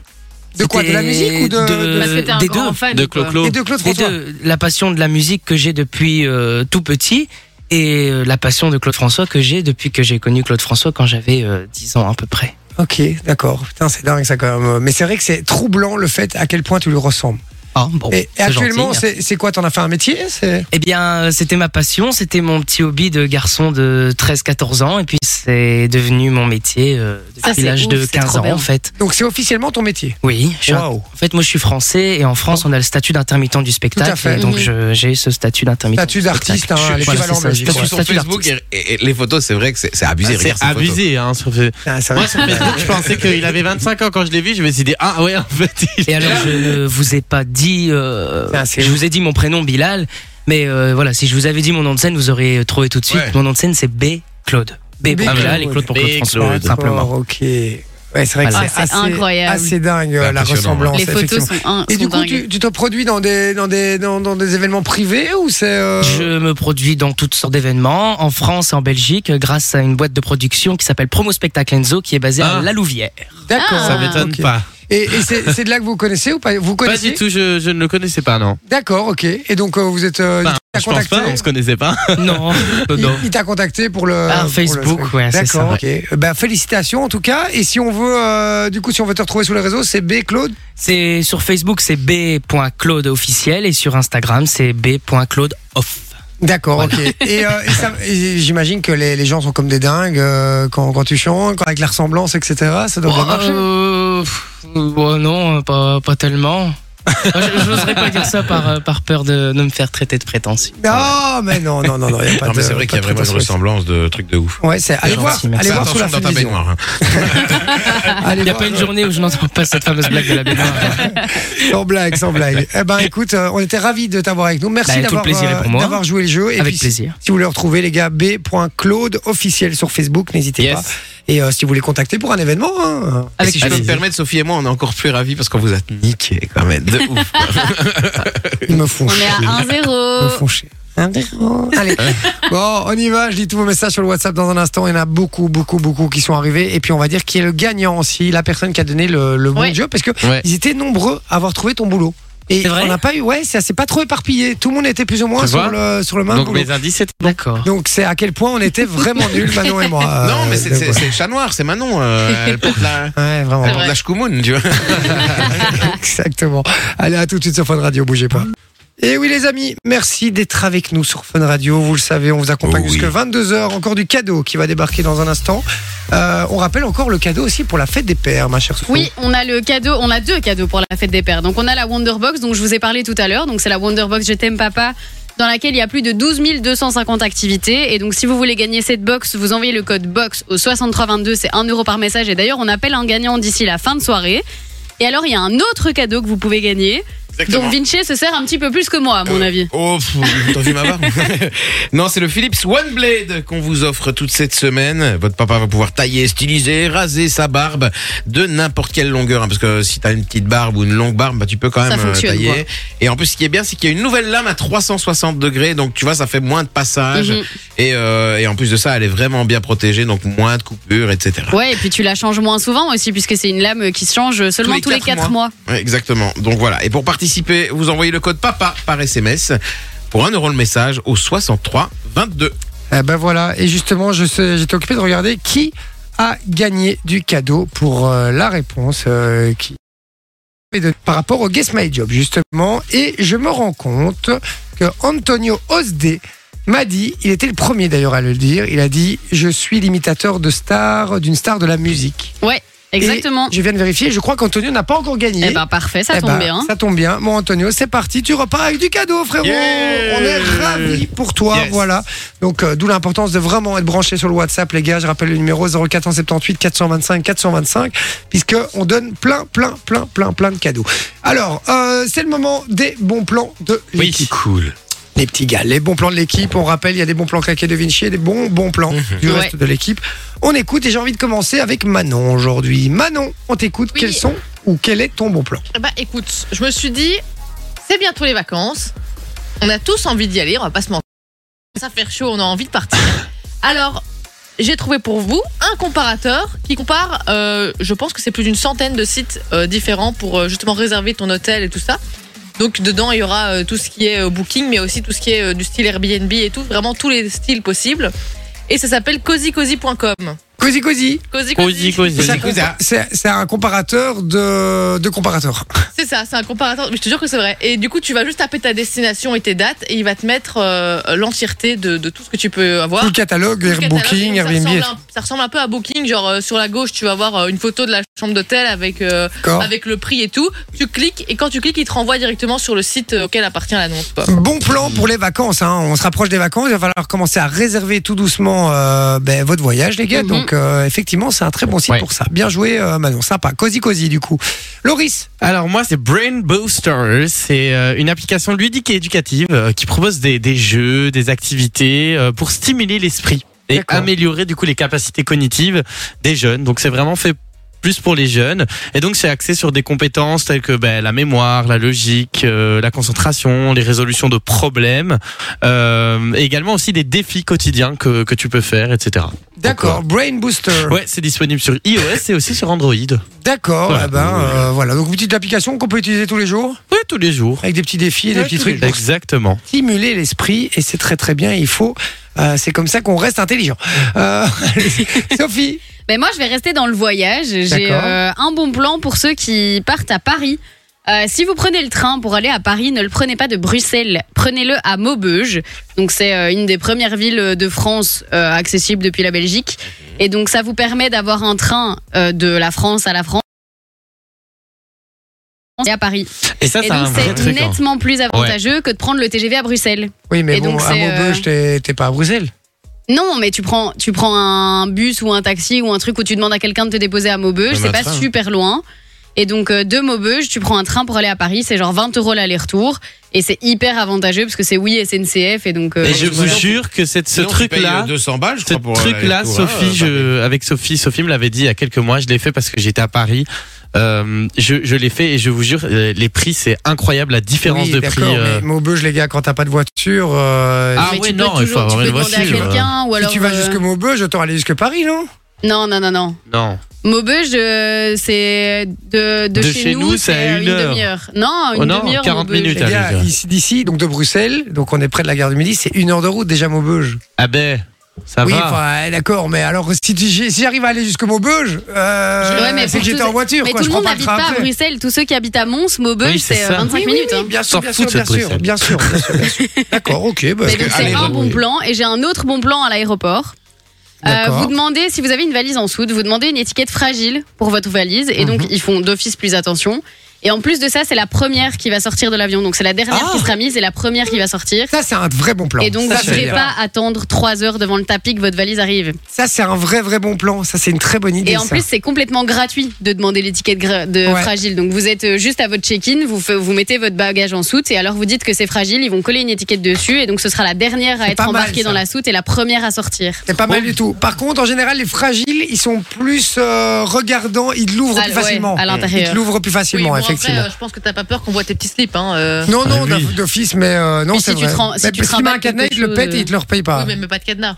S3: De quoi De la
S7: C'était
S3: musique ou de-
S7: de-
S2: Parce que t'es un
S7: des
S2: grand
S7: deux.
S2: fan.
S4: De
S2: quoi.
S4: Clo-Clo.
S3: Les deux Claude
S7: Les
S3: François.
S7: deux, la passion de la musique que j'ai depuis euh, tout petit et euh, la passion de Claude François que j'ai depuis que j'ai connu Claude François quand j'avais euh, 10 ans à peu près.
S3: Ok, d'accord. Putain, c'est dingue ça quand même. Mais c'est vrai que c'est troublant le fait à quel point tu lui ressembles.
S7: Ah, bon,
S3: et et
S7: c'est
S3: actuellement,
S7: gentil. hein.
S3: c'est c'est quoi T'en as fait un métier C'est
S7: Eh bien, euh, c'était ma passion, c'était mon petit hobby de garçon de 13-14 ans et puis c'est devenu mon métier euh,
S2: Ça,
S7: depuis
S2: Ah, c'est
S7: l'âge
S2: ouf,
S7: de
S2: c'est
S7: 15
S2: trop
S7: ans
S2: bien.
S7: en fait.
S3: Donc c'est officiellement ton métier.
S7: Oui, je suis un-
S3: Waouh.
S7: en fait moi je suis français et en France on a le statut d'intermittent du spectacle
S3: fait.
S7: et donc
S2: Mhm.
S7: je- j'ai ce statut d'intermittent.
S3: Statut
S7: du
S3: d'artiste,
S7: spectacle.
S3: hein,
S7: Je- voilà,
S3: l'équivalent
S7: c'est ça,
S3: magique,
S5: Sur
S7: statut- statut
S5: Facebook,
S7: d'artiste.
S5: et, et- et les photos, c'est vrai que c'est c'est abusé.
S4: c'est
S5: Regarde ces photos.
S4: abusé. Hein, sur... Facebook.
S3: Ah, c'est vrai.
S4: Moi, sur Facebook, je pensais qu'il avait 25 ans quand je l'ai vu. Je me suis dit, ah ouais, en fait, il
S7: Et alors je ne vous ai pas dit dit, euh, je vous ai dit mon prénom Bilal, mais euh, voilà, si je vous avais dit mon nom de scène, vous auriez trouvé tout de suite. Mon nom de scène, c'est B. Claude. B pour Bilal et Claude pour Claude François,
S3: D'accord,
S7: simplement.
S3: Ok. Ouais, c'est vrai que
S7: Ah,
S3: c'est
S7: c'est
S3: assez,
S2: incroyable.
S3: assez dingue euh, la
S7: Impressionnant,
S3: ressemblance.
S2: Les photos
S3: effectivement.
S2: sont un-
S3: Et du
S2: sont
S3: coup,
S2: dingues.
S3: tu tu te produis dans des, dans des, dans, dans des événements privés ou c'est. euh,
S7: Je me produis dans toutes sortes d'événements, en France et en Belgique, grâce à une boîte de production qui s'appelle Promo Spectacle Enzo, qui est basée
S4: Ah.
S5: Ah.
S7: à La Louvière.
S3: D'accord. hein.
S4: Ça m'étonne
S3: Ok.
S4: pas.
S3: Et, et c'est (laughs) c'est de là que vous connaissez ou pas Vous
S4: Pas
S3: connaissez
S4: du tout, je, je ne le connaissais pas, non.
S3: D'accord, ok. Et donc euh, vous êtes. euh,
S4: Enfin,
S3: il
S4: Bah, je
S3: t'a
S4: pense
S3: contacté
S4: pas, hein. on se connaissait pas.
S7: Non,
S3: Il,
S4: (laughs) non.
S3: il t'a contacté pour le.
S7: Par
S3: pour le
S7: Ah, Facebook,
S3: truc.
S7: ouais, c'est ça,
S3: D'accord, ok.
S7: ouais.
S3: Euh, Ben, félicitations en tout cas. Et si on veut, euh, du coup, si on veut te retrouver sur les réseaux, c'est B Claude.
S7: C'est sur Facebook, c'est b.claude officiel et sur Instagram, c'est b.claude off.
S3: D'accord, ok. Et, euh, et ça- et j'imagine que les, les gens sont comme des dingues euh, quand, quand tu chantes, quand- avec la ressemblance, etc. Ça doit bien marcher.
S7: Euh, pff, ouais, non, pas, pas tellement. Je n'oserais pas dire ça par, euh, par peur de, de me faire traiter de prétentieux.
S3: Non, mais Oh, non, non, non, non. Y a pas
S5: Non, mais
S3: de-
S5: c'est vrai qu'il
S3: pas
S5: y a
S3: de
S5: vraiment une
S3: prétention.
S5: ressemblance de trucs de ouf.
S3: Ouais, c'est. Allez
S5: Gentil,
S3: voir,
S5: merci.
S3: allez
S5: Fais
S3: voir sous la
S5: attention dans ta
S3: fin de vision.
S5: baignoire. hein.
S3: (laughs) Allez
S7: Il n'y a
S3: voir,
S7: pas une journée où je n'entends pas cette fameuse blague de la baignoire.
S3: Sans blague,
S7: (laughs)
S3: sans blague. Eh ben, écoute, euh, on était ravis de t'avoir avec nous.
S7: Bah,
S3: Merci
S7: tout le
S3: d'avoir
S7: plaisir est
S3: euh,
S7: pour moi.
S3: d'avoir joué le jeu. Et
S7: Avec
S3: puis,
S7: plaisir.
S3: Si vous voulez retrouver les gars, b.claude officiel sur Facebook, n'hésitez
S4: Yes.
S3: pas. Et euh, si vous voulez contacter pour un événement, hein.
S5: Et
S7: Avec
S5: si je peux me
S7: plaisir.
S5: permettre, Sophie et moi, on est encore plus ravis parce qu'on vous a niqué quand même. De
S7: (laughs)
S5: ouf.
S3: ils me font
S2: On est
S3: chier.
S2: à
S3: Ils me
S2: 1-0.
S3: font chier. Hein, Allez, bon, on y va. Je lis tous vos messages sur le WhatsApp dans un instant. Il y en a beaucoup, beaucoup, beaucoup qui sont arrivés. Et puis, on va dire qui est le gagnant aussi, la personne qui a donné le, le bon
S2: Ouais.
S3: job, parce que
S4: Ouais.
S3: ils étaient nombreux à avoir trouvé ton boulot. Et
S7: C'est vrai
S3: on n'a pas eu, ouais, ça s'est pas trop éparpillé. Tout le monde était plus ou moins
S4: Tu
S3: sur
S4: vois
S3: le, sur le même
S4: Donc
S3: boulot.
S4: mes indices étaient bons.
S7: D'accord.
S3: Donc c'est à quel point on
S2: (laughs)
S3: était vraiment nuls, Manon et moi.
S5: (laughs) non, mais c'est-
S3: Euh,
S5: c'est
S3: donc,
S5: c'est le chat noir, c'est Manon. euh, elle porte la, elle
S3: ouais. Ouais, (laughs) vraiment.
S5: porte la chkoumoune, tu vois.
S3: (laughs) Exactement. Allez, à tout de suite sur Fun Radio, bougez pas. Et oui les amis, merci d'être avec nous sur Fun Radio. Vous le savez, on vous accompagne
S5: Oh oui.
S3: jusqu'à 22h. Encore du cadeau qui va débarquer dans un instant. Euh, on rappelle encore le cadeau aussi pour la fête des pères, ma chère Sophie.
S2: Oui, on a le cadeau, on a deux cadeaux pour la fête des pères. Donc on a la Wonderbox dont je vous ai parlé tout à l'heure. Donc c'est la Wonderbox Je t'aime papa dans laquelle il y a plus de 12 250 activités. Et donc si vous voulez gagner cette box, vous envoyez le code box au 6322, c'est 1 euro par message. Et d'ailleurs on appelle un gagnant d'ici la fin de soirée. Et alors il y a un autre cadeau que vous pouvez gagner.
S5: Exactement.
S2: Donc Vinci se sert un petit peu plus que moi à mon avis.
S5: Oh, pff, t'as vu ma barre
S3: (laughs)
S5: Non, c'est le Philips OneBlade qu'on vous offre toute cette semaine. Votre papa va pouvoir tailler, styliser, raser sa barbe de n'importe quelle longueur. hein, parce que si t'as une petite barbe ou une longue barbe, bah, tu peux quand
S2: Ça
S5: même euh,
S2: fonctionne,
S5: tailler.
S2: quoi.
S5: Et en plus, ce qui est bien, c'est qu'il y a une nouvelle lame à 360 degrés. Donc, tu vois, ça fait moins de passages.
S2: Mhm.
S5: et, euh, et en plus de ça, elle est vraiment bien protégée. Donc, moins de coupures, etc.
S2: Ouais, et puis tu la changes moins souvent aussi puisque c'est une lame qui se change seulement tous les 4 mois.
S5: Ouais, exactement. Donc voilà. Et pour participer, vous envoyez le code PAPA par SMS pour 1 euro le message au 63 22.
S3: Eh ben voilà, et justement, je sais- j'étais occupé de regarder qui a gagné du cadeau pour euh, la réponse euh, qui et de- par rapport au Guess My Job justement. Et je me rends compte que Antonio Osde m'a dit, il était le premier d'ailleurs à le dire, il a dit je suis l'imitateur de star d'une star de la musique.
S2: Ouais, exactement.
S3: Et je viens de vérifier, je crois qu'Antonio n'a pas encore gagné.
S2: Eh ben parfait, ça
S3: Eh
S2: tombe
S3: ben,
S2: bien.
S3: Ça tombe bien. Bon, Antonio, c'est parti. Tu repars avec du cadeau, frérot.
S5: Yeah.
S3: On est ravis pour toi.
S5: Yes.
S3: Voilà. Donc, euh, d'où l'importance de vraiment être branché sur le WhatsApp, les gars. Je rappelle le numéro 0478 425 425, puisque on donne plein, plein, plein, plein, plein de cadeaux. Alors, euh, c'est le moment des bons plans de
S4: Oui,
S3: l'équipe.
S4: cool.
S3: Les petits gars, les bons plans de l'équipe. On rappelle, il y a des bons plans claqués de Vinci et des bons, bons plans du
S2: Ouais.
S3: reste de l'équipe. On écoute et j'ai envie de commencer avec Manon aujourd'hui. Manon, on t'écoute.
S6: Oui.
S3: Quels sont ou quel est ton bon plan
S6: Eh Bah écoute, je me suis dit, c'est bientôt les vacances. On a tous envie d'y aller, on va pas se mentir. Ça fait chaud, on a envie de partir. Alors, j'ai trouvé pour vous un comparateur qui compare, euh, je pense que c'est plus d'une centaine de sites euh, différents pour euh, justement réserver ton hôtel et tout ça. Donc dedans, il y aura euh, tout ce qui est euh, booking, mais aussi tout ce qui est euh, du style Airbnb et tout, vraiment tous les styles possibles. Et ça s'appelle cozycozy.com.
S3: Cozy, cozy.
S6: Cozy
S4: Cosy,
S6: Cozy.
S4: cosy.
S3: C'est un compa- C'est c'est un comparateur de, de comparateurs.
S6: C'est ça, c'est un comparateur. Mais je te jure que c'est vrai. Et du coup, tu vas juste taper ta destination et tes dates et il va te mettre euh, l'entièreté de, de tout ce que tu peux avoir.
S3: Tout le catalogue,
S6: Tout le catalogue,
S3: Airbooking,
S6: ça ressemble
S3: Airbnb.
S6: un- ça ressemble un peu à Booking, genre euh, sur la gauche tu vas voir euh, une photo de la chambre d'hôtel avec euh,
S3: D'accord.
S6: avec le prix et tout. Tu cliques et quand tu cliques, il te renvoie directement sur le site euh, auquel appartient l'annonce. quoi.
S3: Bon plan pour les vacances. hein. On se rapproche des vacances. Il va falloir commencer à réserver tout doucement euh, ben, votre voyage, les gars.
S2: Mhm.
S3: Donc, Donc, euh, effectivement, c'est un très bon site pour ça. Bien joué, euh, Manon. Sympa. Cosy Cosy, du coup. Loris
S4: Alors moi c'est Brain Booster, c'est euh, une application ludique et éducative euh, qui propose des, des jeux, des activités euh, pour stimuler l'esprit et améliorer du coup les capacités cognitives des jeunes. Donc c'est vraiment fait plus pour les jeunes et donc c'est axé sur des compétences telles que ben, la mémoire, la logique, euh, la concentration, les résolutions de problèmes, euh, et également aussi des défis quotidiens que, que tu peux faire, etc.
S3: D'accord, Brain Booster.
S4: Ouais, c'est disponible sur iOS et aussi sur Android.
S3: D'accord,
S4: Voilà.
S3: eh ben, euh, voilà. Donc, une petite application qu'on peut utiliser tous les jours
S4: Oui, tous les jours.
S3: Avec des petits défis, des petits trucs pour
S4: Exactement.
S3: stimuler l'esprit et c'est très très bien. Il faut. euh, c'est comme ça qu'on reste intelligent. Euh, (laughs) Sophie
S2: Mais Ben, moi, je vais rester dans le voyage. J'ai
S3: D'accord.
S2: euh, un bon plan pour ceux qui partent à Paris. Euh, si vous prenez le train pour aller à Paris, ne le prenez pas de Bruxelles, prenez-le à Maubeuge. Donc c'est euh, une des premières villes de France euh, accessible depuis la Belgique. Et donc ça vous permet d'avoir un train euh, de la France à la France et à Paris.
S4: Et ça,
S2: et
S4: c'est un
S2: donc
S4: vrai
S2: c'est
S4: truc. hein.
S2: nettement plus avantageux que de prendre le TGV à Bruxelles.
S3: Oui, mais
S2: Et
S3: bon,
S2: donc,
S3: à
S2: c'est, euh,
S3: Maubeuge, t'es- t'es pas à Bruxelles.
S2: Non, mais tu prends, tu prends un bus ou un taxi ou un truc où tu demandes à quelqu'un de te déposer à Maubeuge,
S3: Même
S2: c'est
S3: un
S2: pas
S3: train.
S2: super loin. Et donc euh, de Maubeuge, tu prends un train pour aller à Paris, c'est genre 20 euros l'aller-retour. Et c'est hyper avantageux parce que c'est oui SNCF et donc. euh,
S4: Et je vous
S2: voilà.
S4: jure que cette, ce
S5: Sinon, tu payes,
S4: truc-là,
S5: euh, 200 balles, je
S4: ce
S5: crois, pour
S4: truc-là,
S5: l'aller-retour, hein,
S4: Sophie, je, avec Sophie, Sophie me l'avait dit il y a quelques mois, je l'ai fait parce que j'étais à Paris. Euh, je je l'ai fait et je vous jure, euh, les prix, c'est incroyable la différence
S3: Oui,
S4: de prix.
S3: d'accord,
S4: euh,
S3: mais Maubeuge, les gars, quand t'as pas de voiture. euh,
S4: Ah
S3: si-
S2: Mais
S4: ouais,
S2: tu
S4: non,
S2: peux
S4: il faut
S2: toujours- tu
S4: avoir une
S2: peux demander à
S4: voiture.
S2: quelqu'un ou
S3: si
S2: alors.
S3: tu vas
S2: euh,
S3: jusque Maubeuge, autant aller jusque Paris, non
S2: Non, non, non, non.
S4: Non.
S2: Maubeuge, euh, c'est de, de,
S4: De chez nous, c'est à
S2: euh,
S4: une
S2: une
S4: heure.
S2: demi-heure. Non, Ah, une
S4: Oh non,
S2: demi-heure.
S4: 40
S2: Maubeuge.
S4: minutes.
S3: Les gars,
S4: je veux dire.
S3: ici- d'ici, donc de Bruxelles, donc on est près de la gare du Midi, c'est une heure de route déjà Maubeuge.
S4: Ah ben, ça
S3: oui,
S4: va.
S3: enfin, ouais, d'accord, mais alors si, tu- si j'arrive à aller jusque Maubeuge, euh,
S2: Ouais, mais
S3: c'est
S2: pour
S3: que j'étais
S2: tous-
S3: en voiture,
S2: Mais
S3: quoi,
S2: tout
S3: je
S2: le
S3: prends
S2: monde
S3: pas le
S2: n'habite
S3: train
S2: pas à
S3: après.
S2: Bruxelles. Tous ceux qui habitent à Mons, Maubeuge,
S4: Oui, c'est
S2: c'est euh,
S4: ça.
S2: 25 minutes. hein.
S3: Bien sûr,
S4: S'en
S3: bien sûr,
S4: fout de
S3: bien
S4: cette
S3: sûr,
S4: Bruxelles.
S3: bien sûr, bien sûr, bien sûr. D'accord, ok. bah,
S2: (laughs) Mais donc c'est
S5: allez,
S2: un
S5: bah
S2: bon
S5: oui.
S2: plan et j'ai un autre bon plan à l'aéroport. Euh,
S3: D'accord.
S2: vous demandez si vous avez une valise en soude, vous demandez une étiquette fragile pour votre valise et
S3: Mhm.
S2: donc ils font d'office plus attention. Et en plus de ça, c'est la première qui va sortir de l'avion, donc c'est la dernière qui sera mise et la première qui va sortir.
S3: Ah. Ça, c'est un vrai bon plan.
S2: Et donc
S3: ça,
S2: vous ne
S3: c'est-
S2: devez pas attendre 3 heures devant le tapis que votre valise arrive.
S3: ça, c'est un vrai, vrai bon plan. Ça, c'est une très bonne idée.
S2: Et en
S3: ça.
S2: plus, c'est complètement gratuit de demander l'étiquette gra- de
S3: Ouais.
S2: fragile. Donc vous êtes euh, juste à votre check-in, vous, fe- vous mettez votre bagage en soute et alors vous dites que c'est fragile, ils vont coller une étiquette dessus et donc ce sera la dernière à
S3: C'est
S2: être
S3: pas mal,
S2: embarquée
S3: ça.
S2: dans la soute et la première à sortir.
S3: c'est pas
S4: Oh.
S3: mal du tout. Par contre, en général, les fragiles, ils sont plus euh, regardants, ils l'ouvrent
S2: Ah,
S3: plus
S2: ouais,
S3: facilement.
S2: à l'intérieur.
S3: Ils l'ouvrent plus
S6: Oui,
S3: facilement,
S6: bon, après,
S3: effectivement.
S6: euh, je pense que t'as pas peur qu'on voit tes petits slips. Hein, euh.
S3: Non, non,
S4: Ah, oui.
S3: d'off- d'office, mais euh, non,
S2: Mais
S3: c'est
S2: si tu
S3: vrai.
S2: te rends- si
S3: Mais
S2: tu
S3: parce
S2: te
S3: qu'il met un
S2: ramènes quelque
S3: cadenas, il le
S2: chose,
S3: pète
S2: euh,
S3: et il te le repaye pas.
S6: Oui, mais, mais pas de cadenas.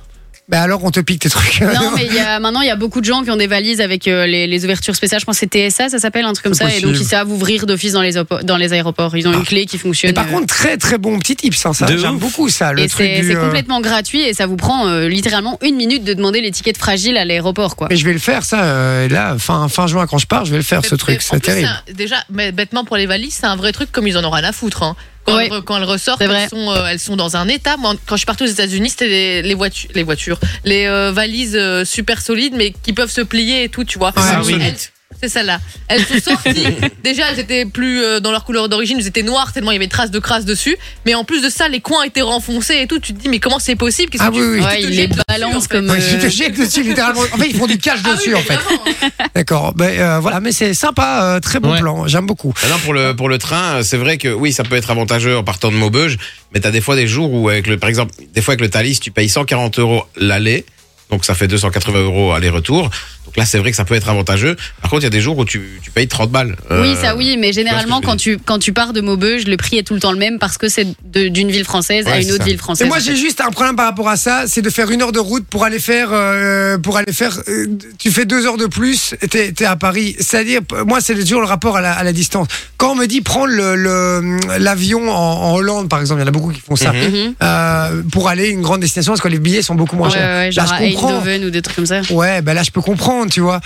S3: Bah alors, on te pique tes trucs. (laughs)
S2: Non, mais il y a, maintenant, il y a beaucoup de gens qui ont des valises avec euh, les, les ouvertures spéciales. Je pense que c'est TSA, ça s'appelle, un truc comme
S3: C'est
S2: ça. Et donc,
S3: possible.
S2: ils savent ouvrir d'office dans les, opo- dans les aéroports. Ils ont une clé qui fonctionne.
S3: Ah. Et par
S2: euh,
S3: contre, très très bon petit tips, hein, ça.
S4: De
S3: J'aime
S4: ouf.
S3: beaucoup ça, le
S2: et
S3: truc
S2: c'est
S3: du.
S2: c'est
S3: euh,
S2: complètement gratuit et ça vous prend euh, littéralement une minute de demander l'étiquette fragile à l'aéroport, quoi.
S3: Mais je vais le faire, ça. euh, là, fin, fin juin, quand je pars, je vais le faire, ce
S6: Mais-
S3: truc.
S6: mais en
S3: C'est
S6: plus,
S3: terrible.
S6: c'est un- déjà, mais bêtement pour les valises, c'est un vrai truc comme ils en auront rien à foutre. hein. Quand,
S2: Ouais.
S6: elles, re- quand elles ressortent,
S2: C'est vrai.
S6: elles sont, euh, elles sont dans un état. Moi, quand je suis partie aux États-Unis, c'était les, les voitures, les voitures, les euh, valises euh, super solides, mais qui peuvent se plier et tout, tu vois.
S3: Ah
S4: oui.
S6: Elles- C'est celle-là. Elles sont
S3: (laughs)
S6: sorties. déjà, elles étaient plus euh, dans leur couleur d'origine, elles étaient noires tellement il y avait des traces de crasse dessus. Mais en plus de ça, les coins étaient renfoncés et tout. Tu te dis, mais comment c'est possible Qu'est-ce
S3: Ah
S6: que tu
S3: oui, oui.
S6: tu
S2: Ouais,
S6: te
S2: ils les
S6: jettes dessus, en
S2: balancent
S6: fait.
S2: comme.
S3: Ouais, ils te
S2: euh,
S3: jettent dessus, littéralement. En fait, ils font du cash
S6: Ah oui,
S3: dessus, en fait.
S6: évidemment.
S3: D'accord. Ben, euh, voilà, mais c'est sympa, euh, très bon
S4: Ouais.
S3: plan. J'aime beaucoup.
S5: Ah Non, pour le, pour le train, euh, c'est vrai que oui, ça peut être avantageux en partant de Maubeuge, mais t'as des fois des jours où, avec le, par exemple, des fois avec le Thalys, tu payes 140 euros l'aller, donc ça fait 280 euros aller-retour. Donc là, c'est vrai que ça peut être avantageux. Par contre, il y a des jours où tu, tu payes 30 balles.
S2: Oui,
S5: Euh,
S2: ça oui, mais généralement,
S5: je veux
S2: quand tu, quand tu pars de Maubeuge, le prix est tout le temps le même parce que c'est de- d'une ville française à
S5: Ouais,
S2: une
S5: c'est
S2: autre
S5: ça.
S2: ville
S3: Et
S2: française.
S3: moi,
S2: en fait.
S3: j'ai juste un problème par rapport à ça, c'est de faire une heure de route pour aller faire, euh, pour aller faire. euh, tu fais deux heures de plus, et t'es t'es à Paris. C'est-à-dire, p- moi, c'est toujours le rapport à la, à la distance. Quand on me dit prendre l'avion le, l'avion en, en Hollande, par exemple, il y en a beaucoup qui font ça,
S2: Mhm.
S3: euh, pour aller à une grande destination, parce que les billets sont beaucoup moins
S2: Ouais,
S3: chers.
S2: ouais,
S3: Là,
S2: genre à
S3: je comprends.
S2: Eindhoven ou des trucs comme ça.
S3: Ouais, ben là, je peux comprendre, tu vois.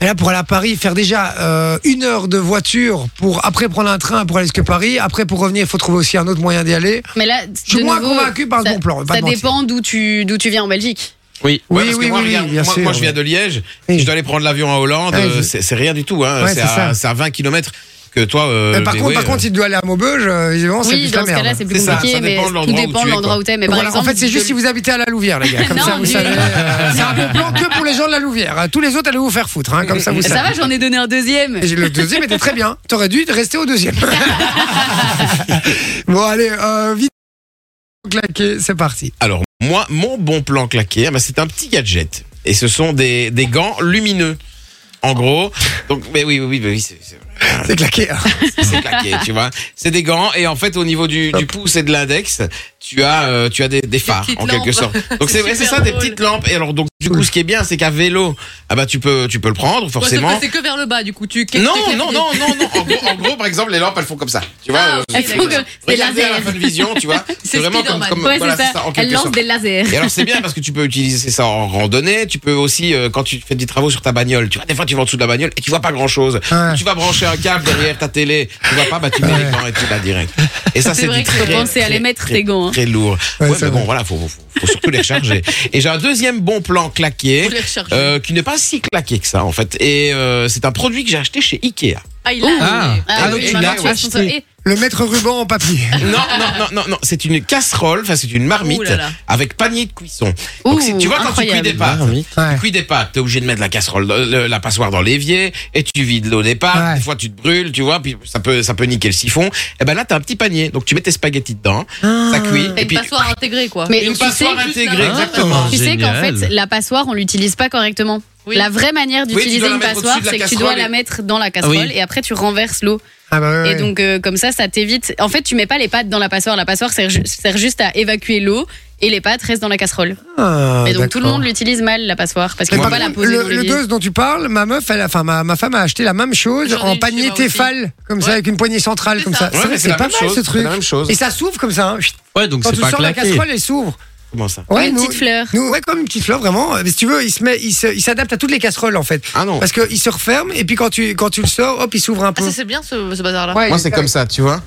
S3: Mais là, pour aller à Paris, faire déjà euh, une heure de voiture pour après prendre un train pour aller jusque Paris, après pour revenir, il faut trouver aussi un autre moyen d'y aller.
S2: Mais là,
S3: Je suis
S2: de
S3: moins
S2: nouveau,
S3: convaincu par le
S2: ça-
S3: bon plan. pas
S2: Ça
S3: de mentir.
S2: dépend d'où tu, d'où tu viens en Belgique.
S4: Oui.
S5: Ouais,
S3: Oui,
S5: parce que
S3: oui,
S5: moi,
S3: oui, oui,
S5: regarde,
S3: bien
S5: moi,
S3: sûr,
S5: moi, je
S3: oui.
S5: viens de Liège,
S3: Oui.
S5: je dois aller prendre l'avion à Hollande,
S3: Ouais,
S5: euh,
S3: je-
S5: c'est c'est rien du tout, hein,
S3: Ouais,
S5: c'est
S3: c'est
S5: à,
S3: ça.
S5: c'est à 20 km que toi. euh,
S3: Euh, par,
S5: mais
S3: contre,
S5: ouais,
S3: par
S5: euh,
S3: contre, si tu dois aller à Maubeuge, euh, évidemment, c'est
S2: Oui,
S3: plus
S2: dans
S3: la
S2: ce cas-là,
S3: merde.
S2: c'est plus
S5: C'est ça,
S2: compliqué,
S5: ça
S2: mais
S5: dépend de
S2: tout
S5: l'endroit où
S2: dépend
S5: tu
S2: de
S5: es,
S2: l'endroit
S5: quoi.
S2: où t'es. Mais par
S3: Voilà, en
S2: exemple,
S3: fait, c'est juste
S2: de-
S3: si vous habitez à la Louvière, les gars. Comme
S2: Non,
S3: ça, vous
S2: du-
S3: savez. euh, c'est un bon plan que pour les gens de la Louvière. Euh, Tous les autres, allez vous faire foutre. hein, comme ça, vous
S2: Ça
S3: savez.
S2: va, j'en ai donné un deuxième.
S3: Et Le deuxième était très bien. T'aurais dû rester au deuxième. (laughs) bon, allez, euh, vite. Claqué, c'est parti.
S5: Alors, moi, mon bon plan claqué, ah bah, c'est un petit gadget. Et ce sont des, des gants lumineux. En gros. Donc, mais oui, oui, oui, oui, c'est- c'est
S3: C'est claqué. hein.
S5: c'est claqué, tu vois. C'est des gants et en fait au niveau du, du pouce et de l'index, tu as euh, tu as des, des phares
S6: petites
S5: en quelque
S6: lampes.
S5: sorte. Donc c'est
S6: C'est
S5: vrai, c'est
S6: super
S5: ça, des
S6: drôle.
S5: petites lampes. Et alors donc du coup, ce qui est bien, c'est qu'à vélo, ah bah tu peux tu peux le prendre
S6: Bon, sauf que
S5: forcément.
S6: C'est que vers le bas, du coup. Tu
S5: Non, non, non, non, non. En gros, en gros, par exemple, les lampes, elles font comme ça. Tu vois,
S6: Ah,
S5: euh,
S6: ok,
S5: c'est-
S2: Elles font que- c'est
S5: regardez à la
S2: laser.
S5: fin de vision, tu vois. C'est (laughs)
S6: C'est
S5: vraiment comme,
S6: Spider-Man.
S5: comme
S2: Ouais,
S5: voilà,
S2: c'est ça.
S5: en
S2: Elle
S5: quelque
S2: lance
S5: sorte.
S2: des lasers.
S5: Et alors c'est bien parce que tu peux utiliser ça en randonnée, tu peux aussi euh, quand tu fais des travaux sur ta bagnole, tu vois des fois tu vas en dessous de la bagnole et tu vois pas grand chose.
S3: Ouais.
S5: Tu vas brancher un câble derrière ta télé, tu vois pas, bah tu mets les gants et tu vas direct. Et ça
S2: C'est
S5: c'est
S2: vrai
S5: du
S2: qu'il faut
S5: très,
S2: penser à
S5: très,
S2: les mettre,
S5: très,
S2: tes gants, hein.
S5: Très lourd.
S3: Ouais,
S5: Ouais,
S3: c'est
S5: mais bon
S3: vrai.
S5: voilà, faut, faut, faut surtout les recharger. Et j'ai un deuxième bon plan claqué
S6: Faut les recharger.
S5: euh, qui n'est pas si claqué que ça en fait. Et euh, c'est un produit que j'ai acheté chez Ikea.
S6: Ah, il a.
S4: Ah.
S5: Ah, donc
S2: oui,
S5: tu
S2: maintenant,
S5: l'as,
S2: tu
S5: ouais.
S2: vas sur Eh. toi. Et-
S3: Le maître ruban en papier.
S5: Non, non, non, non, non, c'est une casserole, enfin c'est une marmite
S6: Ouh là là.
S5: avec panier de cuisson.
S2: Ouh,
S5: Donc si- tu vois quand tu cuis des
S2: incroyable.
S5: pâtes,
S3: Ouais.
S5: tu cuis des pâtes, t'es obligé de mettre la casserole, dans- le- la passoire dans l'évier, et tu vides l'eau des pâtes.
S3: Ouais.
S5: Des fois, tu te brûles, tu vois, puis ça peut, ça peut niquer le siphon. Et ben là, t'as un petit panier, donc tu mets tes spaghettis dedans,
S3: Ah.
S5: ça cuit,
S6: T'as
S5: et
S6: une
S5: puis
S6: passoire intégrée, quoi.
S2: Ah. Mais
S5: une
S2: tu
S5: passoire
S2: sais-
S5: intégrée,
S4: Ah.
S5: exactement.
S2: Tu sais qu'en
S4: Génial.
S2: fait, la passoire, on l'utilise pas correctement.
S6: Oui.
S2: La vraie manière
S5: dois
S2: d'utiliser
S5: la
S2: une
S5: mettre
S2: passoire,
S5: au-dessus de la
S2: c'est que tu
S5: casserole
S2: dois la
S5: et-
S2: mettre dans la casserole
S4: Oui.
S2: et après tu renverses l'eau.
S3: Ah bah ouais,
S2: Et
S3: ouais.
S2: donc euh, comme ça, ça t'évite. En fait, tu mets pas les pâtes dans la passoire. La passoire sert, ju- sert juste à évacuer l'eau et les pâtes restent dans la casserole.
S3: Ah,
S2: et donc tout le
S3: d'accord.
S2: monde l'utilise mal la passoire parce
S3: Mais
S2: qu'on peut
S3: par
S2: pas la
S3: contre,
S2: poser. dans
S3: le, le
S2: l'évier.
S3: dose dont tu parles, ma meuf, elle, a- enfin ma, ma femme a acheté la même chose
S6: J'en ai
S3: en
S6: une
S3: panier
S6: chez moi aussi.
S3: Tefal, comme ça,
S6: Ouais.
S3: avec une poignée centrale,
S6: C'est
S3: comme
S6: ça.
S3: ça.
S5: Ouais,
S3: C'est vrai
S5: mais
S3: que
S5: c'est
S3: c'est
S5: la
S3: pas
S5: même
S3: mal
S5: chose,
S3: ce
S5: c'est
S3: truc.
S5: la même chose.
S3: Et ça s'ouvre comme ça. hein.
S4: Ouais, donc
S3: Quand
S4: c'est
S3: tu
S4: pas
S3: sors la
S4: claqué.
S3: casserole, elle s'ouvre.
S5: Comment ça
S2: Une petite fleur.
S3: Nous, ouais, comme une petite fleur, vraiment. Euh, Si tu veux, il se met, il se- il s'adapte à toutes les casseroles en fait.
S5: Ah non.
S3: Parce qu'il se referme et puis quand tu, quand tu le sors, hop, il s'ouvre un
S6: Ah,
S3: peu.
S6: ça, c'est bien ce, ce bazar-là.
S3: Ouais,
S5: Moi,
S3: il-
S5: c'est comme ça, tu vois.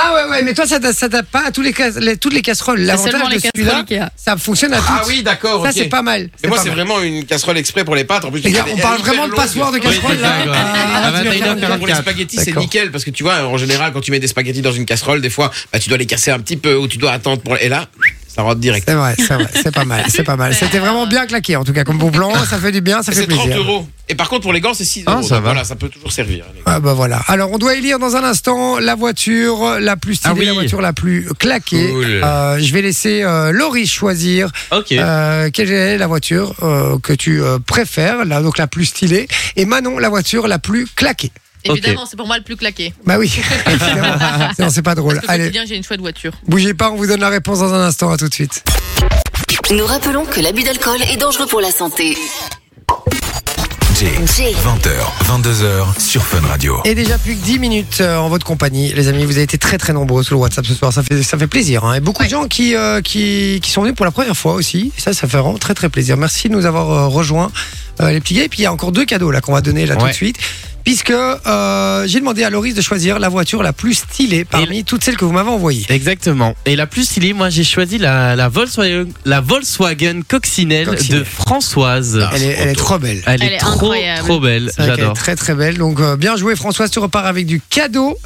S3: Ah ouais, ouais, mais toi, ça t'a- ça tape pas à tous les cas- les- toutes les casseroles.
S2: seulement
S3: L'avantage de
S2: les
S3: celui-là,
S2: casseroles Ikea.
S3: ça fonctionne à toutes.
S5: Ah oui, d'accord.
S3: Ça,
S5: ok.
S3: c'est pas mal.
S5: Mais moi,
S3: pas
S5: c'est
S3: mal.
S5: vraiment une casserole exprès pour les pâtes. En plus,
S3: Les gars,
S5: elle-
S3: on
S5: elle est
S3: parle
S5: hyper
S3: vraiment de
S5: longue.
S3: passoire de
S5: Oui,
S3: casserole
S4: c'est
S3: là.
S4: ça, ouais.
S3: Ah,
S4: À
S3: tu vas faire
S4: 21h44.
S3: un
S5: Pour les spaghettis, c'est
S3: D'accord.
S5: nickel parce que tu vois, en général, quand tu mets des spaghettis dans une casserole, des fois, bah, tu dois les casser un petit peu ou tu dois attendre pour. Et là, ça rentre direct.
S3: C'est vrai, c'est vrai, c'est pas mal, c'est pas mal. C'était vraiment bien claqué en tout cas, comme bon plan, ça fait du bien, ça fait
S5: C'est 30
S3: plaisir.
S5: euros. Et par contre, pour les gants, c'est 6
S4: Ah,
S5: euros.
S4: ça
S5: Donc
S4: va.
S5: Voilà, ça peut toujours servir. les gars.
S3: Ah bah voilà. Alors on doit élire dans un instant la voiture la plus stylée,
S4: Ah oui.
S3: la voiture la plus claquée.
S5: Cool.
S3: Euh, je vais laisser euh, Laurie choisir
S4: Ok.
S3: euh, quelle est la voiture euh, que tu euh, préfères, là, donc la plus stylée, et Manon la voiture la plus claquée.
S6: Évidemment, c'est pour moi le plus claqué. (laughs)
S3: Bah oui, évidemment. Sinon, c'est pas drôle.
S6: Parce que
S3: Allez,
S6: quotidien, j'ai une chouette voiture.
S3: bougez pas, on vous donne la réponse dans un instant, à tout de suite.
S8: Nous rappelons que l'abus d'alcool est dangereux pour la santé.
S1: Jay,
S8: Jay.
S1: 20h, 22h sur Fun Radio.
S3: Et déjà plus que 10 minutes euh, en votre compagnie, les amis. Vous avez été très très nombreux sur le WhatsApp ce soir. Ça fait, ça fait plaisir. hein. Et beaucoup de gens qui, euh, qui, qui sont venus pour la première fois aussi. Et ça, ça fait vraiment très très plaisir. Merci de nous avoir euh, rejoints, euh, les petits gars. Et puis il y a encore deux cadeaux là qu'on va donner là tout
S4: Ouais.
S3: de suite. Puisque euh, j'ai demandé à Loris de choisir la voiture la plus stylée parmi toutes celles que vous m'avez envoyées.
S4: Exactement. Et la plus stylée, moi j'ai choisi la, la Volkswagen, la Volkswagen Coccinelle,
S3: Coccinelle.
S4: de Françoise.
S3: Elle est, elle est trop belle.
S4: Elle est,
S2: Elle est
S4: trop
S2: incroyable.
S4: trop belle.
S3: C'est vrai qu'elle est
S4: J'adore.
S3: très très belle. Donc euh, bien joué Françoise, tu repars avec du cadeau.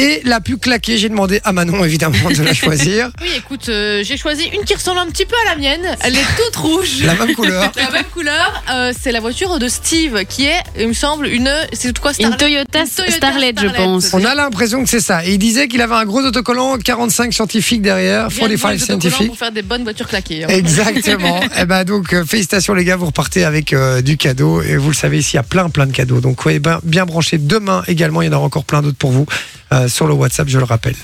S3: Et la plus claquée, j'ai demandé à Manon
S4: (laughs)
S3: évidemment de la choisir.
S6: (laughs) Oui, écoute, euh, j'ai choisi une qui ressemble un petit peu à la mienne. Elle est toute rouge.
S3: La même couleur.
S6: La même couleur, euh, c'est la voiture de Steve qui est, il me semble, une. C'est quoi
S2: Une
S6: Starlet
S2: Toyota,
S6: Une Toyota
S2: Starlet, je
S6: Starlet.
S2: pense.
S3: On a l'impression que c'est ça. Et il disait qu'il avait un gros autocollant, 45 scientifiques derrière,
S6: Bien joué,
S3: 45
S6: les autocollants
S3: scientifiques.
S6: Pour faire des bonnes voitures claquées. hein. (laughs)
S3: Exactement. et ben donc euh, félicitations les gars, vous repartez avec euh, du cadeau et vous le savez ici il y a plein plein de cadeaux. Donc ouais, ben, bien branché demain également, il y en aura encore plein d'autres pour vous euh, sur le WhatsApp, je le rappelle.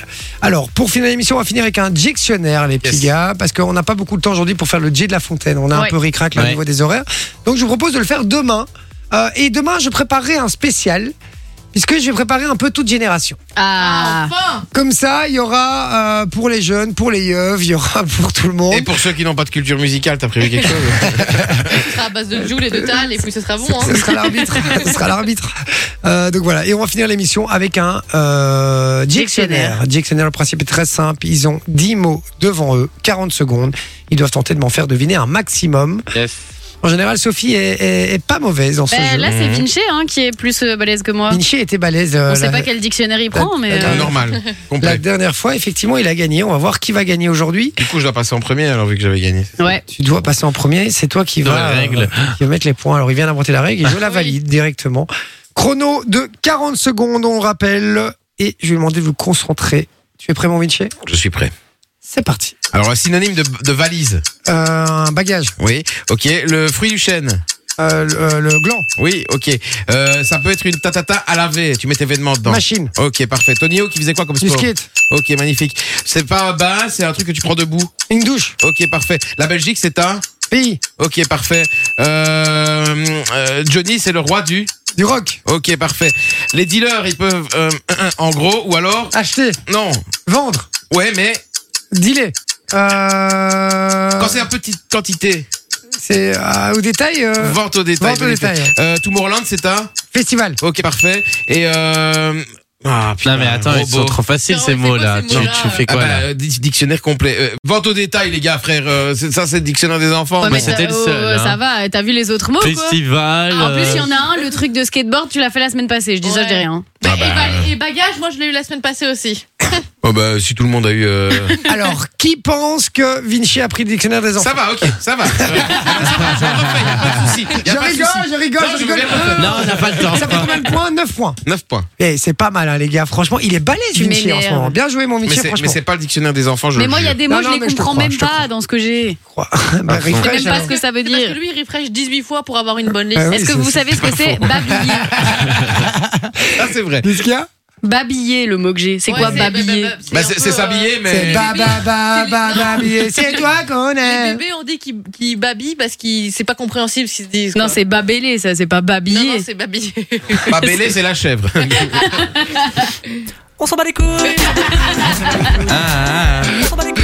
S3: Alors pour finir l'émission, on va finir avec un dictionnaire les petits
S5: Yes.
S3: gars parce qu'on n'a pas beaucoup de temps aujourd'hui pour faire le J de la Fontaine. On a un
S2: Ouais.
S3: peu ricrac là, au
S4: Ouais.
S3: niveau des horaires. Donc je vous propose de le faire demain. Euh, et demain, je préparerai un spécial puisque je vais préparer un peu toute génération.
S2: Ah,
S6: Ah, enfin
S3: Comme ça, il y aura euh, pour les jeunes, pour les yeux, il y aura (laughs) pour tout le monde.
S5: Et pour ceux qui n'ont pas de culture musicale, t'as prévu quelque chose
S6: Ce sera à base de Joule et de Tal, et puis ce sera bon. hein.
S3: Ce sera l'arbitre. Ce sera l'arbitre. (laughs) Euh, donc voilà. Et on va finir l'émission avec un euh, dictionnaire. Dictionnaire, le principe est très simple. Ils ont 10 mots devant eux, 40 secondes. Ils doivent tenter de m'en faire deviner un maximum. En général, Sophie est, est- est pas mauvaise dans ce
S2: Ben,
S3: jeu.
S2: là,
S4: Mhm.
S5: Mmh.
S2: c'est Vinci hein, qui est plus euh, balèze que moi.
S3: Vinci était balèze. euh,
S2: On sait
S3: la-
S2: pas quel dictionnaire il prend, mais.
S4: Ah,
S2: euh, (laughs)
S5: Normal,
S3: (laughs) La
S5: complet.
S3: dernière fois, effectivement, il a gagné. On va voir qui va gagner aujourd'hui.
S5: Du coup, je dois passer en premier alors vu que j'avais gagné.
S2: Ouais.
S3: Tu dois passer en premier. C'est toi qui
S4: Dans
S3: va,
S4: la règle.
S3: qui va mettre les points. Alors, il vient d'inventer la
S5: Ah.
S3: règle. et Je la
S6: Oui.
S3: valide directement. Chrono de 40 secondes, on rappelle. Et je vais demander de vous concentrer. Tu es prêt, mon Vinci
S5: Je suis prêt.
S3: C'est parti.
S5: Alors, synonyme de, de valise.
S3: Euh, un bagage.
S5: Oui. Ok. Le fruit du chêne.
S3: Euh, le, euh, le gland.
S5: Oui. Ok. Euh, ça peut être une tatata à laver. Tu mets tes vêtements dedans.
S3: Machine.
S5: Ok, parfait. Tonio qui faisait quoi comme
S3: Du
S5: sport
S3: skate.
S5: Ok, magnifique. C'est pas un bain, c'est un truc que tu prends debout.
S3: Une douche.
S5: Ok, parfait. La Belgique, c'est un.
S3: Pays.
S5: Ok, parfait. Euh, euh, Johnny, c'est le roi du.
S3: Du rock.
S5: Ok, parfait. Les dealers, ils peuvent, euh, en gros, ou alors,
S3: Acheter.
S5: non.
S3: Vendre.
S5: Ouais, mais
S3: Dealer. Euh,
S5: quand c'est un petite quantité,
S3: c'est euh, au détail. euh,
S5: vente au détail.
S3: vente au
S5: magnifique.
S3: détail.
S5: Euh, Tomorrowland, c'est un.
S3: festival.
S5: Ok, parfait. Et euh, ah putain,
S4: Non, mais attends, ils
S5: robot.
S4: sont trop faciles
S6: Non,
S4: ces
S6: c'est quoi
S4: mots-là.
S6: ces
S4: Tu,
S6: mots-là
S4: tu fais
S5: Ah
S4: quoi
S5: bah,
S4: là
S5: euh, dic- dictionnaire complet. Euh, vente au détail, les gars, frères. euh, c'est- ça, c'est le dictionnaire des enfants.
S2: Ouais,
S5: mais
S2: mais
S4: c'était
S2: t'as-
S4: le seul,
S2: oh, ouais,
S4: hein.
S2: Ça va, t'as vu les autres mots quoi
S4: Festival.
S2: Ah, En plus, il y
S4: euh,
S2: en a un, le truc de skateboard, tu l'as fait la semaine passée. Je dis ça, je dis
S6: Ouais.
S2: rien.
S6: Mais
S5: Ah
S6: et
S5: bah.
S6: ba- Et bagage, moi je l'ai eu la semaine passée aussi.
S5: Oh bah, si tout le monde a eu.
S2: (laughs)
S5: euh, (laughs)
S3: Alors, qui pense que Vinci a pris le dictionnaire des enfants
S5: Ça va, ok, ça
S3: (laughs)
S5: va. Euh, ça va, je refais, y a pas de souci.
S3: Je
S5: Y a pas de
S3: rigole,
S5: souci.
S3: je rigole,
S5: Non,
S3: je
S5: je
S3: rigole.
S5: voulais refaire.
S4: Non, on n'a pas le temps.
S3: Ça fait combien de points 9 points.
S5: 9 points.
S3: Eh, c'est pas mal, hein, les gars. Franchement, il est balèze,
S2: Tu
S3: Vinci, en ce
S2: m'énerves.
S3: moment. Bien joué, mon
S5: Mais
S3: Vinci,
S5: c'est- mais
S3: franchement.
S5: c'est pas le dictionnaire des enfants, je
S2: euh, Mais
S5: le
S2: moi, il y a
S5: jure.
S2: des mots,
S3: Non,
S2: je
S3: non,
S2: les
S3: mais je te
S2: comprends
S3: crois, je
S2: même
S3: te
S2: pas dans ce que j'ai.
S3: Bah,
S5: Je sais
S2: Je
S5: Ouais,
S2: sais même
S3: refresh,
S2: pas
S3: alors.
S2: ce que ça veut
S6: C'est parce
S2: dire.
S6: que lui il refresh 18 fois pour avoir une bonne liste.
S3: Ah oui,
S2: Est-ce que
S3: c'est-
S2: vous
S3: c'est
S2: savez ce que c'est Babiller.
S5: Ah, c'est vrai.
S3: Qu'est-ce qu'il y a
S2: Babiller, le mot que j'ai. C'est
S6: Ouais,
S2: quoi
S6: bah, bah,
S2: babiller
S6: bah,
S5: Bah,
S6: un
S5: c'est
S6: peu,
S5: c'est
S6: euh,
S5: s'habiller,
S3: C'est
S5: (laughs) mais.
S3: ba
S6: (laughs)
S3: ba ba
S6: les-
S3: ba ba billet. C'est
S6: (laughs)
S3: toi qu'on
S6: Les
S3: aime.
S6: bébés ont dit qu'ils qu'ils babillent parce que c'est pas compréhensible ce qu'ils se disent.
S2: Non,
S6: quoi.
S2: c'est babellé, ça, c'est pas
S6: Non, non,
S2: babiller.
S6: c'est babiller.
S5: Pas bêlé, Bah, c'est la
S3: (laughs)
S5: chèvre.
S7: (laughs) On s'en bat les couilles,
S4: Ah, ah,
S7: on s'en bat les couilles.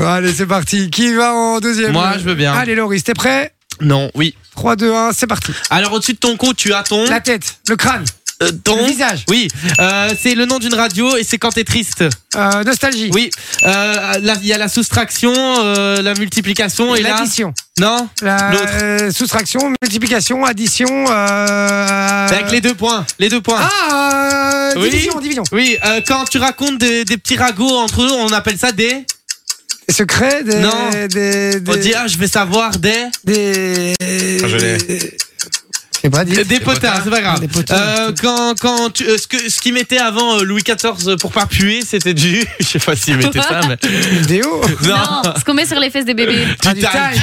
S3: Bon, allez, c'est parti. Qui va en
S4: ah.
S3: deuxième
S4: Moi, je veux bien.
S3: Allez, Loris, t'es prêt
S4: Non, oui.
S3: 3, 2, 1, c'est parti.
S4: Alors, au-dessus de ton cou, tu as ton.
S3: La tête, le crâne,
S4: euh,
S3: le
S4: ton.
S3: visage,
S4: Oui, euh, c'est le nom d'une radio et c'est quand t'es triste.
S3: euh, nostalgie,
S4: Oui, euh, là, il y a la soustraction, euh, la multiplication et là.
S3: l'addition,
S4: Non,
S3: la
S4: L'autre.
S3: euh, soustraction, multiplication, addition. euh,
S4: avec les deux points, les deux points.
S3: Ah, euh,
S4: Oui.
S3: division, division.
S4: oui, euh, quand tu racontes des, des petits ragots entre eux, on appelle ça des.
S3: Secret des.
S4: Non.
S3: Des, des,
S4: On dit ah, je vais savoir des.
S3: des...
S5: Ah, je l'ai.
S3: Je sais pas, dis.
S4: Des, potins, c'est pas grave.
S3: Des potins.
S4: Euh, quand quand tu- euh, ce que ce qui mettait avant euh, Louis XIV pour pas puer, c'était du. (laughs) Je sais pas s'il mettait ça, mais (laughs)
S3: Vidéo.
S2: Non, ce qu'on met sur les fesses des bébés.
S3: Ah, du tag.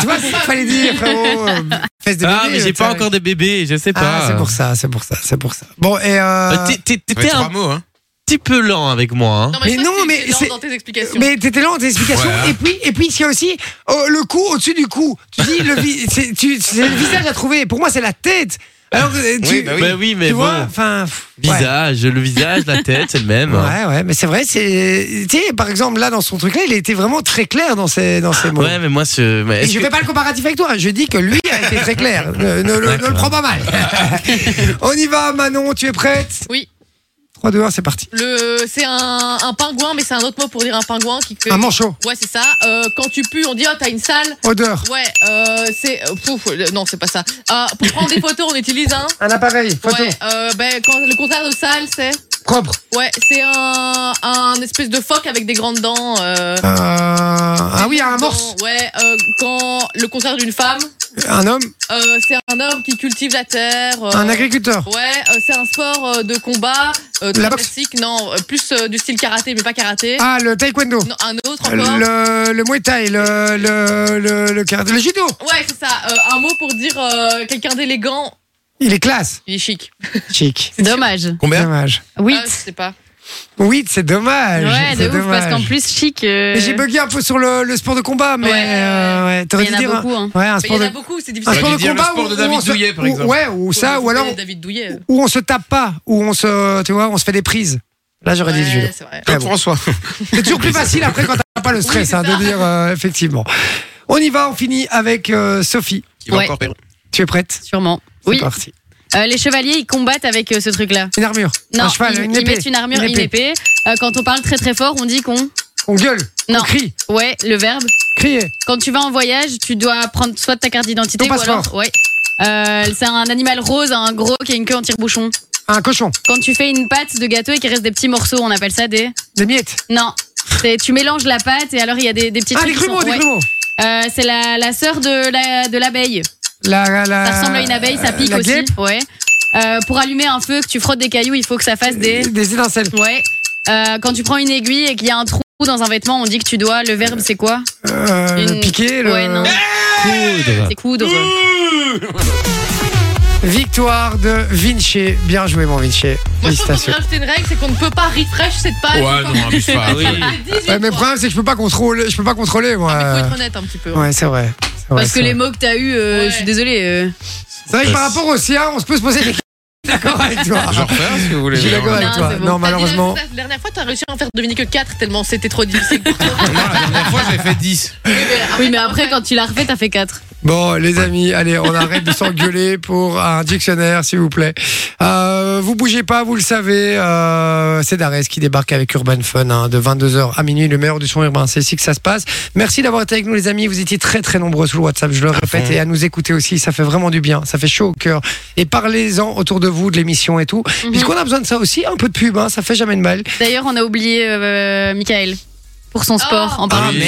S3: tu vois, c'est ça qu'il
S2: (laughs)
S3: fallait dire, frérot. Euh, Fesses de
S4: Ah,
S3: bébé,
S4: mais
S3: le
S4: j'ai pas
S3: tag.
S4: encore des bébés, je sais pas.
S3: Ah, c'est pour ça, c'est pour ça, c'est pour ça. Bon, et euh,
S4: Euh, t'es- t'es-
S5: Ouais,
S4: T'étais
S5: trois
S4: un
S5: mots, hein.
S4: petit peu lent avec moi. hein.
S3: Mais
S6: je pense
S3: non,
S6: que
S3: mais
S6: c'est lent
S3: c'est-
S6: dans tes explications.
S3: mais t'étais lent dans tes explications.
S5: Ouais, hein.
S3: Et puis, et puis, il y a aussi euh, le cou au-dessus du cou. Tu dis le, vi- (laughs) c'est- tu- c'est le visage à trouver. Pour moi, c'est la tête. Alors, euh, tu,
S5: Oui, bah oui.
S4: Bah oui, mais
S3: tu
S4: bon.
S3: vois, enfin, pff, ouais.
S4: Visage, le visage, la tête, c'est le même. hein.
S3: Ouais, ouais, mais c'est vrai, c'est. Tu sais, par exemple, là, dans son truc-là, il était vraiment très clair dans ses, dans ses mots.
S4: Ouais, mais moi, ce. mais
S3: Et
S4: est-ce
S3: je
S4: que-
S3: fais pas le comparatif avec toi, je dis que lui a été très clair. Ne, ne le, ne le prends pas
S4: (laughs)
S3: mal. On y va, Manon, tu es prête
S6: Oui.
S3: 3, 2, 1, c'est parti.
S6: Le, c'est un, un pingouin, mais c'est un autre mot pour dire un pingouin qui. que-
S3: Un manchot,
S6: Ouais, c'est ça. Euh, quand tu pues, on dit oh t'as une salle.
S3: odeur,
S6: Ouais, euh, c'est euh, pouf, euh, non c'est pas ça. Euh, pour prendre des photos, on utilise un.
S3: un appareil, photo,
S6: Ouais, euh, ben quand le contraire de salle, c'est.
S3: propre,
S6: Ouais, c'est un, un espèce de phoque avec des grandes dents. Euh,
S3: Euh, ah oui, un morse,
S6: Dans- Ouais, euh, quand le contraire d'une femme,
S3: un homme,
S6: euh, c'est un homme qui cultive la terre. euh,
S3: un agriculteur,
S6: Ouais, euh, c'est un sport euh, de combat. Euh,
S3: La
S6: très
S3: boxe.
S6: classique, non, euh, plus euh, du style karaté, mais pas karaté.
S3: ah, le taekwondo,
S6: Non, un autre encore.
S3: le, le muay thai, le, le, le, le, karaté, le judo,
S6: Ouais, c'est ça. euh, un mot pour dire euh, quelqu'un d'élégant.
S3: il est classe.
S6: Il est chic.
S3: Chic.
S2: Dommage.
S5: Combien
S3: Dommage.
S2: Oui.
S6: Ah, je sais pas.
S3: Oui, c'est dommage.
S2: Ouais, de
S3: c'est
S2: ouf, parce
S3: dommage.
S2: qu'en plus, chic. euh,
S3: Mais j'ai bugué un peu sur le, le sport de combat, mais
S6: Ouais, ouais,
S3: euh, ouais,
S2: Il
S3: t'aurais
S2: y
S3: dû
S2: en
S3: dire.
S2: a
S3: un-
S2: beaucoup, hein.
S3: Ouais, un
S6: Mais il y
S3: sport
S6: en
S3: de.
S6: a beaucoup, c'est
S3: Un
S6: difficile.
S5: J'aurais
S3: sport
S5: dû
S3: de
S5: dire le
S3: combat
S5: sport
S3: où,
S5: de
S3: où
S5: David
S3: on se-
S5: Douillet, par
S3: où-
S5: exemple.
S3: Ouais, ou ça, ou alors
S6: David Douillet.
S3: où on se tape pas, où on se, tu vois, on se fait des prises. Là, j'aurais dit le judo.
S6: Ouais, c'est vrai.
S3: Très
S5: Claude
S3: bon.
S5: François.
S3: C'est toujours plus facile après quand t'as pas le stress,
S6: c'est
S3: hein,
S6: ça.
S3: de dire euh, effectivement. On y va, on finit avec euh, Sophie.
S5: Qui va
S2: Ouais.
S5: encore perdre.
S3: Tu es prête
S2: Sûrement.
S3: C'est
S2: Oui.
S3: parti.
S2: Euh, les chevaliers, ils combattent avec euh, ce truc-là.
S3: Une armure,
S2: Non,
S3: un cheval,
S2: ils,
S3: une
S2: ils
S3: épée,
S2: mettent une armure,
S3: une
S2: une
S3: épée.
S2: épée. Euh, quand on parle très très fort, on dit qu'on.
S3: On gueule, Ah, on
S2: Non.
S3: crie,
S2: Ouais, le verbe.
S3: Criez.
S2: Quand tu vas en voyage, tu dois prendre soit ta carte d'identité
S3: Ton
S2: ou alors. Ouais. Euh, c'est un animal rose, un gros qui a une queue en tire-bouchon.
S3: Un cochon.
S2: Quand tu fais une pâte de gâteau et qu'il reste des petits morceaux, on appelle ça des.
S3: Des miettes.
S2: Non. C'est- Tu mélanges la pâte et alors il y a des, des petits
S3: Ah,
S2: trucs
S3: les
S2: qui
S3: grumeaux,
S2: sont-
S3: des
S2: ouais.
S3: grumeaux.
S2: Euh, c'est la, la sœur de la- de l'abeille.
S3: La, la-
S2: Ça ressemble à une abeille, ça pique
S3: Euh, la
S2: aussi.
S3: guêpe.
S2: Ouais. Euh, pour allumer un feu, que tu frottes des cailloux, il faut que ça fasse des.
S3: Des étincelles.
S2: Ouais. Euh, quand tu prends une aiguille et qu'il y a un trou dans un vêtement, on dit que tu dois. Le verbe, c'est quoi
S3: Euh,
S2: Une-
S3: Piquer. Le...
S2: Ouais, non.
S3: Euh.
S2: C'est coudre.
S3: Victoire de Vinci. Bien joué, mon Vinci.
S6: Moi, je pense qu'on devrait
S3: Félicitations.
S6: rajouter une règle, c'est qu'on ne peut pas refresh cette page.
S5: Ouais, non, abuse
S6: (laughs) ah
S5: pas.
S4: oui.
S3: Ouais, mais le
S6: faut
S3: problème, c'est que je peux pas contrôler. Je peux pas contrôler, moi.
S6: être honnête un petit peu.
S3: Ouais, c'est vrai. C'est vrai,
S2: Parce que
S3: c'est
S2: les
S3: vrai.
S2: mots que t'as eu,
S6: Ouais.
S2: je suis désolée. euh.
S3: C'est vrai que par rapport au sien, on se peut se poser des questions. (laughs) D'accord avec toi.
S5: J'en refais un, si vous
S3: Je
S5: voulez.
S3: suis d'accord avec
S2: Non,
S3: toi.
S2: c'est bon.
S3: Non,
S2: T'as
S3: malheureusement.
S6: La dernière fois, t'as réussi à en faire deviner que 4 tellement c'était trop difficile.
S5: (laughs) Non, la dernière fois, j'avais fait 10.
S2: Oui, mais après, quand tu l'as refait, t'as fait 4.
S3: Bon, les amis, allez, on arrête de s'engueuler pour un dictionnaire, s'il vous plaît. Euh, vous bougez pas, vous le savez. Euh, c'est Darès qui débarque avec Urban Fun hein, de 22h à minuit, le meilleur du son urbain. C'est ici que ça se passe. Merci d'avoir été avec nous, les amis. Vous étiez très, très nombreux sur le WhatsApp, je le répète, et à nous écouter aussi. Ça fait vraiment du bien. Ça fait chaud au cœur. Et parlez-en autour de vous, de l'émission et tout. Puisqu'on a besoin de ça aussi, un peu de pub, hein, ça fait jamais de mal.
S2: D'ailleurs, on a oublié euh, Michael pour son sport en parlant.
S5: Ah, mais-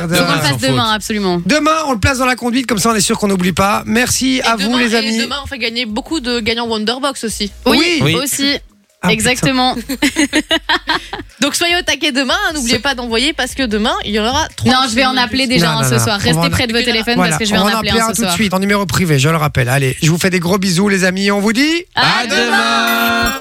S3: merde!
S2: Donc on le
S5: Demain,
S2: fasse
S5: sans
S2: demain, absolument.
S3: Demain, on le place dans la conduite, comme ça on est sûr qu'on n'oublie pas. Merci à vous, les amis.
S6: demain, on fait gagner beaucoup de gagnants Wonderbox aussi.
S2: Oui,
S4: Oui.
S2: aussi.
S3: Ah,
S2: Exactement.
S6: (laughs)
S2: (laughs)
S6: Donc soyez au taquet demain. hein, N'oubliez pas d'envoyer parce que demain, il y en aura 3.
S2: Non, je vais en appeler déjà
S3: Non,
S2: un
S3: non,
S2: ce
S3: non.
S2: soir.
S3: On va
S2: Restez
S3: en-
S2: près de votre téléphone
S3: Voilà,
S2: parce que je vais
S3: on
S2: en
S3: va
S2: appeler un ce
S3: tout de
S2: soir.
S3: suite en numéro privé, je le rappelle. Allez, je vous fais des gros bisous les amis, on vous dit
S2: À demain